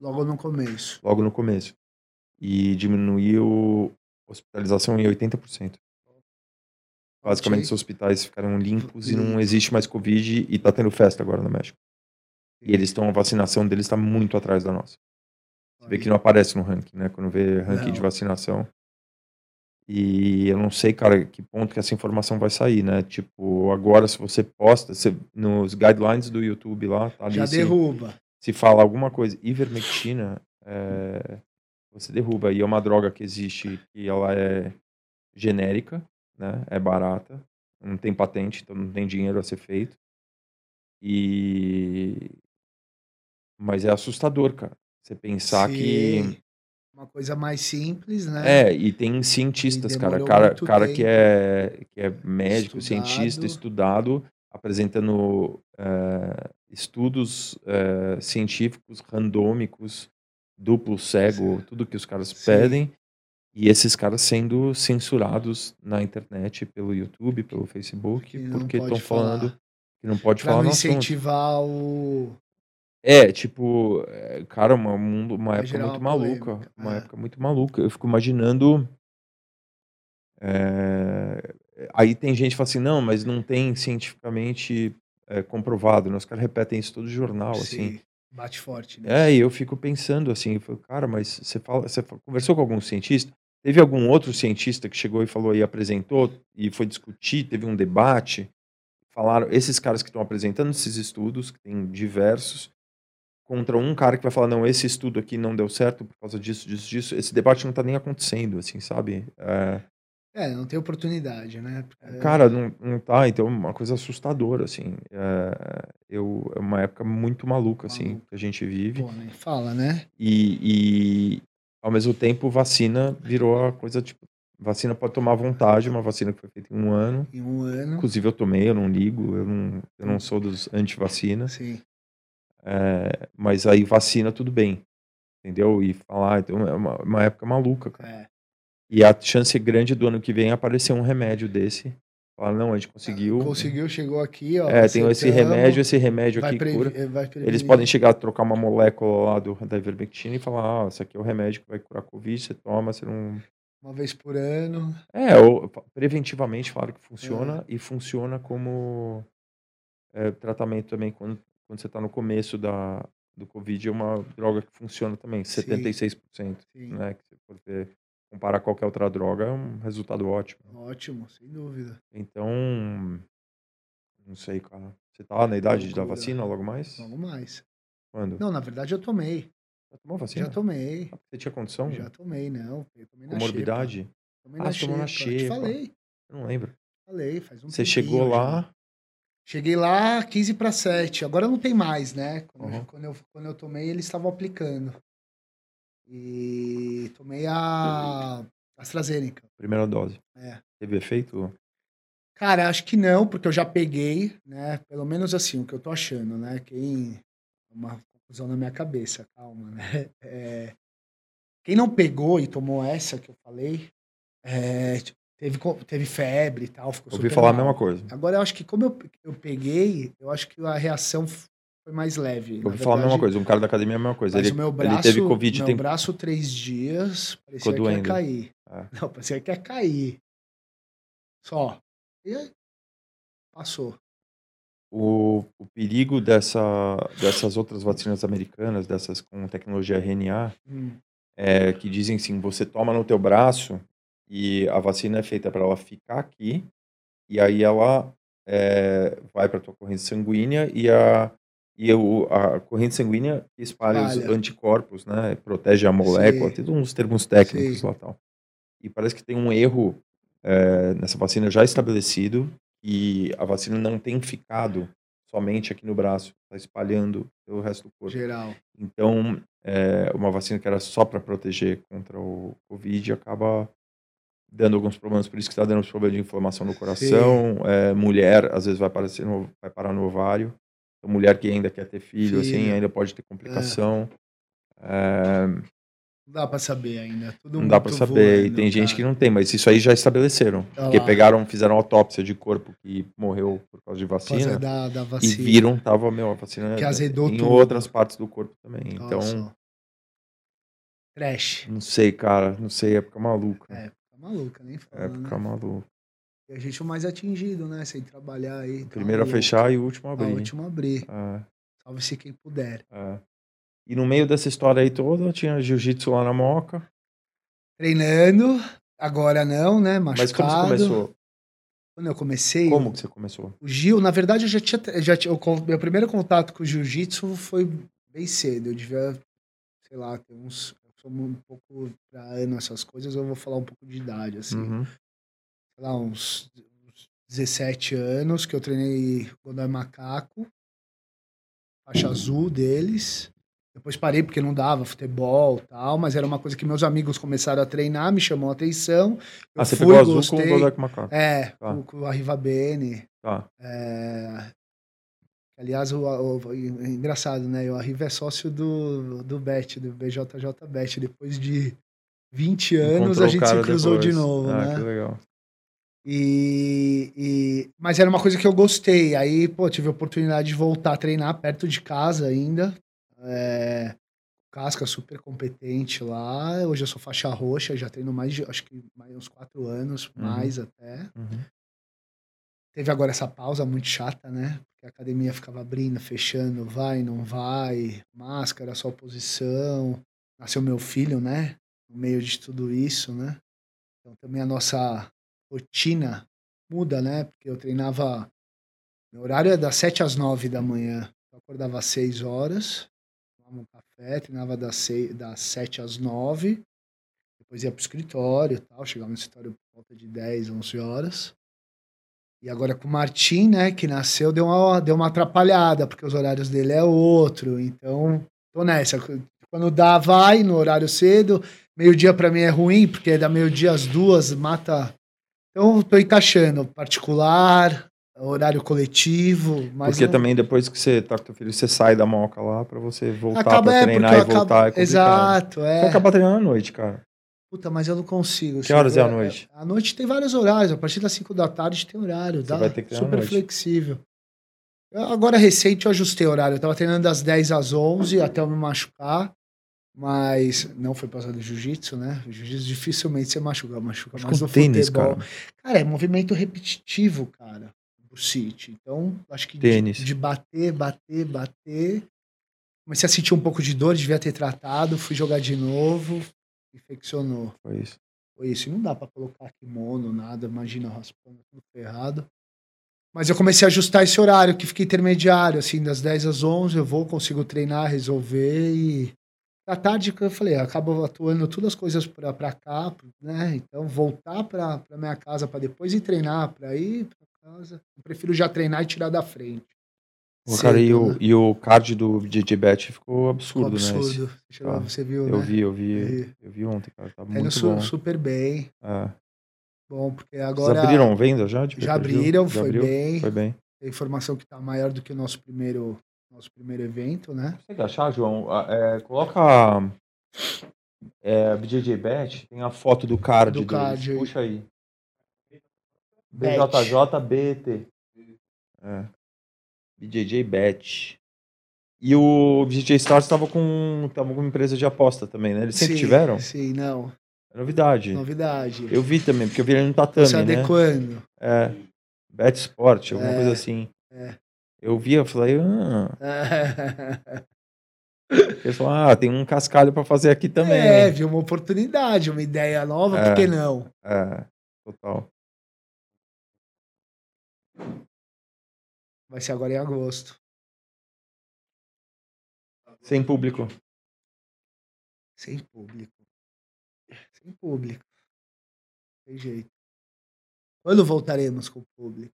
S2: Logo no começo.
S1: logo no começo. E diminuiu hospitalização em 80%. Basicamente,
S2: Ok.
S1: os hospitais ficaram limpos e não existe mais Covid e tá tendo festa agora no México. E eles estão, a vacinação deles está muito atrás da nossa. Você vê que não aparece no ranking, né? Quando vê ranking de
S2: Não.
S1: vacinação. E eu não sei, cara, que ponto que essa informação vai sair, né? Tipo, agora se você posta, você- nos guidelines do YouTube lá, tá ali,
S2: Já
S1: se-
S2: derruba.
S1: se fala alguma coisa ivermectina, é, você derruba. E é uma droga que existe e ela é genérica, né? É barata, não tem patente, então não tem dinheiro a ser feito. E mas é assustador, cara. Você pensar que
S2: Sim. Uma coisa mais simples, né?
S1: é, e tem cientistas,
S2: E
S1: cara,
S2: demorou
S1: cara,
S2: muito
S1: cara que
S2: tempo.
S1: é que é médico, cientista, estudado, apresentando eh, estudos eh, científicos randômicos, duplo cego, tudo que os caras
S2: Sim.
S1: pedem, e esses caras sendo censurados na internet, pelo YouTube, pelo Facebook,
S2: Que não
S1: porque
S2: pode
S1: estão falando
S2: falar.
S1: que não pode
S2: Pra
S1: falar
S2: não
S1: no assunto.
S2: incentivar o.
S1: É, tipo, é, cara, uma, mundo, uma
S2: Vai
S1: época
S2: gerar
S1: muito
S2: é uma
S1: maluca.
S2: polêmica,
S1: Uma
S2: é.
S1: época muito maluca. Eu fico imaginando. é, Aí tem gente que fala assim, não, mas não tem cientificamente é, comprovado. né? Os caras repetem isso todo jornal, assim.
S2: se Bate forte, né?
S1: É, e eu fico pensando assim, eu falo, cara, mas você fala, você fa- conversou com algum cientista? Teve algum outro cientista que chegou e falou e apresentou e foi discutir, teve um debate? Falaram esses caras que estão apresentando esses estudos, que tem diversos, contra um cara que vai falar, não, esse estudo aqui não deu certo por causa disso, disso, disso. Esse debate não tá nem acontecendo, assim, sabe? É,
S2: É, não tem oportunidade, né? É,
S1: Cara, não, não tá, então é uma coisa assustadora, assim. É, eu, é uma época muito maluca, assim,
S2: Maluca.
S1: que a gente vive.
S2: pô, nem fala, né?
S1: E, e, ao mesmo tempo, vacina virou a coisa tipo. Vacina pode tomar à vontade, uma vacina que foi feita em um ano.
S2: Em um ano.
S1: Inclusive, eu tomei, eu não ligo, eu não, eu não sou dos anti-vacina.
S2: Sim.
S1: é, mas aí, vacina, tudo bem. Entendeu? E falar, então é uma, uma época maluca, cara.
S2: É.
S1: E a chance grande do ano que vem aparecer um remédio desse. Falar, não, a gente conseguiu.
S2: Conseguiu, chegou aqui, ó.
S1: né? É, tem esse
S2: aceitamos,
S1: remédio, esse remédio
S2: vai
S1: aqui
S2: previ-
S1: cura.
S2: eh, vai
S1: Eles
S2: prevenir.
S1: podem chegar a trocar uma molécula lá do, da ivermectina e falar, ah, isso aqui é o remédio que vai curar Covid, você toma, você não...
S2: Uma vez por ano.
S1: É, ou, fa- preventivamente falaram que
S2: Uhum.
S1: funciona e funciona como é, tratamento também quando, quando você está no começo da, do Covid, é uma droga que funciona também,
S2: Sim.
S1: 76%,
S2: Sim.
S1: né? Que se for ver, comparar com qualquer outra droga, é um resultado ótimo.
S2: Ótimo, sem dúvida.
S1: Então, não sei, cara. Você tá na idade da
S2: Loucura.
S1: vacina logo mais?
S2: Logo mais.
S1: Quando?
S2: Não, na verdade eu tomei.
S1: Já tomou vacina?
S2: Já tomei.
S1: Ah, Você tinha condição?
S2: Já tomei, não. Eu tomei na xepa.
S1: Comorbidade?
S2: Tomei
S1: Ah,
S2: na
S1: você tomou na
S2: xepa. Eu Te
S1: xepa.
S2: falei,
S1: Eu não lembro.
S2: falei, faz um
S1: Você
S2: tempinho
S1: chegou
S2: já.
S1: lá,
S2: Cheguei lá 15 para 7. Agora não tem mais, né? Quando,
S1: Uhum.
S2: eu, quando, eu, quando eu tomei, eles estavam aplicando. E tomei a AstraZeneca.
S1: primeira dose.
S2: É.
S1: Teve efeito?
S2: Cara, acho que não, porque eu já peguei, né? Pelo menos assim, o que eu tô achando, né? Quem. Uma confusão na minha cabeça, calma, né? É, Quem não pegou e tomou essa que eu falei, é, tipo, teve, co- teve febre e tal, ficou
S1: Ouvi
S2: super
S1: falar a
S2: mal.
S1: mesma coisa.
S2: Agora, eu acho que como eu, eu peguei, eu acho que a reação f- foi mais leve. na
S1: Ouvi falar a mesma
S2: verdade.
S1: coisa. Um cara da academia é a mesma coisa.
S2: Mas
S1: Ele,
S2: o meu
S1: ele
S2: braço,
S1: teve Covid
S2: meu
S1: tem-
S2: braço três dias,
S1: Ficou
S2: parecia que ia
S1: doendo.
S2: cair.
S1: Ah.
S2: Não, parecia que ia cair. Só. E aí, passou.
S1: o, o perigo dessa, dessas outras vacinas americanas, dessas com tecnologia RNA,
S2: Hum,
S1: é que dizem assim, você toma no teu braço e a vacina é feita para ela ficar aqui e aí ela é, vai para tua corrente sanguínea e a e o, a corrente sanguínea espalha, os
S2: Espalha.
S1: anticorpos, né? Protege a molécula,
S2: Sim.
S1: tem todos uns termos técnicos
S2: Sim.
S1: lá e tal. E parece que tem um erro é, nessa vacina já estabelecido e a vacina não tem ficado somente aqui no braço, está espalhando pelo resto do corpo.
S2: geral.
S1: Então, é, uma vacina que era só para proteger contra o Covid acaba dando alguns problemas. Por isso que está dando uns problemas de inflamação no coração. É, mulher, às vezes, vai, aparecer no- vai parar no ovário. Então, mulher que ainda quer ter filho, assim,
S2: Filho.
S1: ainda pode ter complicação. É,
S2: Não dá pra saber ainda. Tudo
S1: não dá para saber. e tem gente que não tem, mas isso aí já estabeleceram.
S2: né, Tá
S1: porque
S2: lá.
S1: pegaram, fizeram autópsia de corpo que morreu por causa de vacina.
S2: Da, da
S1: E
S2: vacina.
S1: viram, tava, meu, a vacina
S2: Que azedou
S1: em
S2: tudo.
S1: outras partes do corpo também. Então,
S2: Nossa. Trash.
S1: Não sei, cara. Não sei, época maluca.
S2: É, época Tá maluca, nem fala, né?
S1: Época maluca.
S2: E a gente é o mais atingido, né? Sem trabalhar aí.
S1: O
S2: tal,
S1: primeiro a
S2: e
S1: fechar e o último a
S2: A
S1: abrir.
S2: última abrir.
S1: É,
S2: Salve-se quem puder.
S1: é. E no meio dessa história aí toda, tinha jiu-jitsu lá na Moca.
S2: Treinando, agora não, né? Machucado.
S1: Mas como você começou?
S2: Quando eu comecei,
S1: Como que você começou?
S2: o Gil, na verdade, eu já tinha. Já tinha eu con- meu primeiro contato com o jiu-jitsu foi bem cedo. Eu devia, sei lá, ter uns. Eu sou um pouco pra ano essas coisas, eu vou falar um pouco de idade, assim.
S1: Uhum.
S2: sei lá, uns, uns 17 anos que eu treinei Godoy Macaco, faixa azul deles. Depois parei porque não dava futebol e tal, mas era uma coisa que meus amigos começaram a treinar, me chamou a atenção. Eu
S1: Ah, você
S2: fui,
S1: pegou azul
S2: gostei.
S1: com o Godoc Macaco.
S2: É,
S1: Tá.
S2: com, com a Riva Bene.
S1: Tá.
S2: é, Aliás, o, o- é engraçado, né? O Riva é sócio do, do Bet, do BJJ Bet. Depois de 20 anos,
S1: Encontrou
S2: a
S1: o
S2: gente se
S1: cara
S2: cruzou
S1: depois.
S2: de novo,
S1: ah,
S2: né?
S1: Que legal.
S2: E, e- mas era uma coisa que eu gostei. Aí, pô, tive a oportunidade de voltar a treinar perto de casa ainda. É, Casca super competente lá. Hoje eu sou faixa roxa, já treino mais de, acho que mais uns quatro anos,
S1: Uhum.
S2: mais até.
S1: Uhum.
S2: Teve agora essa pausa muito chata, né? Porque a academia ficava abrindo, fechando, vai, não vai, máscara, só posição. Nasceu meu filho, né? No meio de tudo isso, né? Então também a nossa rotina muda, né? Porque eu treinava. Meu horário é das 7 às 9 da manhã. Eu acordava às 6 horas, tomava um café, treinava das, 6, das 7 às 9. Depois ia pro escritório e tal. Chegava no escritório por volta de 10, 11 horas. E agora com o Martim, né, que nasceu, deu uma, deu uma atrapalhada, porque os horários dele é outro. Então, tô nessa. Quando dá, vai no horário cedo. Meio-dia pra mim é ruim, porque dá meio-dia às duas, mata. Então, tô encaixando particular, horário coletivo. um Mas
S1: porque
S2: não-
S1: também depois que você tá com teu filho, você sai da Moca lá pra você voltar
S2: acaba,
S1: pra
S2: é,
S1: treinar
S2: porque eu
S1: e voltar.
S2: acabo-
S1: É complicado.
S2: Exato,
S1: Você
S2: é.
S1: acaba treinando à noite, cara.
S2: Puta, mas eu não consigo.
S1: Que horas é
S2: eu-
S1: a noite?
S2: À noite tem vários horários. A partir das 5 da tarde tem horário.
S1: Você
S2: Dá
S1: vai ter que treinar à
S2: super
S1: noite.
S2: flexível. Eu- agora, recente, eu ajustei o horário. Eu tava treinando das 10 às 11 até eu me machucar. Mas não foi passado jiu-jitsu, né? O Jiu-jitsu dificilmente você machuca. Machuca
S1: Acho
S2: mais
S1: que
S2: no
S1: um tênis,
S2: futebol.
S1: cara.
S2: Cara, é movimento repetitivo, cara, do City. Então, acho que de,
S1: Tênis.
S2: de bater, bater, bater. Comecei a sentir um pouco de dor, devia ter tratado, fui jogar de novo, infeccionou.
S1: Foi isso.
S2: Foi isso. E não dá pra colocar kimono, nada, imagina raspando tudo ferrado. Mas eu comecei a ajustar esse horário, que fica intermediário, assim, das 10 às 11 eu vou, consigo treinar, resolver e. Da tarde, que eu falei, acaba atuando todas as coisas pra, pra cá, né? Então, voltar pra, pra minha casa pra depois ir treinar, pra ir pra casa. Eu prefiro já treinar e tirar da frente.
S1: Pô, cara, e,
S2: Cedo,
S1: o,
S2: né?
S1: e o card do DJ Bet ficou
S2: Ficou
S1: absurdo, né? esse?
S2: absurdo. Você chegou-
S1: Tá.
S2: Você viu,
S1: Eu
S2: né?
S1: vi, eu vi.
S2: E-
S1: Eu vi ontem, cara. Tá
S2: Tendo
S1: muito
S2: su-
S1: bom.
S2: super bem.
S1: É.
S2: Bom, porque
S1: Vocês
S2: agora.
S1: abriram venda Tipo, já? de
S2: Já
S1: pay-per-view?
S2: abriram,
S1: Já
S2: foi
S1: abriu?
S2: bem.
S1: Foi bem.
S2: a informação que está maior do que o nosso primeiro, nosso primeiro evento, né?
S1: Você quer achar, João? Ah, é, coloca é, BJJ Bet, tem a foto do card.
S2: Do
S1: deles.
S2: card aí.
S1: Puxa aí.
S2: Bet.
S1: BJJBT. É. BJJ Bet. E o BJJ Stars estava com, tava com uma empresa de aposta também, né? Eles sempre
S2: Sim,
S1: tiveram?
S2: Sim, não.
S1: É novidade.
S2: Novidade.
S1: Eu vi também, porque eu vi ele no
S2: Tô
S1: tatame,
S2: se
S1: né?
S2: adequando.
S1: É. Bet Sport, alguma
S2: É,
S1: coisa assim.
S2: é.
S1: Eu vi, eu falei, ah, eles falaram, ah, tem um cascalho pra fazer aqui também.
S2: É, viu uma oportunidade, uma ideia nova,
S1: É.
S2: por que não?
S1: É, total.
S2: Vai ser agora em agosto.
S1: Sem público.
S2: Sem público. Sem público. Tem jeito. Quando voltaremos com o público?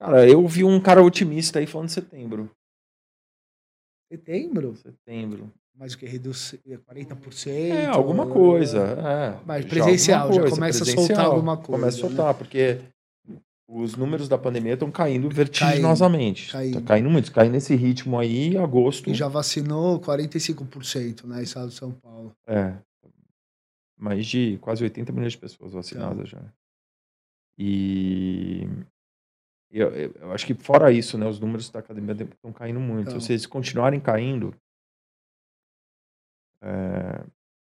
S1: Cara, eu vi um cara otimista aí falando setembro.
S2: Setembro?
S1: Setembro.
S2: Mas o que? Reduz 40%?
S1: É, alguma coisa. é.
S2: Mas
S1: Já
S2: presencial,
S1: alguma
S2: já começa a soltar alguma coisa,
S1: Começa a
S2: né?
S1: soltar, porque os números da pandemia estão caindo vertiginosamente.
S2: Caindo,
S1: Tá
S2: caindo.
S1: caindo muito. Caindo nesse ritmo aí, agosto.
S2: E já vacinou 45%, né? Estado de São Paulo.
S1: É. Mais de quase 80 milhões de pessoas vacinadas já. E. Eu, eu- eu acho que fora isso, né? Os números da academia estão caindo muito.
S2: Tão.
S1: Se vocês continuarem caindo. eh,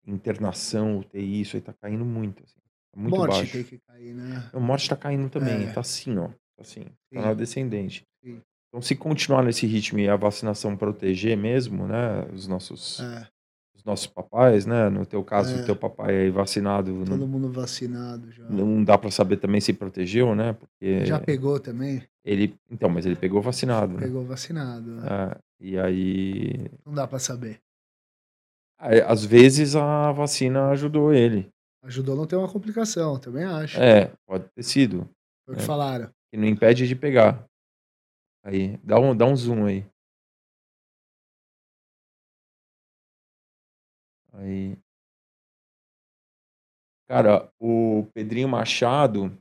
S1: é, internação, UTI, isso aí tá caindo muito. assim. Muito
S2: Morte
S1: baixo.
S2: tem que cair, né?
S1: O morte tá caindo também,
S2: É.
S1: tá assim, ó. Tá assim, tá
S2: Sim.
S1: na descendente.
S2: Sim.
S1: Então, se continuar nesse ritmo e a vacinação proteger mesmo, né? Os nossos,
S2: É,
S1: os nossos papais, né? No teu caso,
S2: É.
S1: o teu papai aí vacinado, não,
S2: todo mundo vacinado já.
S1: não dá pra saber também se protegeu, né? Porque
S2: Já pegou também?
S1: ele. Então, mas ele pegou vacinado, né?
S2: Pegou vacinado. né?
S1: É, e aí.
S2: Não dá pra saber.
S1: aí, Às vezes a vacina ajudou ele.
S2: Ajudou a não ter uma complicação, também acho.
S1: É, pode ter sido.
S2: Foi o que
S1: é.
S2: falaram.
S1: Que não impede de pegar. Aí, dá um, dá um zoom aí. Aí. Cara, o Pedrinho Machado,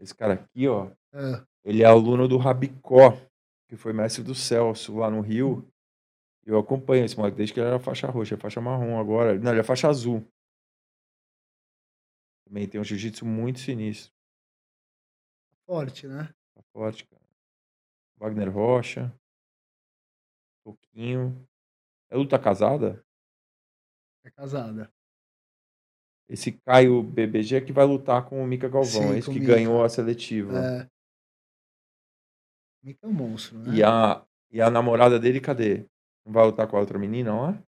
S1: esse cara aqui, ó,
S2: É,
S1: ele é aluno do Rabicó, que foi mestre do Celso lá no Rio.
S2: Hum.
S1: Eu acompanho esse moleque desde que ele era faixa roxa, é faixa marrom agora. Não, ele é faixa azul. Também tem um jiu-jitsu muito sinistro.
S2: forte, né?
S1: Tá forte, cara. Wagner Rocha. Toquinho. É luta casada?
S2: É casada.
S1: Esse Caio BBG é que vai lutar com o Mika Galvão.
S2: Sim,
S1: é esse
S2: com o
S1: que
S2: Mika.
S1: ganhou a seletiva.
S2: É. Mica é um monstro, né?
S1: E, a, e a namorada dele, cadê? Não vai lutar com a outra menina lá?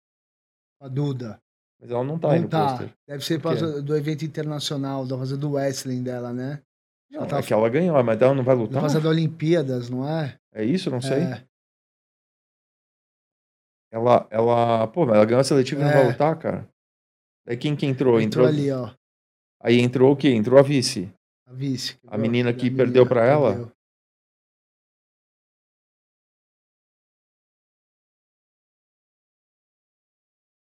S2: A Duda.
S1: Mas ela não tá aí
S2: Não
S1: no
S2: tá.
S1: pôster.
S2: Deve ser
S1: Por quê?
S2: pra- do evento internacional, da fazenda do wrestling dela, né?
S1: Não,
S2: Ela tá
S1: é que ela ganhou, mas ela tá não vai
S2: da
S1: lutar?
S2: fazenda da Olimpíadas, não é?
S1: É isso? Não sei.
S2: É.
S1: Ela, ela... Pô, mas ela ganhou a seletiva e não
S2: É.
S1: vai lutar, cara? Daí quem que entrou?
S2: Entrou
S1: Entrou,
S2: ali, ó.
S1: Aí entrou o quê? Entrou a vice.
S2: A vice.
S1: A menina que perdeu pra ela?
S2: perdeu.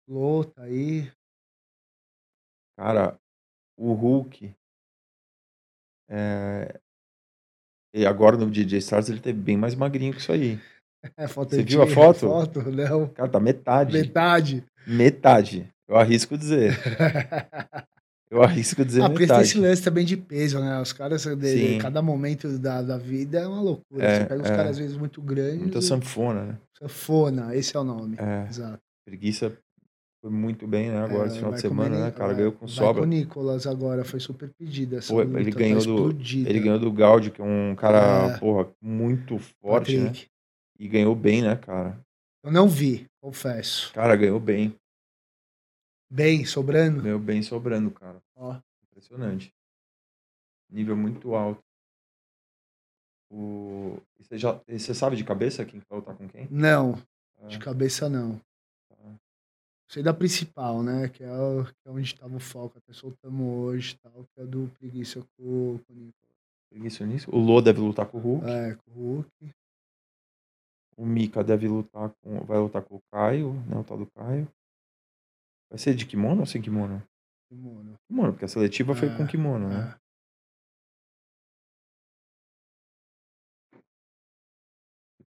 S2: Lô, tá aí.
S1: Cara, o Hulk. É... E agora no DJ Stars ele teve bem mais magrinho que isso aí.
S2: É, foto
S1: Você viu
S2: antiga,
S1: a foto?
S2: foto não.
S1: Cara, tá metade.
S2: Metade.
S1: Metade. Eu arrisco dizer. Eu arrisco dizer
S2: ah, porque tem esse
S1: metade.
S2: lance também de peso, né? Os caras, de- de-
S1: Sim.
S2: cada momento da, da vida é uma loucura.
S1: É,
S2: Você pega uns
S1: é.
S2: caras, às vezes, muito grandes.
S1: Muita
S2: e-
S1: sanfona, né?
S2: Sanfona, esse é o nome.
S1: É,
S2: Exato.
S1: preguiça foi muito bem, né? Agora,
S2: É,
S1: esse final
S2: vai
S1: de
S2: com o
S1: semana,
S2: Meni-
S1: né, cara?
S2: é,
S1: Ganhou com
S2: vai
S1: sobra.
S2: o Nicolas agora, foi super pedida. Essa
S1: Pô,
S2: luta,
S1: ele
S2: tá
S1: ganhou do-
S2: explodida.
S1: Ele ganhou do Gaudio, que é um cara,
S2: É. Tá
S1: porra, muito forte, né?
S2: Patrick.
S1: E ganhou bem, né, cara?
S2: Eu não vi, confesso.
S1: Cara, ganhou bem.
S2: Bem, sobrando.
S1: Ganhou bem sobrando, cara.
S2: Ó,
S1: Impressionante. Nível muito alto. O... e Você, já... e você sabe de cabeça quem que vai lutar com quem?
S2: Não,
S1: Ah,
S2: de cabeça não.
S1: tá.
S2: Sei da principal, né? Que é, o- que é onde tava o foco. Até soltamos hoje e tal. Que é do Preguiça com, com o Nicolas.
S1: Preguiça nisso. O Lô deve lutar com o Hulk.
S2: É, com o Hulk.
S1: O Mika deve lutar com. Vai lutar com o Caio, né? O tal do Caio. Vai ser de kimono ou sem kimono?
S2: e o Mono.
S1: Kimono, porque a seletiva foi com
S2: É,
S1: kimono, né?
S2: É.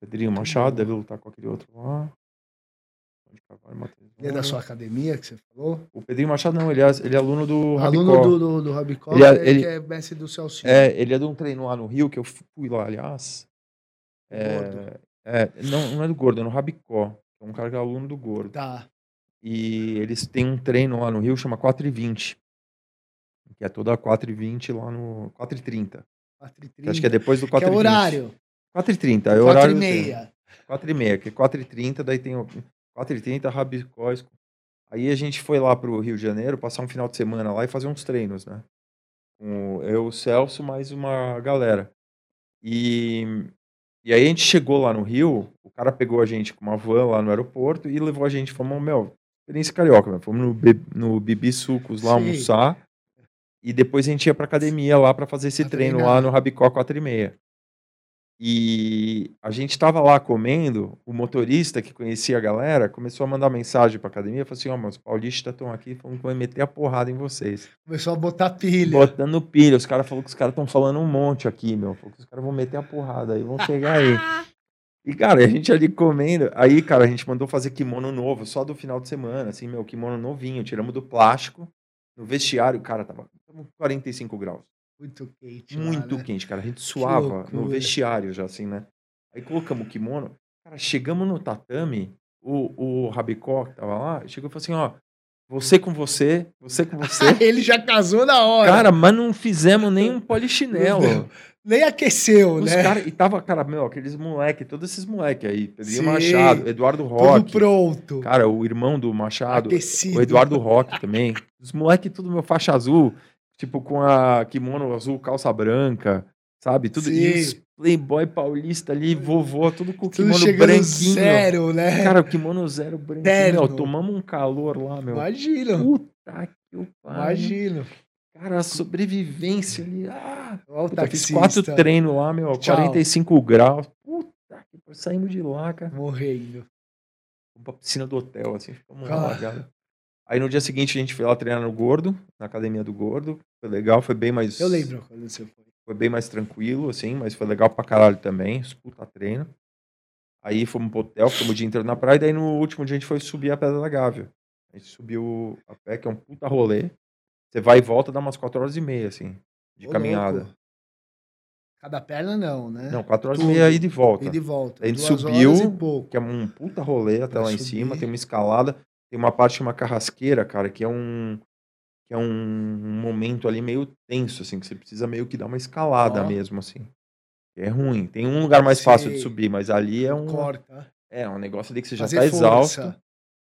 S1: Pedrinho Machado deve lutar com aquele outro lá. Onde Carvalho, Matheus
S2: Ele é da
S1: Vargas.
S2: sua academia que você falou?
S1: O Pedrinho Machado não, ele é, ele é aluno do
S2: Aluno
S1: Rabicó.
S2: do, do, do Rabicó,
S1: Ele é-
S2: que é-
S1: ele-
S2: que é mestre do Celcinho.
S1: É, ele é de um treino lá no Rio, que eu fui lá, aliás.
S2: Gordo.
S1: É, é, não, não é do Gordo, é no Rabicó. É um cara que é aluno do Gordo.
S2: Tá.
S1: E eles têm um treino lá no Rio, chama 4 e 20. Que é toda 4 e 20 lá no... 4 e 30.
S2: 4h30.
S1: que acho que é depois do 4
S2: Que é o horário.
S1: 4 e 30, é o
S2: 4
S1: horário
S2: e
S1: do treino.
S2: meia.
S1: 4 e meia, que é 4 e 30, daí tem o 4 e 30, Rabicó. Esco- Aí a gente foi lá pro Rio de Janeiro, passar um final de semana lá e fazer uns treinos, né? Com eu, o Celso, mais uma galera. E, e aí a gente chegou lá no Rio, o cara pegou a gente com uma van lá no aeroporto e levou a gente, falou, meu, experiência carioca, meu. fomos no, Be- no Bibi Sucos lá
S2: Sim.
S1: almoçar. E depois a gente ia pra academia lá pra fazer esse
S2: Pra
S1: treino
S2: treinar.
S1: lá no Rabicó 4 e meia. E a gente tava lá comendo, o motorista que conhecia a galera começou a mandar mensagem pra academia, falou assim, ó, mas os paulistas estão aqui falando que vai meter a porrada em vocês.
S2: Começou a botar pilha.
S1: Botando pilha, os caras falaram que os caras estão falando um monte aqui, meu. Falou que os caras vão meter a porrada aí, vão chegar aí. E, cara, a gente ali comendo. Aí, cara, a gente mandou fazer kimono novo, só do final de semana, assim, meu, kimono novinho. Tiramos do plástico. No vestiário, cara, tava tava 45 graus.
S2: Muito quente. lá,
S1: Muito
S2: né?
S1: quente, cara. A gente suava no
S2: loucura.
S1: vestiário já, assim, né? Aí colocamos o kimono. Cara, chegamos no tatame, o, o Rabicó que tava lá, chegou e falou assim, ó, Você com você, você com você.
S2: Ele já casou na hora.
S1: Cara, mas não fizemos nenhum polichinelo.
S2: Nem aqueceu,
S1: Os
S2: né?
S1: cara- e tava, cara, meu, aqueles moleque, todos esses moleque aí. Pedrinho
S2: Sim.
S1: Machado, Eduardo
S2: Tudo
S1: Roque.
S2: pronto.
S1: Cara, o irmão do Machado,
S2: aquecido.
S1: o Eduardo Roque também. Os moleque tudo meu faixa azul, tipo com a kimono azul, calça branca, sabe? Tudo
S2: Sim.
S1: isso. Playboy paulista ali, vovô, tudo com o
S2: Tudo
S1: kimono
S2: chegando
S1: um branquinho.
S2: zero, né?
S1: Cara, o kimono zero branquinho.
S2: Terno.
S1: Meu, tomamos um calor lá, meu.
S2: imagino,
S1: Puta que o pariu.
S2: imagino.
S1: Cara, a sobrevivência ali. Ah,
S2: Olha o
S1: puta, fiz
S2: taxista.
S1: quatro treinos lá, meu.
S2: Tchau.
S1: 45 graus. Puta que pariu. Saímos de lá, cara.
S2: Morrendo.
S1: Fomos pra piscina do hotel, assim. Ficamos
S2: Cara.
S1: largados. Aí no dia seguinte a gente foi lá treinar no Gordo, na academia do Gordo. Foi legal, foi bem mais.
S2: Eu lembro quando você foi.
S1: Foi bem mais tranquilo, assim, mas foi legal pra caralho também. os Puta treino. Aí fomos pro hotel, ficamos o dia inteiro na praia. E daí no último dia a gente foi subir a Pedra da Gávea. A gente subiu a pé, que é um puta rolê. Você vai e volta, dá umas 4 horas e meia, assim, de
S2: Ô,
S1: caminhada.
S2: louco. Cada perna não, né?
S1: Não, 4 horas
S2: Tudo.
S1: e meia aí de volta.
S2: E de volta.
S1: A gente
S2: Duas
S1: subiu.
S2: horas e pouco.
S1: Que é um puta rolê até
S2: Pra
S1: lá em
S2: subir.
S1: cima, tem uma escalada, tem uma parte de uma carrasqueira, cara, que é um que é um momento ali meio tenso assim, que você precisa meio que dar uma escalada
S2: Ó.
S1: mesmo assim. É ruim. Tem um lugar mais fácil de
S2: Sei.
S1: subir, mas ali é um
S2: Corta.
S1: é um negócio ali que você já
S2: Fazer
S1: tá
S2: força.
S1: exausto.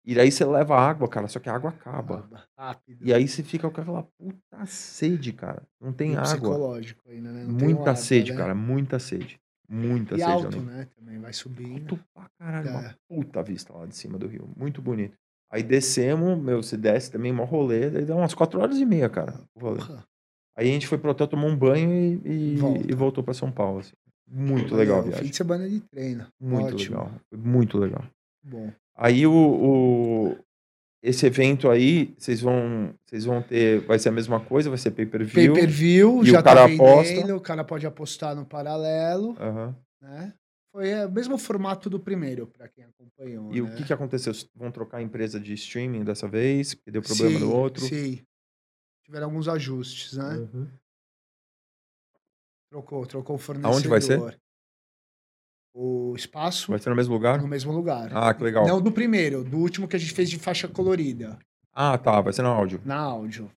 S1: E aí você leva água, cara, só que a água
S2: Ah,
S1: acaba.
S2: Rápido.
S1: E aí você fica com aquela puta sede, cara. Não tem
S2: E
S1: água.
S2: psicológico ainda, né? Não tem
S1: Muita
S2: água,
S1: sede,
S2: né?
S1: cara, muita sede. Muita
S2: E
S1: sede,
S2: alto,
S1: né?
S2: né? Também vai subindo.
S1: Alto pra caralho,
S2: É.
S1: uma puta vista lá de cima do rio. Muito bonito. Aí descemos, meu, você desce também, mó rolê, daí dá umas 4 horas e meia, cara. o rolê.
S2: Porra,
S1: Aí a gente foi pro hotel, tomou um banho e, e-
S2: Volta.
S1: e voltou pra São Paulo. assim. Muito
S2: olha,
S1: legal a
S2: um Fim
S1: viagem.
S2: de semana de treino.
S1: Muito
S2: Ótimo.
S1: legal. Foi muito legal.
S2: Bom.
S1: Aí o, o- esse evento aí, vocês vão, vocês vão ter, vai ser a mesma coisa, vai ser
S2: Pay
S1: pay-per-view.
S2: per view,
S1: E
S2: já
S1: o cara
S2: tá vendendo,
S1: aposta.
S2: o cara pode apostar no paralelo,
S1: Aham.
S2: né? Foi é, o mesmo formato do primeiro, pra quem acompanhou.
S1: E o
S2: né?
S1: que, que aconteceu? Vão trocar a empresa de streaming dessa vez, que deu é problema
S2: Sim,
S1: no outro.
S2: Sim. Tiveram alguns ajustes, né?
S1: Uhum.
S2: Trocou, trocou o fornecedor.
S1: Aonde vai ser?
S2: O espaço
S1: Vai ser no mesmo lugar?
S2: no mesmo lugar.
S1: Ah, que legal.
S2: Uhum. Não do primeiro, do último que a gente fez de faixa colorida,
S1: Ah, tá, vai ser no áudio.
S2: na áudio.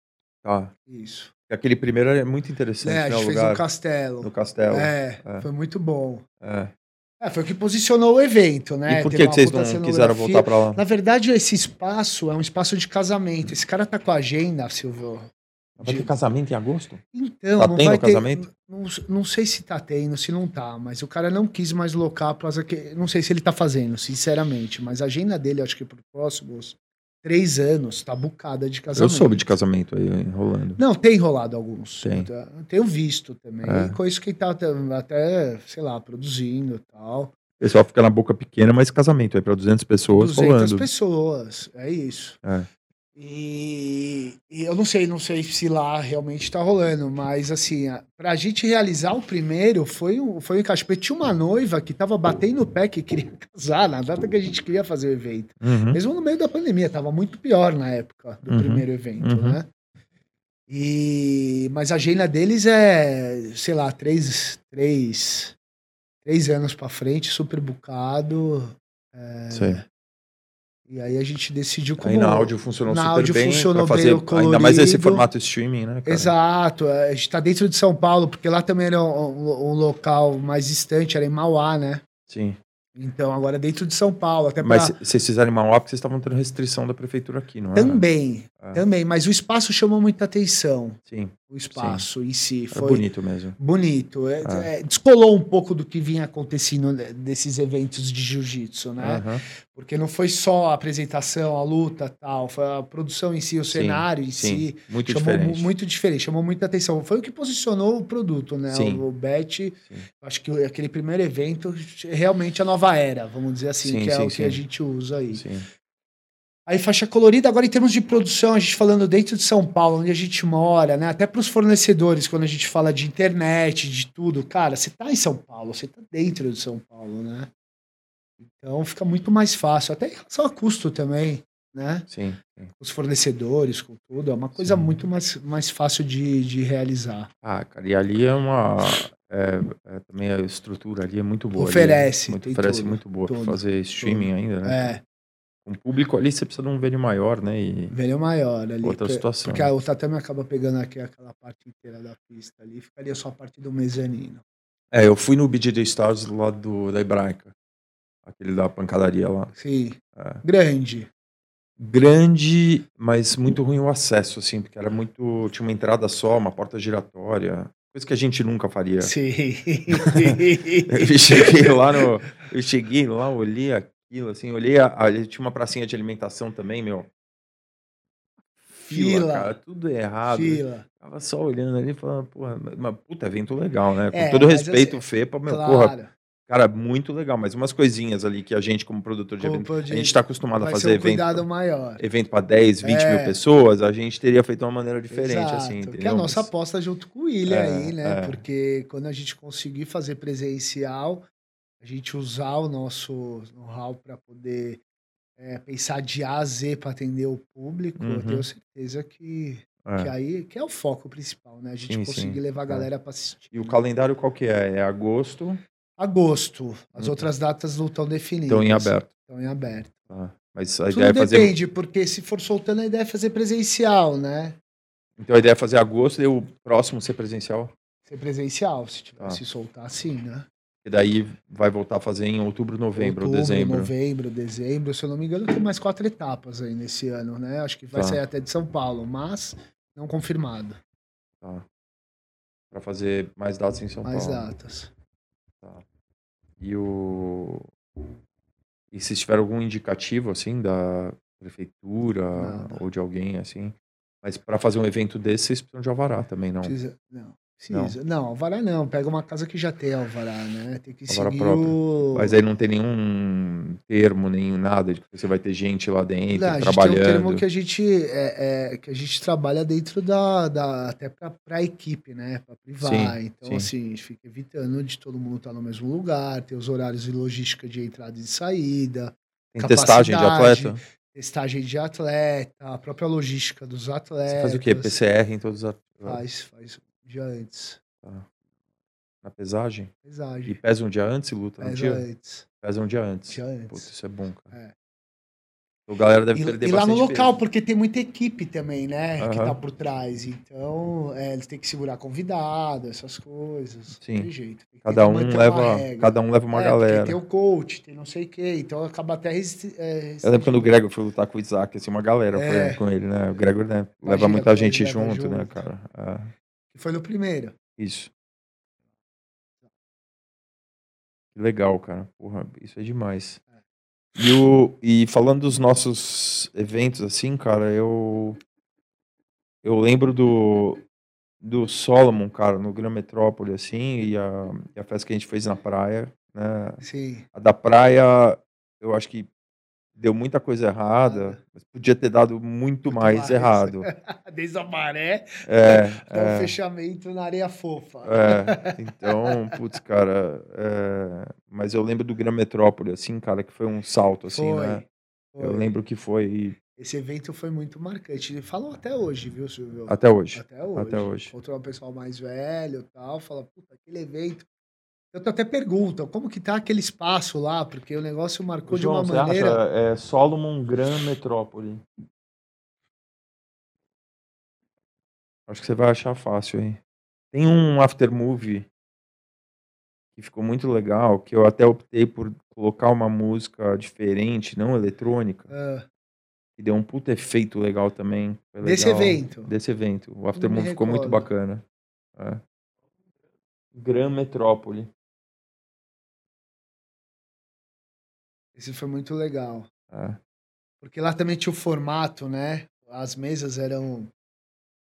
S1: Tá.
S2: Isso.
S1: Aquele primeiro é muito interessante,
S2: É, a
S1: né?
S2: gente
S1: O
S2: fez um
S1: lugar
S2: castelo.
S1: no castelo. É.
S2: É,
S1: É.
S2: foi muito bom.
S1: é.
S2: É, foi o que posicionou o evento, né?
S1: E por
S2: Teve
S1: que, que
S2: uma
S1: vocês
S2: puta
S1: não quiseram
S2: cenografia.
S1: voltar pra lá?
S2: Na verdade, esse espaço é um espaço de casamento. Esse cara tá com a agenda, Silvio.
S1: Vai ter casamento em agosto?
S2: Então,
S1: Tá
S2: não
S1: tendo
S2: vai ter-
S1: casamento?
S2: Não, não sei se tá tendo, se não tá, mas o cara não quis mais locar por causa que. Não sei se ele tá fazendo, sinceramente, mas a agenda dele, acho que para os próximos três anos, tá bucada de
S1: Eu
S2: casamento.
S1: soube de casamento aí enrolando.
S2: Não, tem rolado alguns.
S1: Tem.
S2: Eu Tenho visto também.
S1: É.
S2: E com isso que tá até, até, sei lá, produzindo e tal.
S1: O pessoal fica na boca pequena, mas casamento é pra 200 pessoas
S2: 200
S1: rolando.
S2: pessoas, é isso.
S1: É.
S2: E, e eu não sei, não sei se lá realmente tá rolando, mas assim, a- pra gente realizar o primeiro foi um, foi um encaixe. Porque tinha uma noiva que tava batendo o pé que queria casar na data que a gente queria fazer o evento.
S1: Uhum.
S2: Mesmo no meio da pandemia, tava muito pior na época do
S1: Uhum,
S2: primeiro evento,
S1: uhum.
S2: né? E, mas a agenda deles é, sei lá, três, três, três anos pra frente, super bucado. É,
S1: Sei.
S2: e aí a gente decidiu como.
S1: Aí na áudio funcionou
S2: na
S1: super
S2: áudio
S1: bem.
S2: funcionou
S1: pra
S2: bem
S1: fazer,
S2: o
S1: ainda mais esse
S2: colorido.
S1: formato streaming, né? cara?
S2: Exato, é, a gente tá dentro de São Paulo, porque lá também era um, um local mais distante, era em Mauá, né?
S1: Sim.
S2: Então agora dentro de São Paulo, até É pra...
S1: Mas vocês fizeram em Mauá porque vocês estavam tendo restrição da prefeitura aqui, não é?
S2: Também,
S1: É.
S2: também, mas o espaço chamou muita atenção,
S1: Sim.
S2: o espaço em si,
S1: É
S2: foi
S1: bonito mesmo.
S2: bonito, é,
S1: É.
S2: é, descolou um pouco do que vinha acontecendo né, desses eventos de jiu-jitsu, né?
S1: Aham.
S2: Porque não foi só a apresentação, a luta tal, foi a produção em si, o
S1: Sim,
S2: cenário em si,
S1: Sim. Muito
S2: chamou mu-
S1: diferente.
S2: muito diferente, chamou muita atenção. Foi o que posicionou o produto, né?
S1: Sim.
S2: O, o Bet, acho que aquele primeiro evento é realmente a nova era, vamos dizer assim,
S1: Sim,
S2: que é
S1: sim,
S2: o
S1: sim.
S2: que a gente usa aí.
S1: Sim.
S2: Aí faixa colorida, agora em termos de produção, a gente falando dentro de São Paulo, onde a gente mora, né? Até para os fornecedores, quando a gente fala de internet, de tudo, cara, você tá em São Paulo, você tá dentro de São Paulo, né? Então fica muito mais fácil, até em relação a custo também, né?
S1: Sim. sim.
S2: os fornecedores, com tudo. É uma coisa
S1: Sim.
S2: muito mais, mais fácil de, de realizar.
S1: Ah, cara, e ali é uma. é- é também a estrutura ali é muito boa. ali.
S2: Oferece,
S1: Muito,
S2: tem
S1: oferece
S2: tudo,
S1: muito boa. pra
S2: tudo,
S1: fazer streaming ainda, né?
S2: É.
S1: Com o público ali, você precisa de um velho maior, né? E
S2: Velho é maior ali.
S1: outra
S2: pe-
S1: situação.
S2: Porque a- o tatame acaba pegando aqui aquela parte inteira da pista ali, ficaria só a parte do mezanino.
S1: É, eu fui no BJ Stars do lado do- da Hebraica. Aquele da pancadaria lá.
S2: Sim.
S1: É.
S2: Grande.
S1: Grande, mas muito ruim o acesso, assim, porque era muito. Tinha uma entrada só, uma porta giratória. Coisa que a gente nunca faria.
S2: Sim.
S1: Eu cheguei lá no. Eu cheguei lá, olhei aquilo, assim, olhei a, a- tinha uma pracinha de alimentação também, meu. Fila,
S2: Fila.
S1: cara, tudo errado.
S2: Fila.
S1: Tava só olhando ali e falando, porra, mas- mas puta, evento legal, né? Com
S2: É,
S1: todo
S2: mas
S1: respeito, Fepa, meu, porra,
S2: Claro.
S1: cara, muito legal, mas umas coisinhas ali que a gente, como produtor de
S2: Como
S1: evento, a
S2: produtor de-
S1: gente tá acostumado a
S2: Vai
S1: fazer
S2: ser um
S1: evento,
S2: cuidado maior.
S1: evento pra 10, 20
S2: É.
S1: mil pessoas, a gente teria feito de uma maneira diferente,
S2: Exato,
S1: assim,
S2: Que é
S1: entendeu?
S2: a nossa
S1: Mas-
S2: aposta junto com o William
S1: É,
S2: aí, né?
S1: é.
S2: Porque quando a gente conseguir fazer presencial, a gente usar o nosso know-how para poder é, pensar de A a Z para atender o público, eu
S1: Uhum.
S2: tenho certeza que,
S1: é.
S2: que aí que é o foco principal, né? A gente
S1: Sim,
S2: conseguir
S1: sim,
S2: levar a
S1: é.
S2: galera para assistir.
S1: E o calendário qual que é? É agosto,
S2: Agosto. As
S1: Uhum.
S2: outras datas não estão definidas.
S1: então em aberto.
S2: Estão em aberto.
S1: Tá. Mas a
S2: Tudo
S1: ideia é fazer.
S2: depende, porque se for soltando, a ideia é fazer presencial, né?
S1: Então a ideia é fazer agosto e o próximo ser presencial.
S2: Ser presencial, se tiver
S1: Tá.
S2: se soltar, sim, né?
S1: E daí vai voltar a fazer em outubro, novembro,
S2: Outubro,
S1: dezembro.
S2: novembro, dezembro. Se eu não me engano, tem mais quatro etapas aí nesse ano, né? Acho que vai
S1: Tá.
S2: sair até de São Paulo, mas não confirmado.
S1: Tá. Pra fazer mais datas em São
S2: mais
S1: Paulo.
S2: datas.
S1: E o. E se tiver algum indicativo, assim, da prefeitura
S2: Nada.
S1: ou de alguém, assim. Mas pra fazer um evento desse, vocês precisam de alvará também, não?
S2: Precisa, não, precisa. Não. alvará não. Pega uma casa que já tem alvará, né? Tem que
S1: Alvará
S2: seguir
S1: próprio.
S2: o...
S1: Mas aí não tem nenhum termo, nem nada, de que você vai ter gente lá dentro,
S2: Não, a gente tem um
S1: trabalhando.
S2: termo que a gente, é, é, que a gente trabalha dentro da. da até para a equipe, né? Para privar. então,
S1: sim.
S2: assim, a gente fica evitando de todo mundo estar no mesmo lugar, ter os horários de logística de entrada e de saída,
S1: Tem testagem de
S2: é capacidade,
S1: atleta?
S2: testagem de atleta, a própria logística dos atletas.
S1: Você faz o quê? né? PCR em todos os atletas?
S2: é, Faz, faz um dia antes.
S1: Na pesagem? E
S2: Pesagem.
S1: pesa um dia antes e luta no
S2: Pesa
S1: dia?
S2: antes.
S1: Pesa um dia antes.
S2: Dia
S1: Putz,
S2: antes.
S1: isso é bom, cara.
S2: É.
S1: O galera deve perder
S2: E, e lá
S1: bastante
S2: no local,
S1: peso.
S2: porque tem muita equipe também, né? Que
S1: Aham.
S2: tá por trás. Então, é, eles têm que segurar convidado, essas coisas.
S1: Sim.
S2: Não tem jeito. Tem que
S1: Cada um,
S2: manter uma
S1: leva,
S2: regra.
S1: cada um leva uma
S2: É, porque
S1: galera.
S2: Tem o coach, tem não sei o quê. Então, acaba até resisti- é,
S1: Eu lembro quando o
S2: restringindo.
S1: Gregor foi lutar com o Isaac, assim, uma galera
S2: É.
S1: foi com ele, né? O Gregor né, leva
S2: Imagina
S1: muita
S2: quando
S1: gente
S2: ele leva
S1: junto, né,
S2: junto.
S1: cara? É,
S2: Foi no primeiro.
S1: isso. Que legal, cara. Porra, isso é demais. E, o, e falando dos nossos eventos, assim, cara, eu. Eu lembro do. Do Solomon, cara, no Gran Metrópole, assim, e a, e a festa que a gente fez na praia, né?
S2: Sim.
S1: A da praia, eu acho que deu muita coisa errada,
S2: Errada.
S1: mas podia ter dado muito,
S2: Muito
S1: mais,
S2: mais.
S1: errado.
S2: Desde a maré,
S1: É,
S2: até o
S1: é,
S2: fechamento na areia fofa.
S1: é. Então, putz, cara. é, Mas eu lembro do Gran Metrópole, assim, cara, que foi um salto, assim,
S2: Foi,
S1: né? Eu
S2: foi.
S1: lembro que foi
S2: Esse evento foi muito marcante. Ele falou até hoje, viu, Silvio?
S1: até hoje.
S2: Até hoje.
S1: Até hoje.
S2: Encontrou um pessoal mais velho e tal, fala, puta, aquele evento. Eu até pergunta, como que tá aquele espaço lá? Porque o negócio marcou de uma maneira.
S1: É Solomon Gran Metrópole. Acho que você vai achar fácil aí. Tem um after movie que ficou muito legal, que eu até optei por colocar uma música diferente, não eletrônica,
S2: ah,
S1: que deu um puta efeito legal também. Foi
S2: desse
S1: legal.
S2: evento.
S1: Desse evento. O after
S2: me
S1: movie ficou muito
S2: recordo.
S1: bacana. É. Gran Metrópole.
S2: Esse foi muito legal.
S1: É.
S2: Porque lá também tinha o formato, né? As mesas eram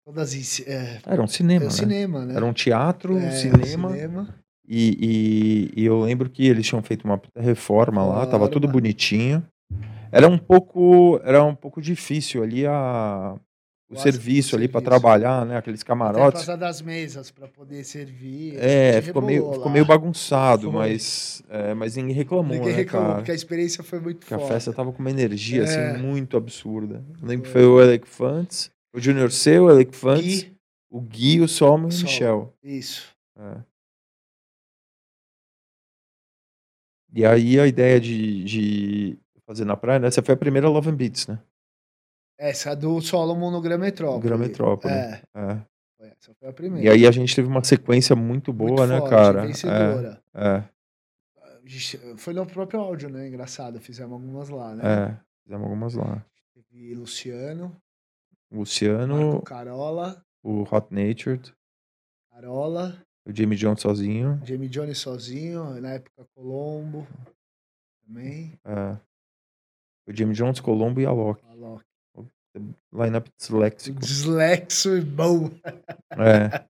S2: todas em ci- é,
S1: Era um cinema,
S2: era
S1: né?
S2: um cinema, né?
S1: Era um teatro,
S2: É,
S1: um cinema.
S2: cinema.
S1: E, e- e eu lembro que eles tinham feito uma puta reforma lá, tava tudo
S2: Reforma.
S1: bonitinho. Era um pouco, era um pouco difícil ali a, o
S2: O as-
S1: serviço
S2: o
S1: ali para
S2: serviço.
S1: trabalhar, né? Aqueles
S2: Até por
S1: camarotes.
S2: causa das mesas para poder servir. assim, A
S1: É,
S2: gente
S1: ficou meio,
S2: rebolou
S1: ficou
S2: lá.
S1: meio bagunçado,
S2: Foi.
S1: mas, é, mas ninguém reclamou,
S2: Ninguém
S1: né,
S2: reclamou,
S1: cara?
S2: porque a experiência foi muito
S1: Porque a
S2: forte.
S1: festa tava com uma energia,
S2: É. Uhum.
S1: assim, muito absurda. Eu lembro que
S2: Foi.
S1: foi o Elefantes, o Junior Seu, o Elefantes,
S2: E-
S1: o Gui, o Solomon e o
S2: Solomon.
S1: Michel.
S2: Isso.
S1: É. E aí a ideia de, de fazer na praia, né? Essa foi a primeira Love and Beats, né?
S2: Essa do Solomon no Gran Metrópole.
S1: Gran Metrópole.
S2: É,
S1: É.
S2: foi essa foi a primeira.
S1: E aí a gente teve uma sequência muito boa,
S2: Muito
S1: né,
S2: forte,
S1: cara?
S2: Vencedora. Né?
S1: É,
S2: A gente- Foi no próprio áudio, né? Engraçado, fizemos algumas lá, né?
S1: é, é. Fizemos algumas lá.
S2: Teve Luciano,
S1: O Luciano,
S2: Marco Carola,
S1: o Hot Natured,
S2: Carola,
S1: o Jimmy Jones sozinho.
S2: Jamie Jones sozinho, na época Colombo também.
S1: é. O Jimmy Jones, Colombo e a Loki.
S2: Alok.
S1: Lineup disléxico.
S2: Dislexo e bom.
S1: É.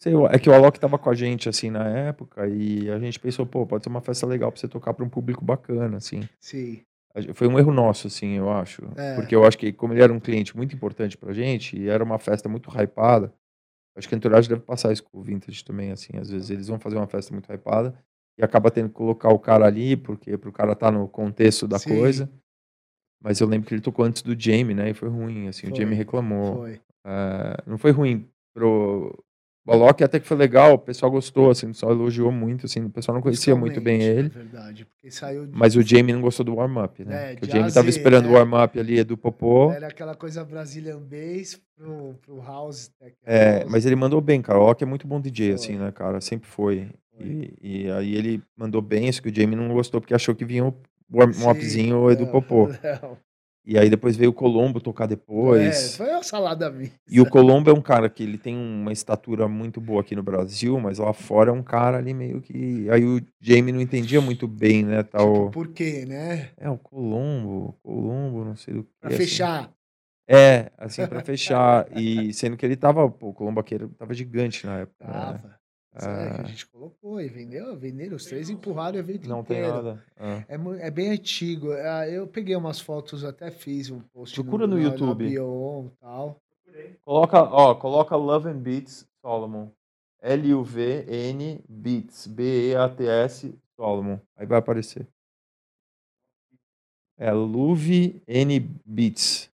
S1: Sei lá, é que o Alok tava com a gente, assim, na época, e a gente pensou, pô, pode ser uma festa legal pra você tocar pra um público bacana, assim.
S2: Sim.
S1: A gen- Foi um erro nosso, assim, eu acho.
S2: É.
S1: Porque eu acho que, como ele era um cliente muito importante pra gente, e era uma festa muito hypada, acho que a Entourage deve passar isso com o Vintage também, assim. Às vezes eles vão fazer uma festa muito hypada e acaba tendo que colocar o cara ali, porque pro cara tá no contexto da
S2: Sim.
S1: coisa. Mas eu lembro que ele tocou antes do Jamie, né? E foi ruim, assim.
S2: Foi,
S1: o Jamie reclamou.
S2: Foi.
S1: Ah, não foi ruim pro o Alok até que foi legal, o pessoal gostou, assim, o pessoal elogiou muito, assim, o pessoal não conhecia muito bem
S2: Principalmente,
S1: ele,
S2: Na verdade, porque saiu de-
S1: mas o Jamie não gostou do warm-up, né?
S2: É,
S1: Porque o
S2: de
S1: Jamie tava
S2: azeite,
S1: esperando o
S2: né?
S1: warm-up ali do Popô,
S2: Era aquela coisa Brazilian Bass pro, pro House. Tech
S1: é,
S2: house.
S1: mas ele mandou bem, cara, o Alok é muito bom DJ,
S2: Foi.
S1: assim, né, cara, sempre foi,
S2: Foi.
S1: E, e aí ele mandou bem, isso que o Jamie não gostou, porque achou que vinha o warm-upzinho do
S2: Não,
S1: Popô,
S2: não.
S1: e aí depois veio o Colombo tocar
S2: É,
S1: depois,
S2: foi uma salada minha.
S1: E o Colombo é um cara que ele tem uma estatura muito boa aqui no Brasil, mas lá fora é um cara ali meio que. Aí o Jamie não entendia muito bem, né? Tal.
S2: Tipo, por quê, né?
S1: É, o Colombo, Colombo, não sei do que.
S2: Pra
S1: assim.
S2: fechar.
S1: É, assim, pra fechar. E sendo que ele tava. Pô, o Colombo aqui era- tava gigante na época. né?
S2: Tava. Isso é que a
S1: Ah.
S2: gente colocou e vendeu, venderam os três e empurraram o evento
S1: Não tem
S2: inteiro.
S1: nada. Ah.
S2: É, mu- é bem antigo. Ah, Eu peguei umas fotos, até fiz um post.
S1: Procura no
S2: na- na
S1: YouTube.
S2: Bion e tal.
S1: Coloca, ó, coloca Love and Beats Solomon. L-U-V-N Beats. B-E-A-T-S Solomon. Aí vai aparecer. É Luve N Beats.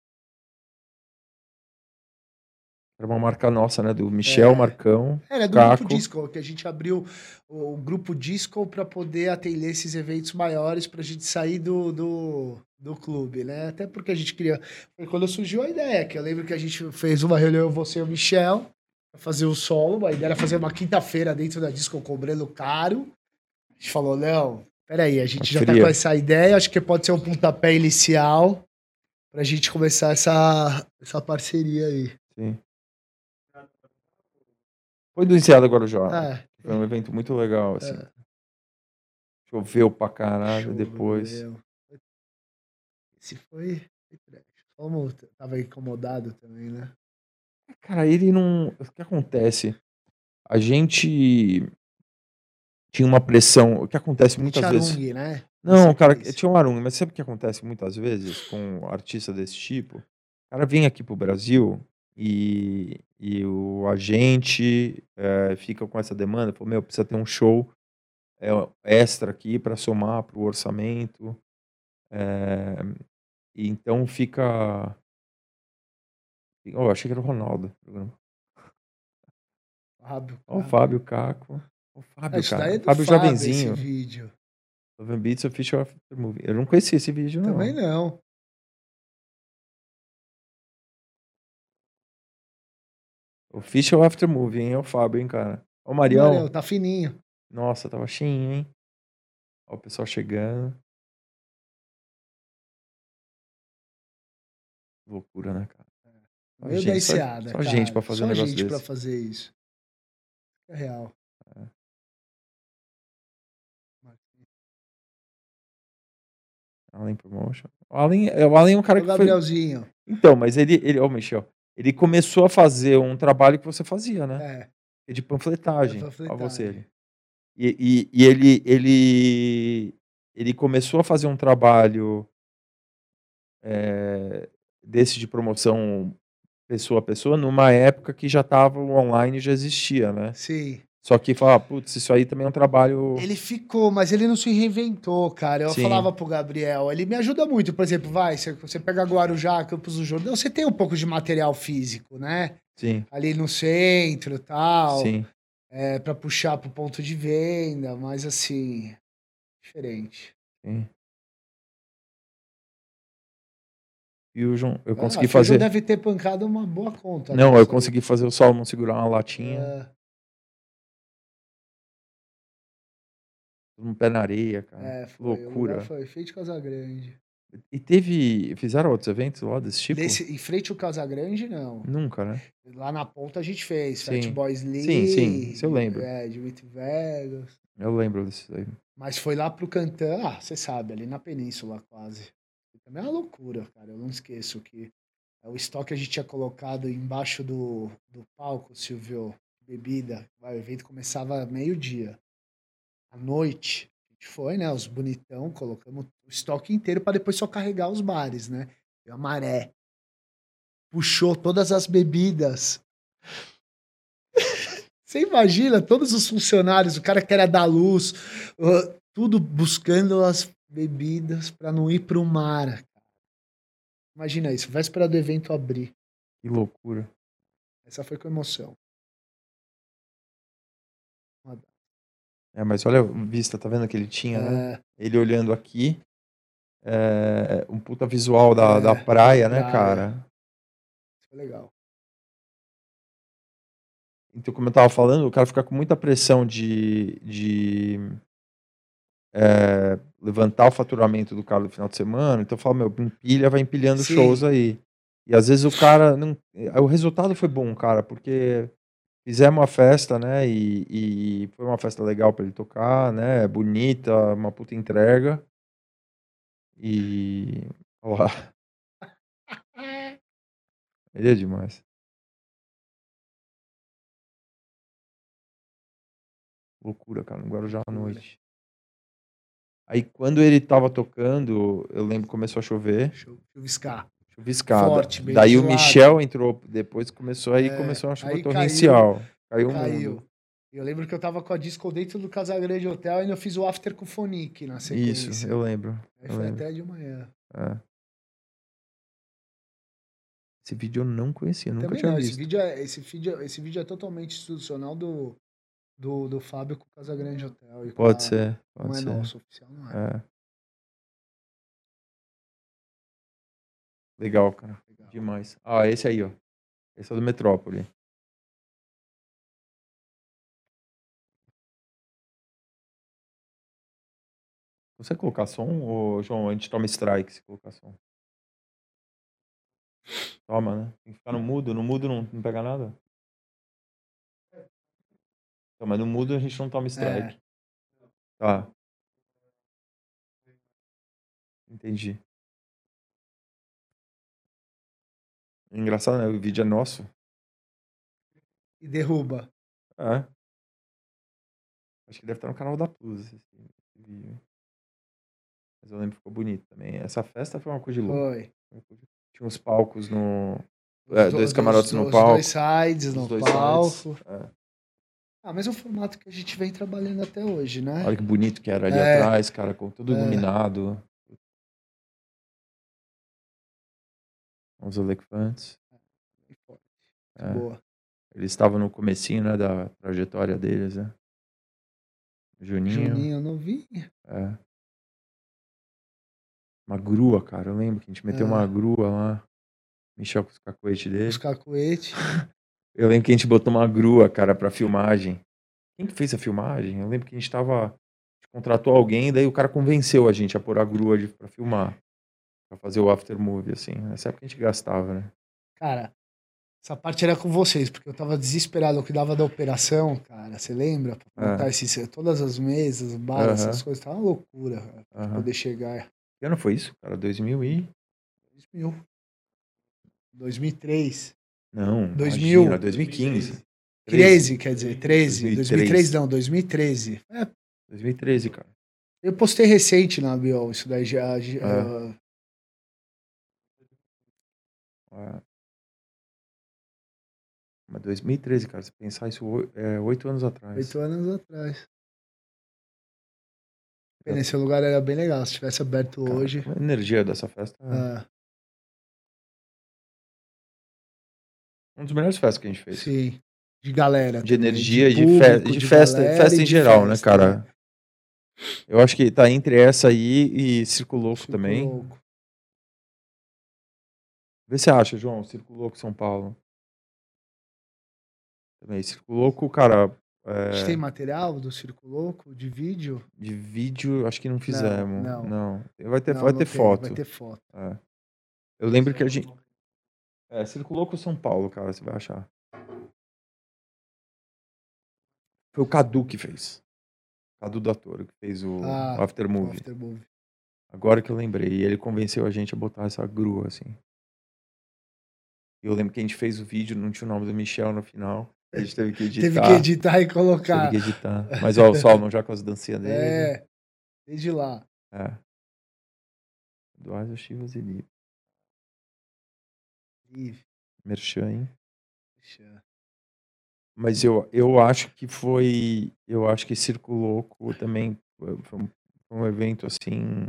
S1: Era uma marca nossa, né? Do Michel
S2: É.
S1: Marcão.
S2: Era do
S1: Caco.
S2: grupo Disco, que a gente abriu o, o grupo Disco para poder atender esses eventos maiores, para a gente sair do, do, do clube, né? Até porque a gente queria. Foi quando surgiu a ideia, que eu lembro que a gente fez uma reunião, eu, você e o Michel, para fazer o solo. A ideia era fazer uma quinta-feira dentro da Disco cobrando caro. A gente falou, não, peraí, a gente
S1: Tá
S2: já está
S1: frio.
S2: com essa ideia, acho que pode ser um pontapé inicial para a gente começar essa, essa parceria aí.
S1: Sim. Foi do Enseada Guarujá.
S2: Ah,
S1: Foi um evento muito legal, assim.
S2: É.
S1: Choveu pra caralho
S2: Choveu.
S1: depois.
S2: Esse foi. foi trash. Como t- tava incomodado também, né?
S1: Cara, ele não. O que acontece? A gente tinha uma pressão. O que acontece muitas vezes.
S2: Charung, né?
S1: Não,
S2: Sempre
S1: cara,
S2: isso.
S1: tinha um arung, mas sabe o que acontece muitas vezes com um artista desse tipo? O cara vem aqui pro Brasil e, e o agente eh, fica com essa demanda, falou, meu, precisa ter um show eh, extra aqui para somar pro orçamento. eh, e então fica. Oh, achei que era o Ronaldo. do programa.
S2: Fábio.
S1: Ó, o
S2: Caco.
S1: Fábio Caco. Ó, Ah, né. o Fábio,
S2: Ah, isso daí é
S1: cara.
S2: do
S1: Fábio
S2: Fábio,
S1: Jovenzinho.
S2: Esse vídeo.
S1: Love and Beats Official After Movie. Eu não conhecia esse vídeo, não.
S2: Também não.
S1: Official After Movie, hein? É o Fábio, hein, cara. Ó, o Marião.
S2: Marião, tá fininho.
S1: Nossa, tava cheinho, hein? Ó, o pessoal chegando. Loucura, né, cara? Só
S2: Meio da
S1: gente, só-
S2: enseada.
S1: só
S2: cara.
S1: gente pra fazer
S2: só
S1: um negócio
S2: gente pra
S1: desse.
S2: fazer isso. É real.
S1: Allen Promotion. O Allen, é, o Allen é um cara
S2: o
S1: que foi...
S2: Gabrielzinho.
S1: Então, mas ele... ele Ó, Michel. Ele começou a fazer um trabalho que você fazia, né?
S2: É.
S1: É de panfletagem.
S2: Da
S1: Ó você
S2: panfletagem.
S1: ali. E, e- e ele, ele, ele começou a fazer um trabalho eh, desse de promoção pessoa a pessoa numa época que já tava o online, já existia, né?
S2: Sim.
S1: Só que fala, "Ah, putz, isso aí também é um trabalho...
S2: Ele ficou, mas ele não se reinventou, cara. Eu
S1: Sim.
S2: falava pro Gabriel, ele me ajuda muito. Por exemplo, vai, você- você pega Guarujá, Campos do Jordão, você tem um pouco de material físico, né?
S1: Sim,
S2: ali no centro e tal,
S1: sim.
S2: é, para puxar pro ponto de venda, mas assim, diferente.
S1: sim. Fusion, eu
S2: Ah,
S1: consegui
S2: a Fusion
S1: fazer.
S2: deve ter pancado uma boa conta. né?
S1: Não, eu
S2: Isso aí.
S1: consegui fazer o Solomon segurar uma latinha,
S2: É,
S1: um pé na areia, cara.
S2: é, foi, o
S1: Loucura.
S2: lugar Foi feito Casagrande.
S1: E teve. Fizeram outros eventos lá desse tipo?
S2: Desse, em frente ao Casagrande, não.
S1: Nunca, né?
S2: Lá na ponta a gente fez.
S1: Sim.
S2: Fat Boys Lee.
S1: Sim, sim, isso eu lembro.
S2: É, Dimitri Vegas.
S1: Eu lembro disso aí.
S2: Mas foi lá pro Cantã, ah, você sabe, ali na península quase. Também é uma loucura, cara. Eu não esqueço que é o estoque a gente tinha colocado embaixo do, do palco, Silvio, bebida. O evento começava meio-dia. À noite, a gente foi, né? Os bonitão, colocamos o estoque inteiro para depois só carregar os bares, né? Deu a maré. Puxou todas as bebidas. Você imagina todos os funcionários, o cara que era da luz, Uh, tudo buscando as bebidas pra não ir pro mar. cara. Imagina isso, véspera do evento abrir.
S1: Que loucura.
S2: Essa foi com emoção.
S1: É, mas olha a vista, tá vendo que ele tinha, né?
S2: É,
S1: Ele olhando aqui. é, um puta visual da,
S2: É,
S1: da praia, né,
S2: praia.
S1: cara?
S2: foi legal.
S1: Então, como eu tava falando, o cara fica com muita pressão de, de é, levantar o faturamento do cara no final de semana. Então fala, meu, empilha, vai empilhando
S2: Sim.
S1: shows aí. E às vezes o cara não. eh, O resultado foi bom, cara, porque fizemos uma festa, né? E, e foi uma festa legal pra ele tocar, né? Bonita, uma puta entrega. E. Olha lá. Ele é demais. Loucura, cara, no Guarujá à
S2: Loucura.
S1: noite. Aí quando ele tava tocando, eu lembro que começou a chover,
S2: Deixa eu, deixa eu viscar.
S1: chuviscada.
S2: Forte, bem
S1: Daí o
S2: gelado.
S1: Michel entrou, depois começou aí,
S2: É,
S1: começou uma chuva
S2: aí caiu,
S1: torrencial. Caiu, um
S2: Caiu.
S1: mundo.
S2: Eu lembro que eu tava com a disco dentro do Casagrande Hotel e ainda fiz o after com o Fonic na sequência.
S1: Isso, eu lembro.
S2: Aí
S1: eu
S2: foi
S1: lembro.
S2: até de manhã.
S1: É. Esse vídeo eu não conhecia, nunca
S2: Também
S1: tinha
S2: não, esse
S1: visto.
S2: vídeo, é, esse, vídeo, é- esse vídeo é totalmente institucional do, do, do Fábio com o Casagrande Hotel. e com
S1: Pode
S2: a-
S1: ser,
S2: Não
S1: pode
S2: é
S1: ser.
S2: nosso, oficial não é.
S1: É. Legal, cara.
S2: Legal.
S1: Demais. Ah, esse aí, ó. Esse é do Metrópole. Você colocar som, ô, João? A gente toma strike se colocar som. Toma, né? Tem que ficar no
S2: Hum.
S1: mudo. No mudo não, não pega nada? Então, mas no mudo a gente não
S2: É.
S1: toma strike. Tá. Entendi. Engraçado, né? O vídeo é nosso.
S2: E derruba.
S1: É. Acho que deve estar no canal da Plus esse, esse vídeo. Mas eu lembro que ficou bonito também. Essa festa foi uma coisa de louco.
S2: Foi.
S1: Tinha uns palcos no. É,
S2: Os do-
S1: dois camarotes
S2: dos-
S1: no
S2: dos
S1: palco.
S2: Dois sides no
S1: nos dois
S2: palco.
S1: sides. É.
S2: Ah, mesmo formato que a gente vem trabalhando até hoje, né?
S1: Olha que bonito que era ali
S2: É.
S1: atrás, cara, com tudo
S2: É.
S1: iluminado. Os elefantes. É.
S2: Boa.
S1: Eles estavam no comecinho, né, da trajetória deles, né? Juninho.
S2: Juninho novinho.
S1: É. Uma grua, cara. Eu lembro que a gente meteu uma
S2: Ah.
S1: grua lá. Michel com os cacoetes dele.
S2: Os cacoete.
S1: Eu lembro que a gente botou uma grua, cara, pra filmagem. Quem que fez a filmagem? Eu lembro que a gente tava. A gente contratou alguém, daí o cara convenceu a gente a pôr a grua de, pra filmar. Pra fazer o after movie, assim. Nessa época a gente gastava, né?
S2: Cara, essa parte era com vocês, porque eu tava desesperado. Eu cuidava da operação, cara. Você lembra? Pra
S1: É.
S2: montar esses, todas as mesas, bar,
S1: Aham.
S2: essas coisas. Tava uma loucura, cara.
S1: Aham.
S2: Poder chegar.
S1: Que ano foi isso, cara? 2000 e.
S2: 2000. 2003.
S1: Não.
S2: 2000.
S1: Imagina, 2015.
S2: 13, quer dizer, 13.
S1: 2003.
S2: 2003 não, 2013. É,
S1: 2013, cara.
S2: Eu postei recente na Bio, isso daí já. já-
S1: É. Ah. Mas 2013, cara, se pensar isso oi- é, oito anos atrás.
S2: Oito anos atrás. Pena, Esse lugar era bem legal. Se tivesse aberto
S1: É. Cara,
S2: hoje.
S1: A energia dessa festa é
S2: ah,
S1: uma das um melhores festas que a gente fez.
S2: sim. De galera.
S1: De
S2: também,
S1: energia, de,
S2: público,
S1: fe- de festa,
S2: galera
S1: festa
S2: e
S1: em
S2: de
S1: geral,
S2: festa,
S1: né, cara? Eu acho que tá entre essa aí e Circo Louco
S2: Fico
S1: também.
S2: louco.
S1: Vê se acha, João. Circo Louco São Paulo. Também. Circo Louco, cara.
S2: A gente
S1: É,
S2: tem material do Circo Louco, de vídeo?
S1: de vídeo, acho que não fizemos.
S2: não.
S1: Não. Vai ter,
S2: Não,
S1: vai
S2: não
S1: ter
S2: tem,
S1: foto.
S2: Vai ter foto.
S1: É. Eu lembro que a gente. É, Circo Louco São Paulo, cara, você vai achar. Foi o Cadu que fez. Cadu da Toro, que fez o
S2: Ah,
S1: After Movie.
S2: After movie.
S1: Agora que eu lembrei, e ele convenceu a gente a botar essa grua, assim. E eu lembro que a gente fez o vídeo, não tinha o nome do Michel no final. A gente teve que editar.
S2: Teve que editar e
S1: teve
S2: colocar.
S1: que né? editar. Mas ó, o Solomon já com as dancinhas dele.
S2: É. Desde lá.
S1: É. Eduardo Chivas e Lib.
S2: Ih,
S1: Merchan, hein?
S2: Deixa.
S1: Mas eu, eu acho que foi. Eu acho que Circo Louco também foi foi um, foi um evento assim.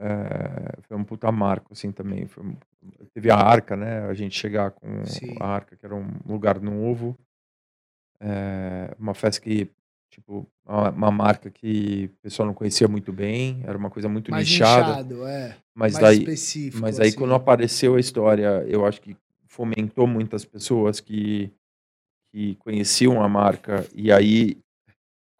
S1: eh, foi um puta marco, assim, também. Foi um- teve a arca, né? A gente chegar com
S2: Sim.
S1: a arca, que era um lugar novo. Eh, uma festa que, tipo, uma, uma marca que o pessoal não conhecia muito bem. Era uma coisa muito
S2: Mais
S1: nichada.
S2: inchado, é.
S1: Mas
S2: mais
S1: daí,
S2: específico.
S1: mas aí
S2: assim.
S1: quando apareceu a história, eu acho que fomentou muitas pessoas que, que conheciam a marca e aí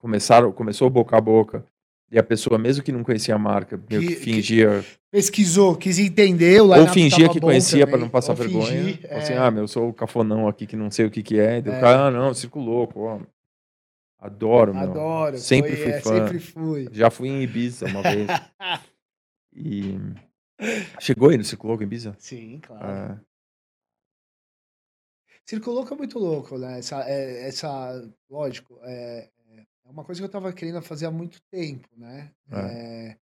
S1: começaram, começou boca a boca. E a pessoa, mesmo que não conhecia a marca, meio
S2: Que-
S1: que
S2: que-
S1: fingia,
S2: Pesquisou, quis entender o
S1: ou
S2: line-up
S1: fingia
S2: tava
S1: que
S2: bom
S1: conhecia
S2: também,
S1: para não passar
S2: ou
S1: vergonha.
S2: fingir,
S1: Falou assim,
S2: é.
S1: ah, meu, eu sou o cafonão aqui que não sei o que que é. E daí
S2: É.
S1: o cara, ah, não, circo louco, ó. Adoro, meu.
S2: Adoro.
S1: Sempre
S2: foi,
S1: fui
S2: é,
S1: fã.
S2: Sempre fui.
S1: Já fui em Ibiza uma vez. e chegou aí no circo louco em Ibiza?
S2: Sim, claro.
S1: Ah,
S2: Circo Louco é muito louco, né? Essa, é- essa lógico, é, é uma coisa que eu tava querendo fazer há muito tempo, né? É.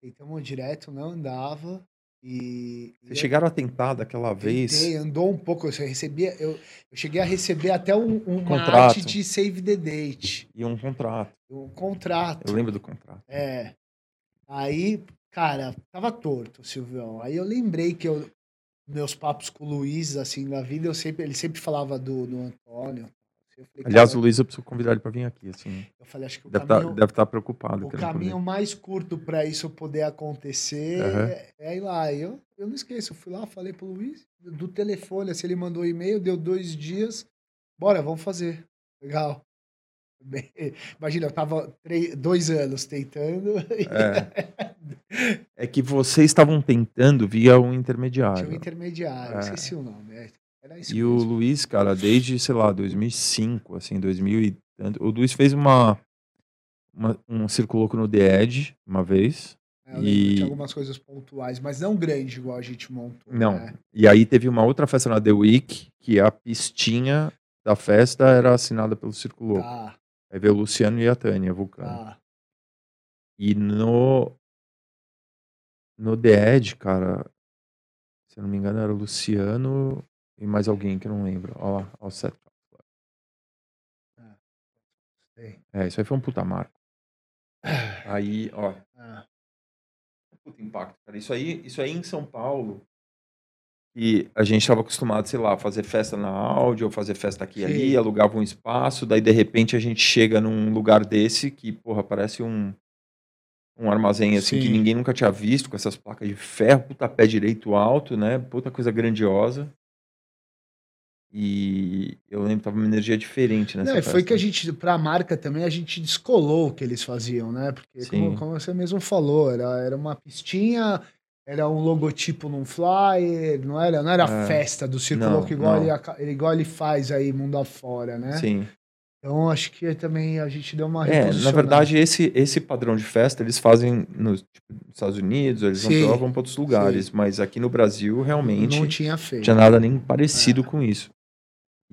S2: tentamos direto, não andava. E, e
S1: Vocês chegaram a tentar daquela
S2: tentei,
S1: vez?
S2: andou um pouco, eu recebia, eu, eu cheguei a receber até um, uma
S1: Contrato.
S2: arte de save the date,
S1: E um contrato.
S2: um contrato.
S1: Eu lembro do contrato.
S2: É. Aí, cara, tava torto, Silvião. Aí eu lembrei que eu meus papos com o Luiz assim da vida, eu sempre, ele sempre falava do, do Antônio. assim. Eu falei,
S1: Aliás, o
S2: cara,
S1: Luiz, eu preciso convidar ele para vir aqui. Assim.
S2: eu falei, acho que o
S1: Deve tá estar
S2: caminho,
S1: preocupado.
S2: o
S1: que ele não
S2: caminho mais curto pra isso poder acontecer
S1: Aham.
S2: é- é ir lá. Eu, eu não esqueço, eu fui lá, falei pro Luiz do telefone, assim, ele mandou um e-mail, deu dois dias. Bora, vamos fazer. Legal. Bem, Imagina, eu tava três, dois anos tentando e
S1: convida. É. É que vocês estavam tentando via um
S2: Tinha um
S1: intermediário.
S2: intermediário,
S1: É.
S2: esqueci o nome. é, Era isso
S1: E o
S2: mesmo.
S1: Luiz, cara, desde, sei lá, 2005, assim, 2000 e tanto. O Luiz fez uma, uma- um circo louco no The Edge uma vez.
S2: É, eu lembro,
S1: e-
S2: Tinha algumas coisas pontuais, mas não grande igual a gente montou.
S1: Não.
S2: né?
S1: E aí teve uma outra festa na The Week, que a pistinha da festa era assinada pelo Circo Louco.
S2: Tá,
S1: Aí veio o Luciano e a Tânia, Vulcano.
S2: tá.
S1: E no. No The Edge, cara. Se eu não me engano, era o Luciano e mais alguém que eu não lembro. Ó lá, ó o set.
S2: sei.
S1: É, isso aí foi um puta marco. Aí, ó.
S2: Ah,
S1: Puta impacto, cara. Isso aí, isso aí em São Paulo. E a gente estava acostumado, sei lá, a fazer festa na áudio, ou fazer festa aqui e
S2: Sim.
S1: ali, alugava um espaço, daí de repente a gente chega num lugar desse que, porra, parece um, um armazém assim que
S2: Sim.
S1: ninguém nunca tinha visto, com essas placas de ferro, puta pé direito alto, né? Puta coisa grandiosa. E eu lembro que tava uma energia diferente nessa
S2: Não, e foi
S1: festa.
S2: que a gente, pra marca também, a gente descolou o que eles faziam, né? Porque, como,
S1: Sim.
S2: como você mesmo falou, era, era uma pistinha, era um logotipo num flyer, não era, não era a
S1: É.
S2: festa do Círculo
S1: Não,
S2: Louco igual
S1: não.
S2: ele, aca- ele- igual ele faz aí, mundo afora, né?
S1: Sim.
S2: Então, acho que também a gente deu uma
S1: É, na
S2: reposicionada.
S1: verdade, esse, esse padrão de festa eles fazem nos, tipo, nos Estados Unidos, eles
S2: Sim,
S1: vão, pra lá, vão para outros lugares, mas aqui no Brasil realmente
S2: não
S1: não tinha,
S2: tinha É. feito.
S1: nada nem parecido com isso.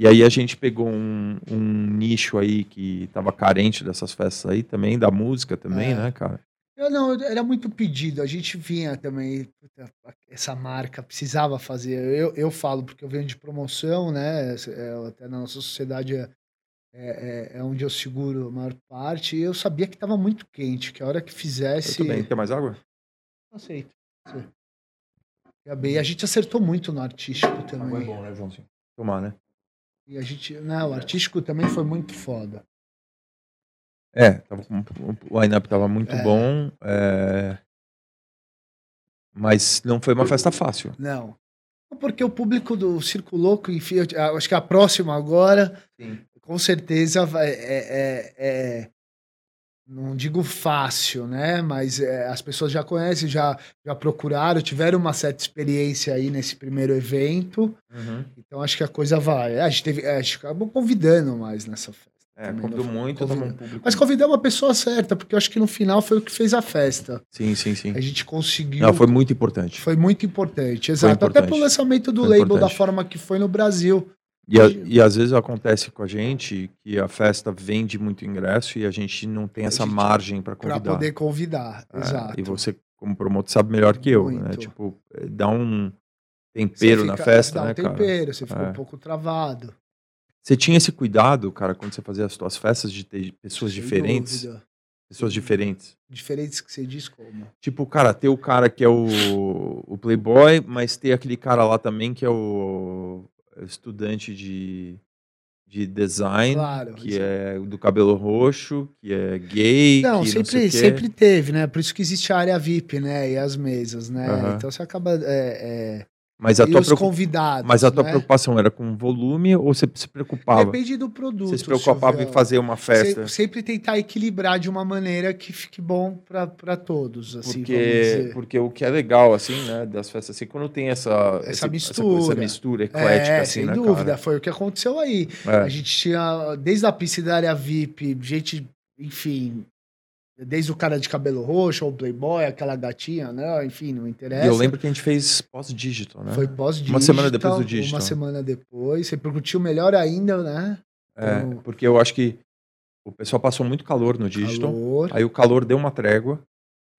S1: E aí a gente pegou um, um nicho aí que tava carente dessas festas aí também, da música também,
S2: É.
S1: né, cara?
S2: Eu não, era muito pedido. A gente vinha também, puta, essa marca precisava fazer. Eu, eu falo, porque eu venho de promoção, né? É, até na nossa sociedade é, é, é onde eu seguro a maior parte. E eu sabia que estava muito quente, que a hora que fizesse.
S1: Tudo bem, quer mais água?
S2: Aceito. aceito. E a B- e a gente acertou muito no artístico também.
S1: né, Joãozinho? Tomar, né?
S2: E a gente. Não, o artístico também foi muito foda.
S1: É, tava com- o line-up tava muito
S2: É.
S1: bom. é, Mas não foi uma festa fácil.
S2: Não. Porque o público do Circo Louco, enfim, eu eu acho que a próxima agora,
S1: Sim.
S2: com certeza, vai, é, é- é- não digo fácil, né? Mas é, as pessoas já conhecem, já, já procuraram, tiveram uma certa experiência aí nesse primeiro evento. Então acho que a coisa vai. A gente, teve, a gente acabou convidando mais nessa festa.
S1: É,
S2: Também
S1: convidou
S2: não-
S1: muito,
S2: convida.
S1: tomou um público.
S2: Mas convidar uma pessoa certa, porque eu acho que no final foi o que fez a festa.
S1: Sim, sim, sim.
S2: A gente conseguiu.
S1: Não, foi muito importante.
S2: Foi muito importante, exato. Até
S1: importante.
S2: pro lançamento do
S1: Foi
S2: label
S1: importante.
S2: da forma que foi no Brasil.
S1: E, a- e às vezes acontece com a gente que a festa vende muito ingresso e a gente não tem essa
S2: A gente-
S1: margem para
S2: para
S1: convidar.
S2: poder convidar.
S1: É,
S2: exato.
S1: E você, como promotor, sabe melhor que eu, né?
S2: Muito.
S1: Tipo, eh, dá um
S2: Você
S1: tempero na
S2: fica-
S1: festa,
S2: dá um
S1: né, cara?
S2: tempero, você fica
S1: É.
S2: um pouco travado.
S1: Você tinha esse cuidado, cara, quando você fazia as suas festas de ter pessoas
S2: sem
S1: diferentes?
S2: dúvida.
S1: Pessoas diferentes.
S2: Diferentes que você diz como.
S1: Tipo, cara, ter o cara que é o, o playboy, mas ter aquele cara lá também que é o estudante de, de design,
S2: Claro.
S1: que
S2: isso-
S1: é do cabelo roxo, que é gay,
S2: Não,
S1: que
S2: sempre,
S1: não sei o quê.
S2: sempre teve, né? Por isso que existe a área VIP, né? E as mesas, né?
S1: Aham.
S2: Então você acaba. é, é,
S1: Mas a
S2: E
S1: tua,
S2: os
S1: preocup-
S2: convidados.
S1: mas a tua
S2: né?
S1: preocupação era com volume ou você se preocupava?
S2: Depende do produto.
S1: Você se preocupava em
S2: Silvio.
S1: fazer uma festa?
S2: Se- sempre assim, tentar equilibrar de uma maneira que fique bom para todos, assim, vamos
S1: Porque,
S2: dizer.
S1: porque o que é legal, assim, né, das festas, assim, quando tem essa...
S2: Essa
S1: esse-
S2: mistura.
S1: Essa, mistura eclética,
S2: é,
S1: assim,
S2: sem
S1: né,
S2: dúvida, foi o que aconteceu aí.
S1: cara?
S2: A
S1: É.
S2: gente tinha, desde a pista da área VIP, gente, enfim, desde o cara de cabelo roxo, ou o playboy, aquela gatinha, né, enfim, não interessa.
S1: E eu lembro que a gente fez pós-digital, né?
S2: Foi pós-digital.
S1: Uma semana depois do digital.
S2: Uma semana depois, você percutiu melhor ainda, né?
S1: É,
S2: Então-
S1: porque eu acho que o pessoal passou muito calor no digital.
S2: Calor.
S1: Aí o calor deu uma trégua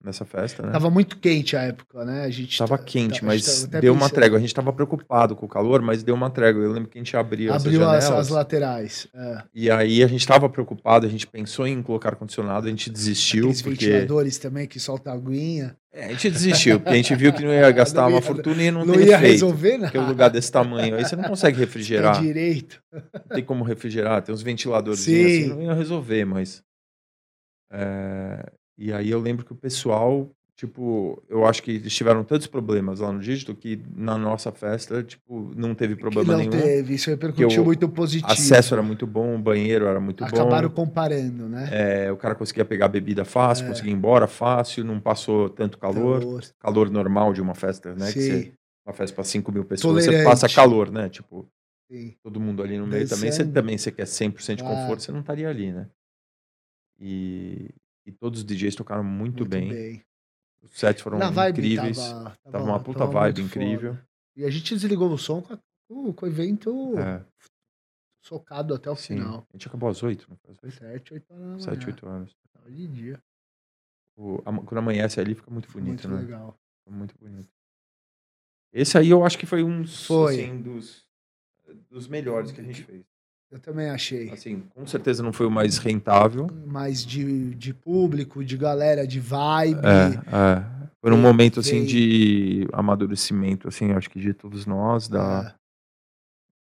S1: nessa festa, né? Tava,
S2: Tava muito quente a época, né? A gente tá-
S1: quente,
S2: tá- a gente
S1: mas
S2: tava até
S1: deu uma
S2: pensando-
S1: trégua. A gente tava preocupado com o calor, mas deu uma trégua. Eu lembro que a gente abriu,
S2: Abriu
S1: essas
S2: as,
S1: janelas.
S2: as laterais. É.
S1: E aí a gente tava preocupado, a gente pensou em colocar ar-condicionado, a gente desistiu.
S2: Aqueles
S1: porque...
S2: ventiladores também que soltam aguinha.
S1: É, a gente desistiu, porque a gente viu que não ia gastar
S2: Não ia-
S1: uma fortuna e não,
S2: Não,
S1: tem
S2: ia
S1: efeito.
S2: resolver nada.
S1: Porque é um lugar desse tamanho. Aí você não consegue
S2: Tem
S1: refrigerar.
S2: direito.
S1: Não tem como refrigerar, tem uns ventiladores
S2: Sim.
S1: assim, não ia resolver, mas. É, E aí eu lembro que o pessoal, tipo, eu acho que eles tiveram tantos problemas lá no dígito que na nossa festa, tipo, não teve problema
S2: que não
S1: nenhum.
S2: teve. Isso
S1: Que
S2: repercutiu
S1: o
S2: muito positivo.
S1: Acesso era muito bom, o banheiro era muito
S2: Acabaram
S1: bom.
S2: comparando, né?
S1: é, o cara conseguia pegar bebida fácil,
S2: É.
S1: conseguia ir embora fácil, não passou tanto calor. Calor normal de uma festa, né? Que você-
S2: Então, Sim,
S1: uma festa para 5 mil pessoas, você
S2: Tolerante.
S1: passa calor, né? Tipo,
S2: sim.
S1: todo mundo ali no meio
S2: Dançando.
S1: também. Você também você quer 100% de
S2: Claro.
S1: conforto, você não estaria ali, né? E, e todos os DJs tocaram muito,
S2: Muito
S1: bem.
S2: bem.
S1: Os sets foram
S2: Na vibe
S1: incríveis. Tava,
S2: Tava, tava,
S1: uma puta
S2: tava
S1: vibe
S2: muito
S1: incrível.
S2: foda. E a gente desligou o som com, a- com- com o evento
S1: É,
S2: socado até o
S1: sim.
S2: final. é.
S1: A gente acabou às 8, não foi às 8?
S2: Sete, oito horas da manhã.
S1: 7, 8 horas.
S2: Tava de dia.
S1: O- ama- quando amanhece ali fica muito bonito,
S2: muito
S1: né?
S2: legal.
S1: Fica muito bonito. Esse aí eu acho que foi um
S2: Foi.
S1: assim, dos, dos melhores que a gente fez.
S2: Eu também achei.
S1: Assim, com certeza não foi o mais rentável.
S2: mais de, de público, de galera, de vibe.
S1: É, é. Foi um
S2: Veio-
S1: momento assim
S2: veio-
S1: de amadurecimento, assim, acho que de todos nós, da,
S2: Ah,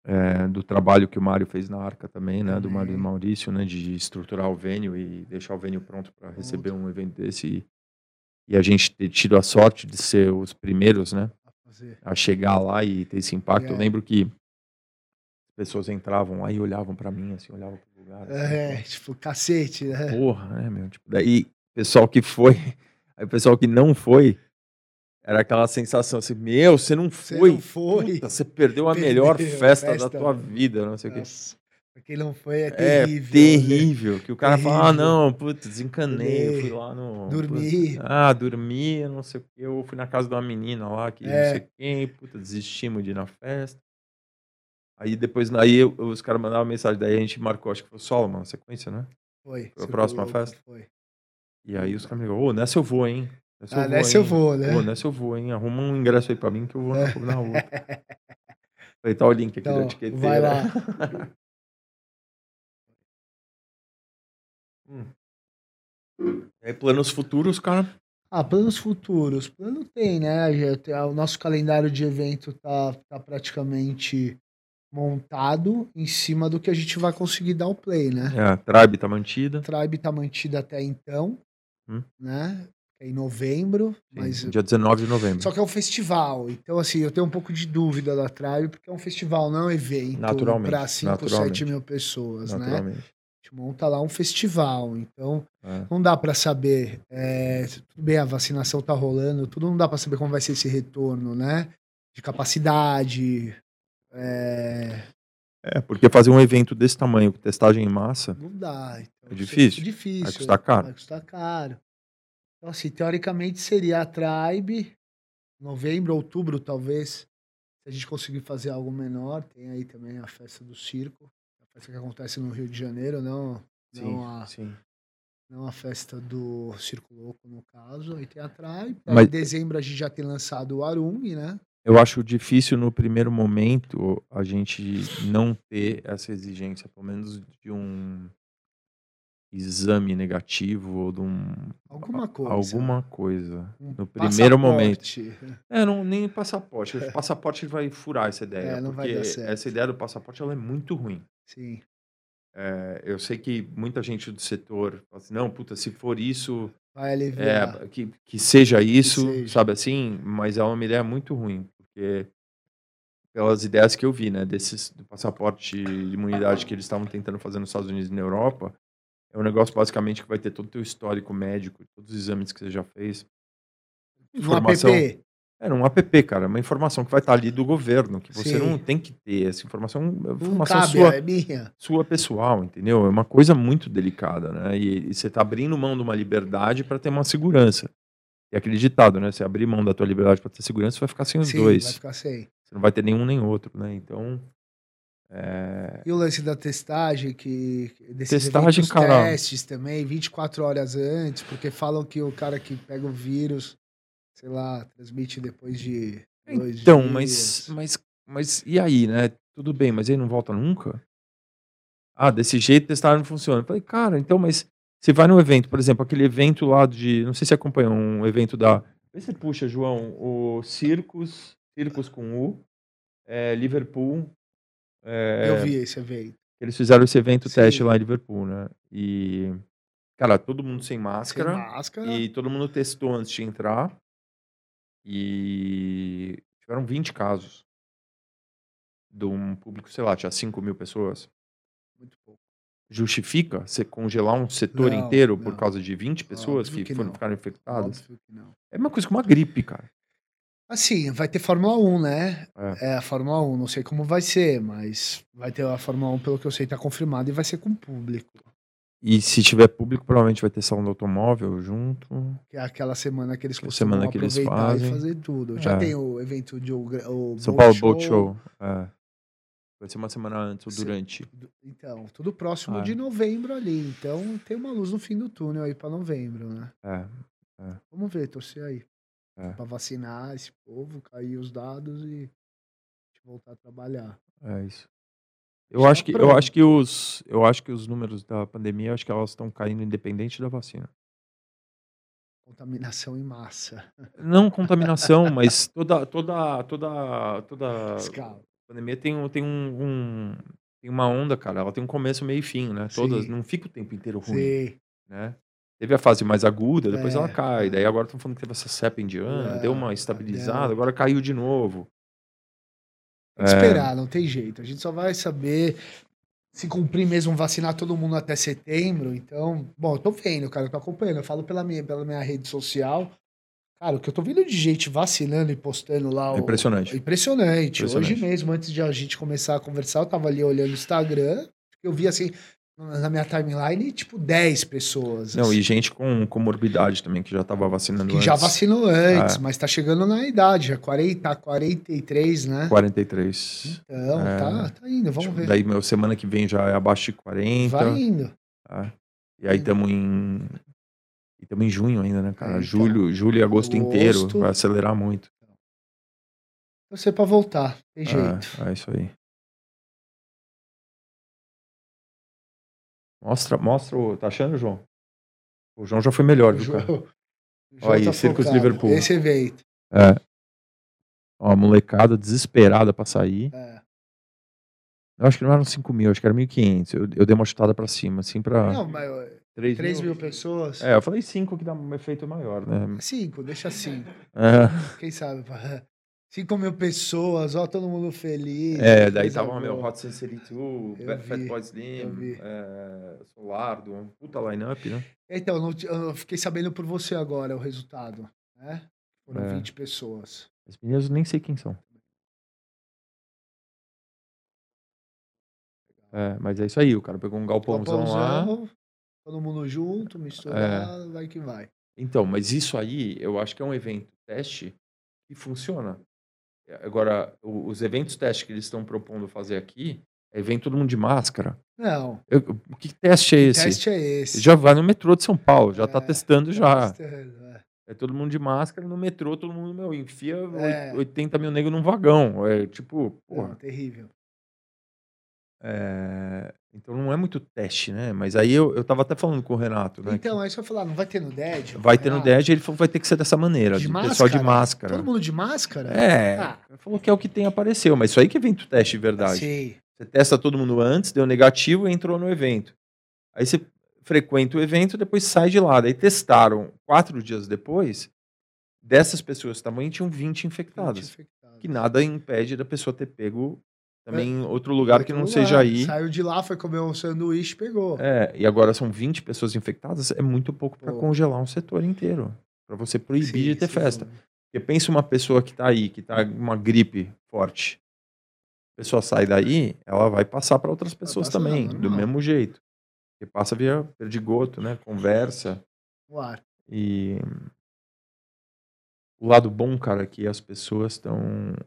S1: é, do trabalho que o Mário fez na Arca também, né? Do
S2: Também.
S1: Mário e do Maurício, né? De estruturar o venue e deixar o venue pronto para receber um evento desse. E, e a gente ter tido a sorte de ser os primeiros, né?
S2: fazer.
S1: A chegar lá e ter esse impacto. Eu
S2: É.
S1: lembro que as pessoas entravam lá e olhavam para mim, assim, olhavam pro lugar. assim,
S2: É, tipo, cacete, né?
S1: Porra, né, meu? Tipo, daí, pessoal que foi, aí o pessoal que não foi, era aquela sensação assim, meu, você não
S2: Você
S1: foi.
S2: não foi.
S1: puta, você perdeu a
S2: Perdeu
S1: melhor
S2: a
S1: festa, da
S2: festa.
S1: tua vida, não sei o quê.
S2: Nossa, pra quem não foi é
S1: É
S2: terrível. né?
S1: terrível, que o cara fala, ah,
S2: Terrível.
S1: não, putz, desencanei, eu fui
S2: Olhei,
S1: lá no...
S2: dormi.
S1: putz, ah, dormi, eu não sei o quê, eu fui na casa de uma menina lá, que não
S2: É.
S1: sei quem, puta, desistimos de ir na festa. Aí depois, aí eu- os caras mandavam mensagem, daí a gente marcou, acho que foi o Solomon, na sequência, né?
S2: Foi.
S1: Foi a
S2: Circo
S1: próxima
S2: Louco,
S1: festa?
S2: Foi.
S1: E aí os caras me ligam, ô, nessa eu vou, hein? Nessa
S2: Hum. Ah, nessa eu
S1: hein?
S2: vou, né?
S1: Ô, nessa eu vou, hein? Arruma um ingresso aí pra mim que eu vou na, na outra. Falei, tá o link aqui da
S2: Então,
S1: etiqueteira.
S2: vai lá.
S1: Hum. E aí, planos futuros, cara.
S2: Ah, planos futuros. Plano tem, né? Já tem- O nosso calendário de evento tá, tá praticamente montado em cima do que a gente vai conseguir dar o play, né?
S1: É, a Tribe tá mantida.
S2: Tribe tá mantida até então,
S1: Hum.
S2: né? que é em novembro, mas
S1: Dia 19 de novembro.
S2: só que é um festival. Então, assim, eu tenho um pouco de dúvida da Tribe, porque é um festival, não é um evento
S1: Naturalmente,
S2: para 5, 7
S1: naturalmente.
S2: mil pessoas, né?
S1: naturalmente.
S2: A gente monta lá um festival. Então,
S1: É.
S2: não dá para saber. é, tudo bem, a vacinação tá rolando, tudo não dá para saber como vai ser esse retorno, né? De capacidade. é,
S1: É, porque fazer um evento desse tamanho, com testagem em massa,
S2: não dá. Então,
S1: É difícil?
S2: É difícil.
S1: Vai custar caro?
S2: Vai custar caro. Então, assim, teoricamente seria a Tribe, novembro, outubro, talvez, se a gente conseguir fazer algo menor. Tem aí também a festa do circo, a festa que acontece no Rio de Janeiro, não, não, a,
S1: sim.
S2: não a É festa do Circo Louco, no caso. Aí tem a Tribe. Aí,
S1: Mas-
S2: Em dezembro a gente já tem lançado o Arumi, né?
S1: Eu acho difícil no primeiro momento a gente não ter essa exigência, pelo menos de um exame negativo ou de um,
S2: Alguma coisa.
S1: alguma coisa.
S2: é Um
S1: no primeiro
S2: passaporte.
S1: É, não, nem passaporte. O passaporte vai furar essa ideia.
S2: É, não vai
S1: porque
S2: dar certo.
S1: essa ideia do passaporte ela é muito ruim.
S2: Sim.
S1: É, eu sei que muita gente do setor fala assim, não, puta, se for isso,
S2: Vai aliviar.
S1: É, que, que seja isso,
S2: seja.
S1: sabe assim? Mas é uma ideia muito ruim, porque pelas ideias que eu vi, né, desses do passaporte de imunidade que eles estavam tentando fazer nos Estados Unidos e na Europa, é um negócio basicamente que vai ter todo o teu histórico médico, todos os exames que você já fez.
S2: Um app.
S1: Era um app, cara, uma informação que vai estar ali do governo, que você
S2: Sim.
S1: não tem que ter. Essa informação é
S2: Não
S1: informação
S2: cabe,
S1: sua
S2: é minha.
S1: sua pessoal, entendeu? É uma coisa muito delicada, né? E, e você tá abrindo mão de uma liberdade para ter uma segurança. E aquele ditado, né? Você abrir mão da tua liberdade para ter segurança, você vai ficar sem os
S2: Sim,
S1: dois.
S2: vai ficar sem.
S1: Você não vai ter nenhum nem outro, né? Então, é...
S2: E o lance da testagem, que desses
S1: Testagem,
S2: eventos,
S1: cara.
S2: testes também, 24 horas antes, porque falam que o cara que pega o vírus, sei lá, transmite depois de dois
S1: então,
S2: dias.
S1: mas, mas, mas e aí, né? Tudo bem, mas ele não volta nunca? Ah, desse jeito testar não funciona. Eu falei, cara, então, mas você vai num evento, por exemplo, aquele evento lá de, não sei se acompanhou, um evento da, vê se puxa, João, o Circus, Circus com U, é, Liverpool, é,
S2: Eu vi esse evento.
S1: eles fizeram esse evento
S2: Sim.
S1: teste lá em Liverpool, né? E, cara, todo mundo sem
S2: Sem
S1: máscara.
S2: máscara.
S1: E todo mundo testou antes de entrar. E tiveram 20 casos. De um público, sei lá, tinha 5 mil pessoas.
S2: Muito pouco.
S1: Justifica você congelar um setor
S2: Não,
S1: inteiro por
S2: não.
S1: causa de 20 pessoas
S2: Óbvio
S1: que,
S2: que
S1: foram,
S2: não.
S1: ficaram infectadas?
S2: Óbvio que não.
S1: É uma coisa que uma gripe, cara.
S2: Assim, vai ter Fórmula 1, né?
S1: É.
S2: É. a Fórmula 1, não sei como vai ser, mas vai ter a Fórmula 1, pelo que eu sei, tá confirmada e vai ser com público.
S1: E se tiver público, provavelmente vai ter salão do automóvel junto.
S2: Que é aquela semana que eles
S1: Aquela
S2: costumam
S1: semana que eles
S2: aproveitar
S1: fazem.
S2: e fazer tudo. Já
S1: É.
S2: tem o evento de o, gra- o
S1: São
S2: Boat
S1: Paulo Boat Show. é. Vai ser uma semana antes ou
S2: Sim.
S1: durante.
S2: Do- Então, tudo próximo
S1: Ah.
S2: de novembro ali. Então tem uma luz no fim do túnel aí pra novembro, né?
S1: É.
S2: Vamos ver, torcer aí.
S1: É.
S2: Pra vacinar esse povo, cair os dados e a gente voltar a trabalhar.
S1: É isso. Eu
S2: Está
S1: acho que eu acho que os eu acho que os números da pandemia eu acho que elas estão caindo independente da vacina.
S2: Contaminação em massa.
S1: Não contaminação, mas toda toda toda toda
S2: Escala.
S1: pandemia tem um tem um, um- tem uma onda, cara. Ela tem um começo, meio e fim, né? Todas
S2: Sim.
S1: não fica o tempo inteiro ruim,
S2: Sim.
S1: né? Teve a fase mais aguda, depois ela
S2: É,
S1: cai.
S2: é.
S1: Daí agora estão falando que teve essa cepa indiana, deu
S2: É,
S1: uma
S2: é,
S1: estabilizada,
S2: não.
S1: agora caiu de novo. É.
S2: Tem que esperar, não tem jeito. A gente só vai saber se cumprir mesmo vacinar todo mundo até setembro. Então, bom, eu tô vendo, cara, eu tô acompanhando. Eu falo pela minha, pela minha rede social. Cara, o que eu tô vendo de gente vacinando e postando lá.
S1: É
S2: o-
S1: impressionante.
S2: Impressionante.
S1: Impressionante.
S2: Hoje mesmo, antes de a gente começar a conversar, eu tava ali olhando o Instagram. Eu vi assim, na minha timeline, tipo, 10 pessoas.
S1: Não,
S2: assim,
S1: e gente com comorbidade também que já tava vacinando
S2: que
S1: antes.
S2: já vacinou antes,
S1: É.
S2: mas tá chegando na idade, já 40, 43, né?
S1: 43.
S2: Então,
S1: É.
S2: tá, tá indo, vamos
S1: Tipo,
S2: ver.
S1: Daí, meu, semana que vem já é abaixo de 40.
S2: Vai Hum. indo.
S1: E aí estamos em. E estamos em junho ainda, né, cara?
S2: É, então.
S1: julho, julho e agosto, inteiro.
S2: Agosto.
S1: Vai acelerar muito.
S2: Torcer pra voltar, tem jeito.
S1: É, é isso aí. Mostra, mostra o. Tá achando, João? O João já foi melhor,
S2: O
S1: viu,
S2: João-
S1: cara?
S2: o João
S1: aí, Circus
S2: focado.
S1: Liverpool.
S2: Esse evento.
S1: Ó, a molecada desesperada pra sair.
S2: é.
S1: Eu acho que não eram 5 mil, acho que era 1.500. Eu, eu dei uma chutada pra cima, assim, pra.
S2: Não, mas
S1: 3,
S2: 3 mil pessoas? Uhum.
S1: É, eu falei 5 que dá um efeito maior, né?
S2: Cinco, deixa cinco.
S1: É,
S2: Quem sabe? pá. Cinco mil pessoas, ó, todo mundo feliz.
S1: É,
S2: que
S1: daí
S2: coisa
S1: tava meu
S2: boa.
S1: Hot 162,
S2: Eu
S1: Fat Fat
S2: vi,
S1: Boy
S2: eu
S1: Slim,
S2: vi.
S1: é, Solardo, um puta line-up, né?
S2: Então, não ti- eu fiquei sabendo por você agora o resultado, né? Foram
S1: É.
S2: 20 pessoas.
S1: Os meninos nem sei quem são. É, mas é isso aí, o cara pegou um galpãozão lá.
S2: Galpãozão, Tá todo mundo junto,
S1: É.
S2: misturado, vai que vai.
S1: Então, mas isso aí eu acho que é um evento teste que funciona. É, Agora, o- os eventos teste que eles estão propondo fazer aqui, é evento todo mundo de máscara.
S2: Não,
S1: Eu, eu- que teste é
S2: o
S1: esse?
S2: teste é esse.
S1: Já vai no metrô de São Paulo, já tá
S2: É,
S1: testando já.
S2: Testando, é.
S1: É todo mundo de máscara no metrô, todo mundo, meu, enfia
S2: É.
S1: oit- 80 mil negros num vagão. É tipo, porra.
S2: Não, terrível.
S1: É, Então não é muito teste, né? Mas aí eu, eu tava até falando com o Renato, né?
S2: Então, é isso que eu falar, não vai ter no DED?
S1: Vai ter no
S2: Ah,
S1: DED, ele falou vai ter que ser dessa maneira,
S2: De
S1: de pessoal de máscara.
S2: Todo mundo de máscara?
S1: É,
S2: Ah,
S1: ele falou que é o que tem apareceu, mas isso aí que é evento teste de verdade.
S2: Sim.
S1: Você testa todo mundo antes, deu negativo e entrou no evento. Aí você frequenta o evento, depois sai de lá. Daí testaram quatro dias depois, dessas pessoas que estavam aí, tinham 20 infectadas. Que nada impede da pessoa ter pego também
S2: É.
S1: em outro lugar que não seja aí.
S2: Saiu de lá, foi comer um sanduíche, pegou.
S1: É, e agora são 20 pessoas infectadas, é muito pouco para
S2: Pouco.
S1: congelar um setor inteiro. Para você proibir
S2: Sim,
S1: de ter
S2: sim,
S1: festa.
S2: sim.
S1: Porque pensa uma pessoa que tá aí, que tá com uma gripe forte. A pessoa sai daí, ela vai passar para outras pessoas
S2: passar,
S1: também, do
S2: normal.
S1: mesmo jeito. Porque passa via perdigoto, né? Conversa.
S2: O ar.
S1: E o lado bom, cara, é que as pessoas estão.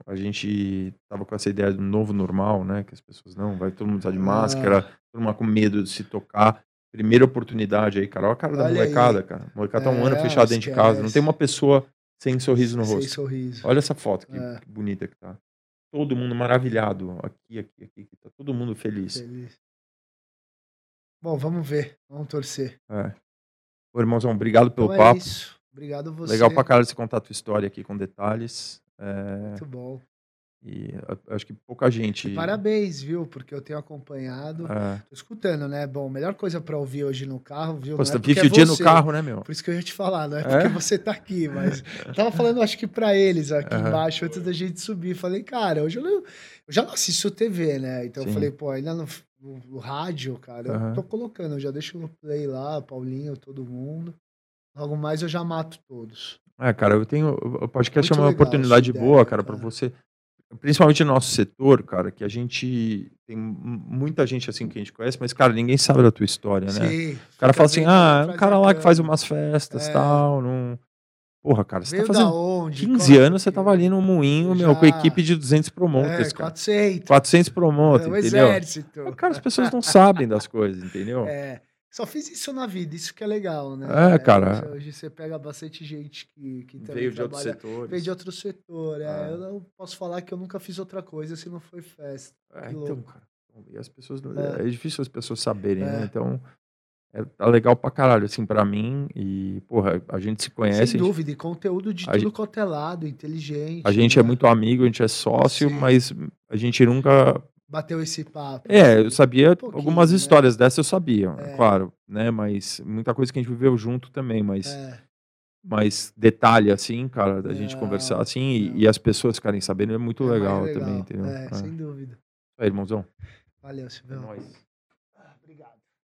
S1: A gente tava com essa ideia do novo normal, né? Que as pessoas não, vai todo mundo usar de
S2: Ah.
S1: máscara, todo mundo tá com medo de se tocar. Primeira oportunidade aí, cara. Olha a cara da
S2: Olha aí.
S1: molecada, cara. A molecada tá um ano
S2: É,
S1: fechada dentro de casa. Não
S2: esquece.
S1: tem uma pessoa sem sorriso no
S2: Sem
S1: rosto.
S2: sorriso.
S1: Olha essa foto que,
S2: É.
S1: que bonita que tá. Todo mundo maravilhado. Aqui, aqui, aqui. aqui. Tá todo mundo feliz.
S2: Feliz. Bom, vamos ver. Vamos torcer.
S1: É. Ô, irmãozão, obrigado pelo
S2: Então é
S1: papo.
S2: isso. Obrigado a você.
S1: Legal pra caralho você contar a tua história aqui com detalhes. É,
S2: Muito bom.
S1: e a- acho que pouca gente.
S2: E parabéns, viu? Porque eu tenho acompanhado.
S1: É.
S2: Tô escutando, é né? Bom, melhor coisa pra ouvir hoje no carro, viu?
S1: Pô, você
S2: não é
S1: vive
S2: porque
S1: o dia no
S2: você.
S1: carro, né, meu?
S2: Por isso que eu ia te falar, não é,
S1: É?
S2: porque você tá aqui, mas eu tava falando, acho que pra eles aqui
S1: Aham.
S2: embaixo, antes da gente subir. Falei, cara, hoje eu, não- eu já não assisto TV, né? Então
S1: Sim.
S2: eu falei, pô, ainda no, no- no rádio, cara,
S1: Aham.
S2: eu tô colocando, eu já deixo no play lá, Paulinho, todo mundo. Logo mais eu já mato todos.
S1: É, cara, eu tenho. O podcast
S2: Muito
S1: é uma
S2: legal
S1: oportunidade
S2: essa
S1: boa,
S2: ideia, tá?
S1: cara, pra
S2: cara.
S1: você. Principalmente no nosso setor, cara, que a gente. Tem m- muita gente assim que a gente conhece, mas, cara, ninguém sabe da tua história, né? O cara fala assim, ah, é um cara lá que faz umas festas e
S2: É.
S1: tal. Não... Porra, cara, você
S2: Veio
S1: tá
S2: da
S1: fazendo
S2: onde?
S1: 15
S2: Qual-
S1: anos, você tava ali no moinho, meu, com a
S2: Já.
S1: equipe de 200 promoters,
S2: É,
S1: cara.
S2: 400.
S1: 400
S2: é,
S1: promoters,
S2: o
S1: entendeu?
S2: exército.
S1: Cara, as pessoas não sabem das coisas, entendeu?
S2: É, só fiz isso na vida, isso que é legal, né?
S1: É, cara.
S2: você- Hoje você pega bastante gente que, que também
S1: Veio de outros
S2: trabalha,
S1: setores.
S2: veio de outro setor. é,
S1: É.
S2: Eu não posso falar que eu nunca fiz outra coisa se não foi festa.
S1: É,
S2: Que
S1: então,
S2: louco.
S1: cara. E as pessoas. não- É.
S2: É.
S1: difícil as pessoas saberem,
S2: É.
S1: né? Então. É, tá legal pra caralho, assim, pra mim. E, porra, a gente se conhece,
S2: Sem
S1: a gente
S2: dúvida, e conteúdo de
S1: a
S2: tudo quanto é lado, inteligente.
S1: A gente é
S2: né?
S1: muito amigo, a gente é sócio,
S2: Sim.
S1: mas a gente nunca.
S2: Bateu esse papo.
S1: É, eu sabia
S2: pouquinho,
S1: algumas
S2: né?
S1: histórias dessas eu sabia,
S2: É.
S1: claro, né? Mas muita coisa que a gente viveu junto também, mas,
S2: É,
S1: mas detalhe, assim, cara, da gente
S2: Não,
S1: conversar assim e,
S2: não.
S1: e as pessoas ficarem sabendo é muito
S2: é mais
S1: legal, também, entendeu?
S2: É,
S1: É.
S2: sem dúvida.
S1: Aí, irmãozão.
S2: Valeu,
S1: É
S2: Silvio.
S1: nóis.
S2: Obrigado.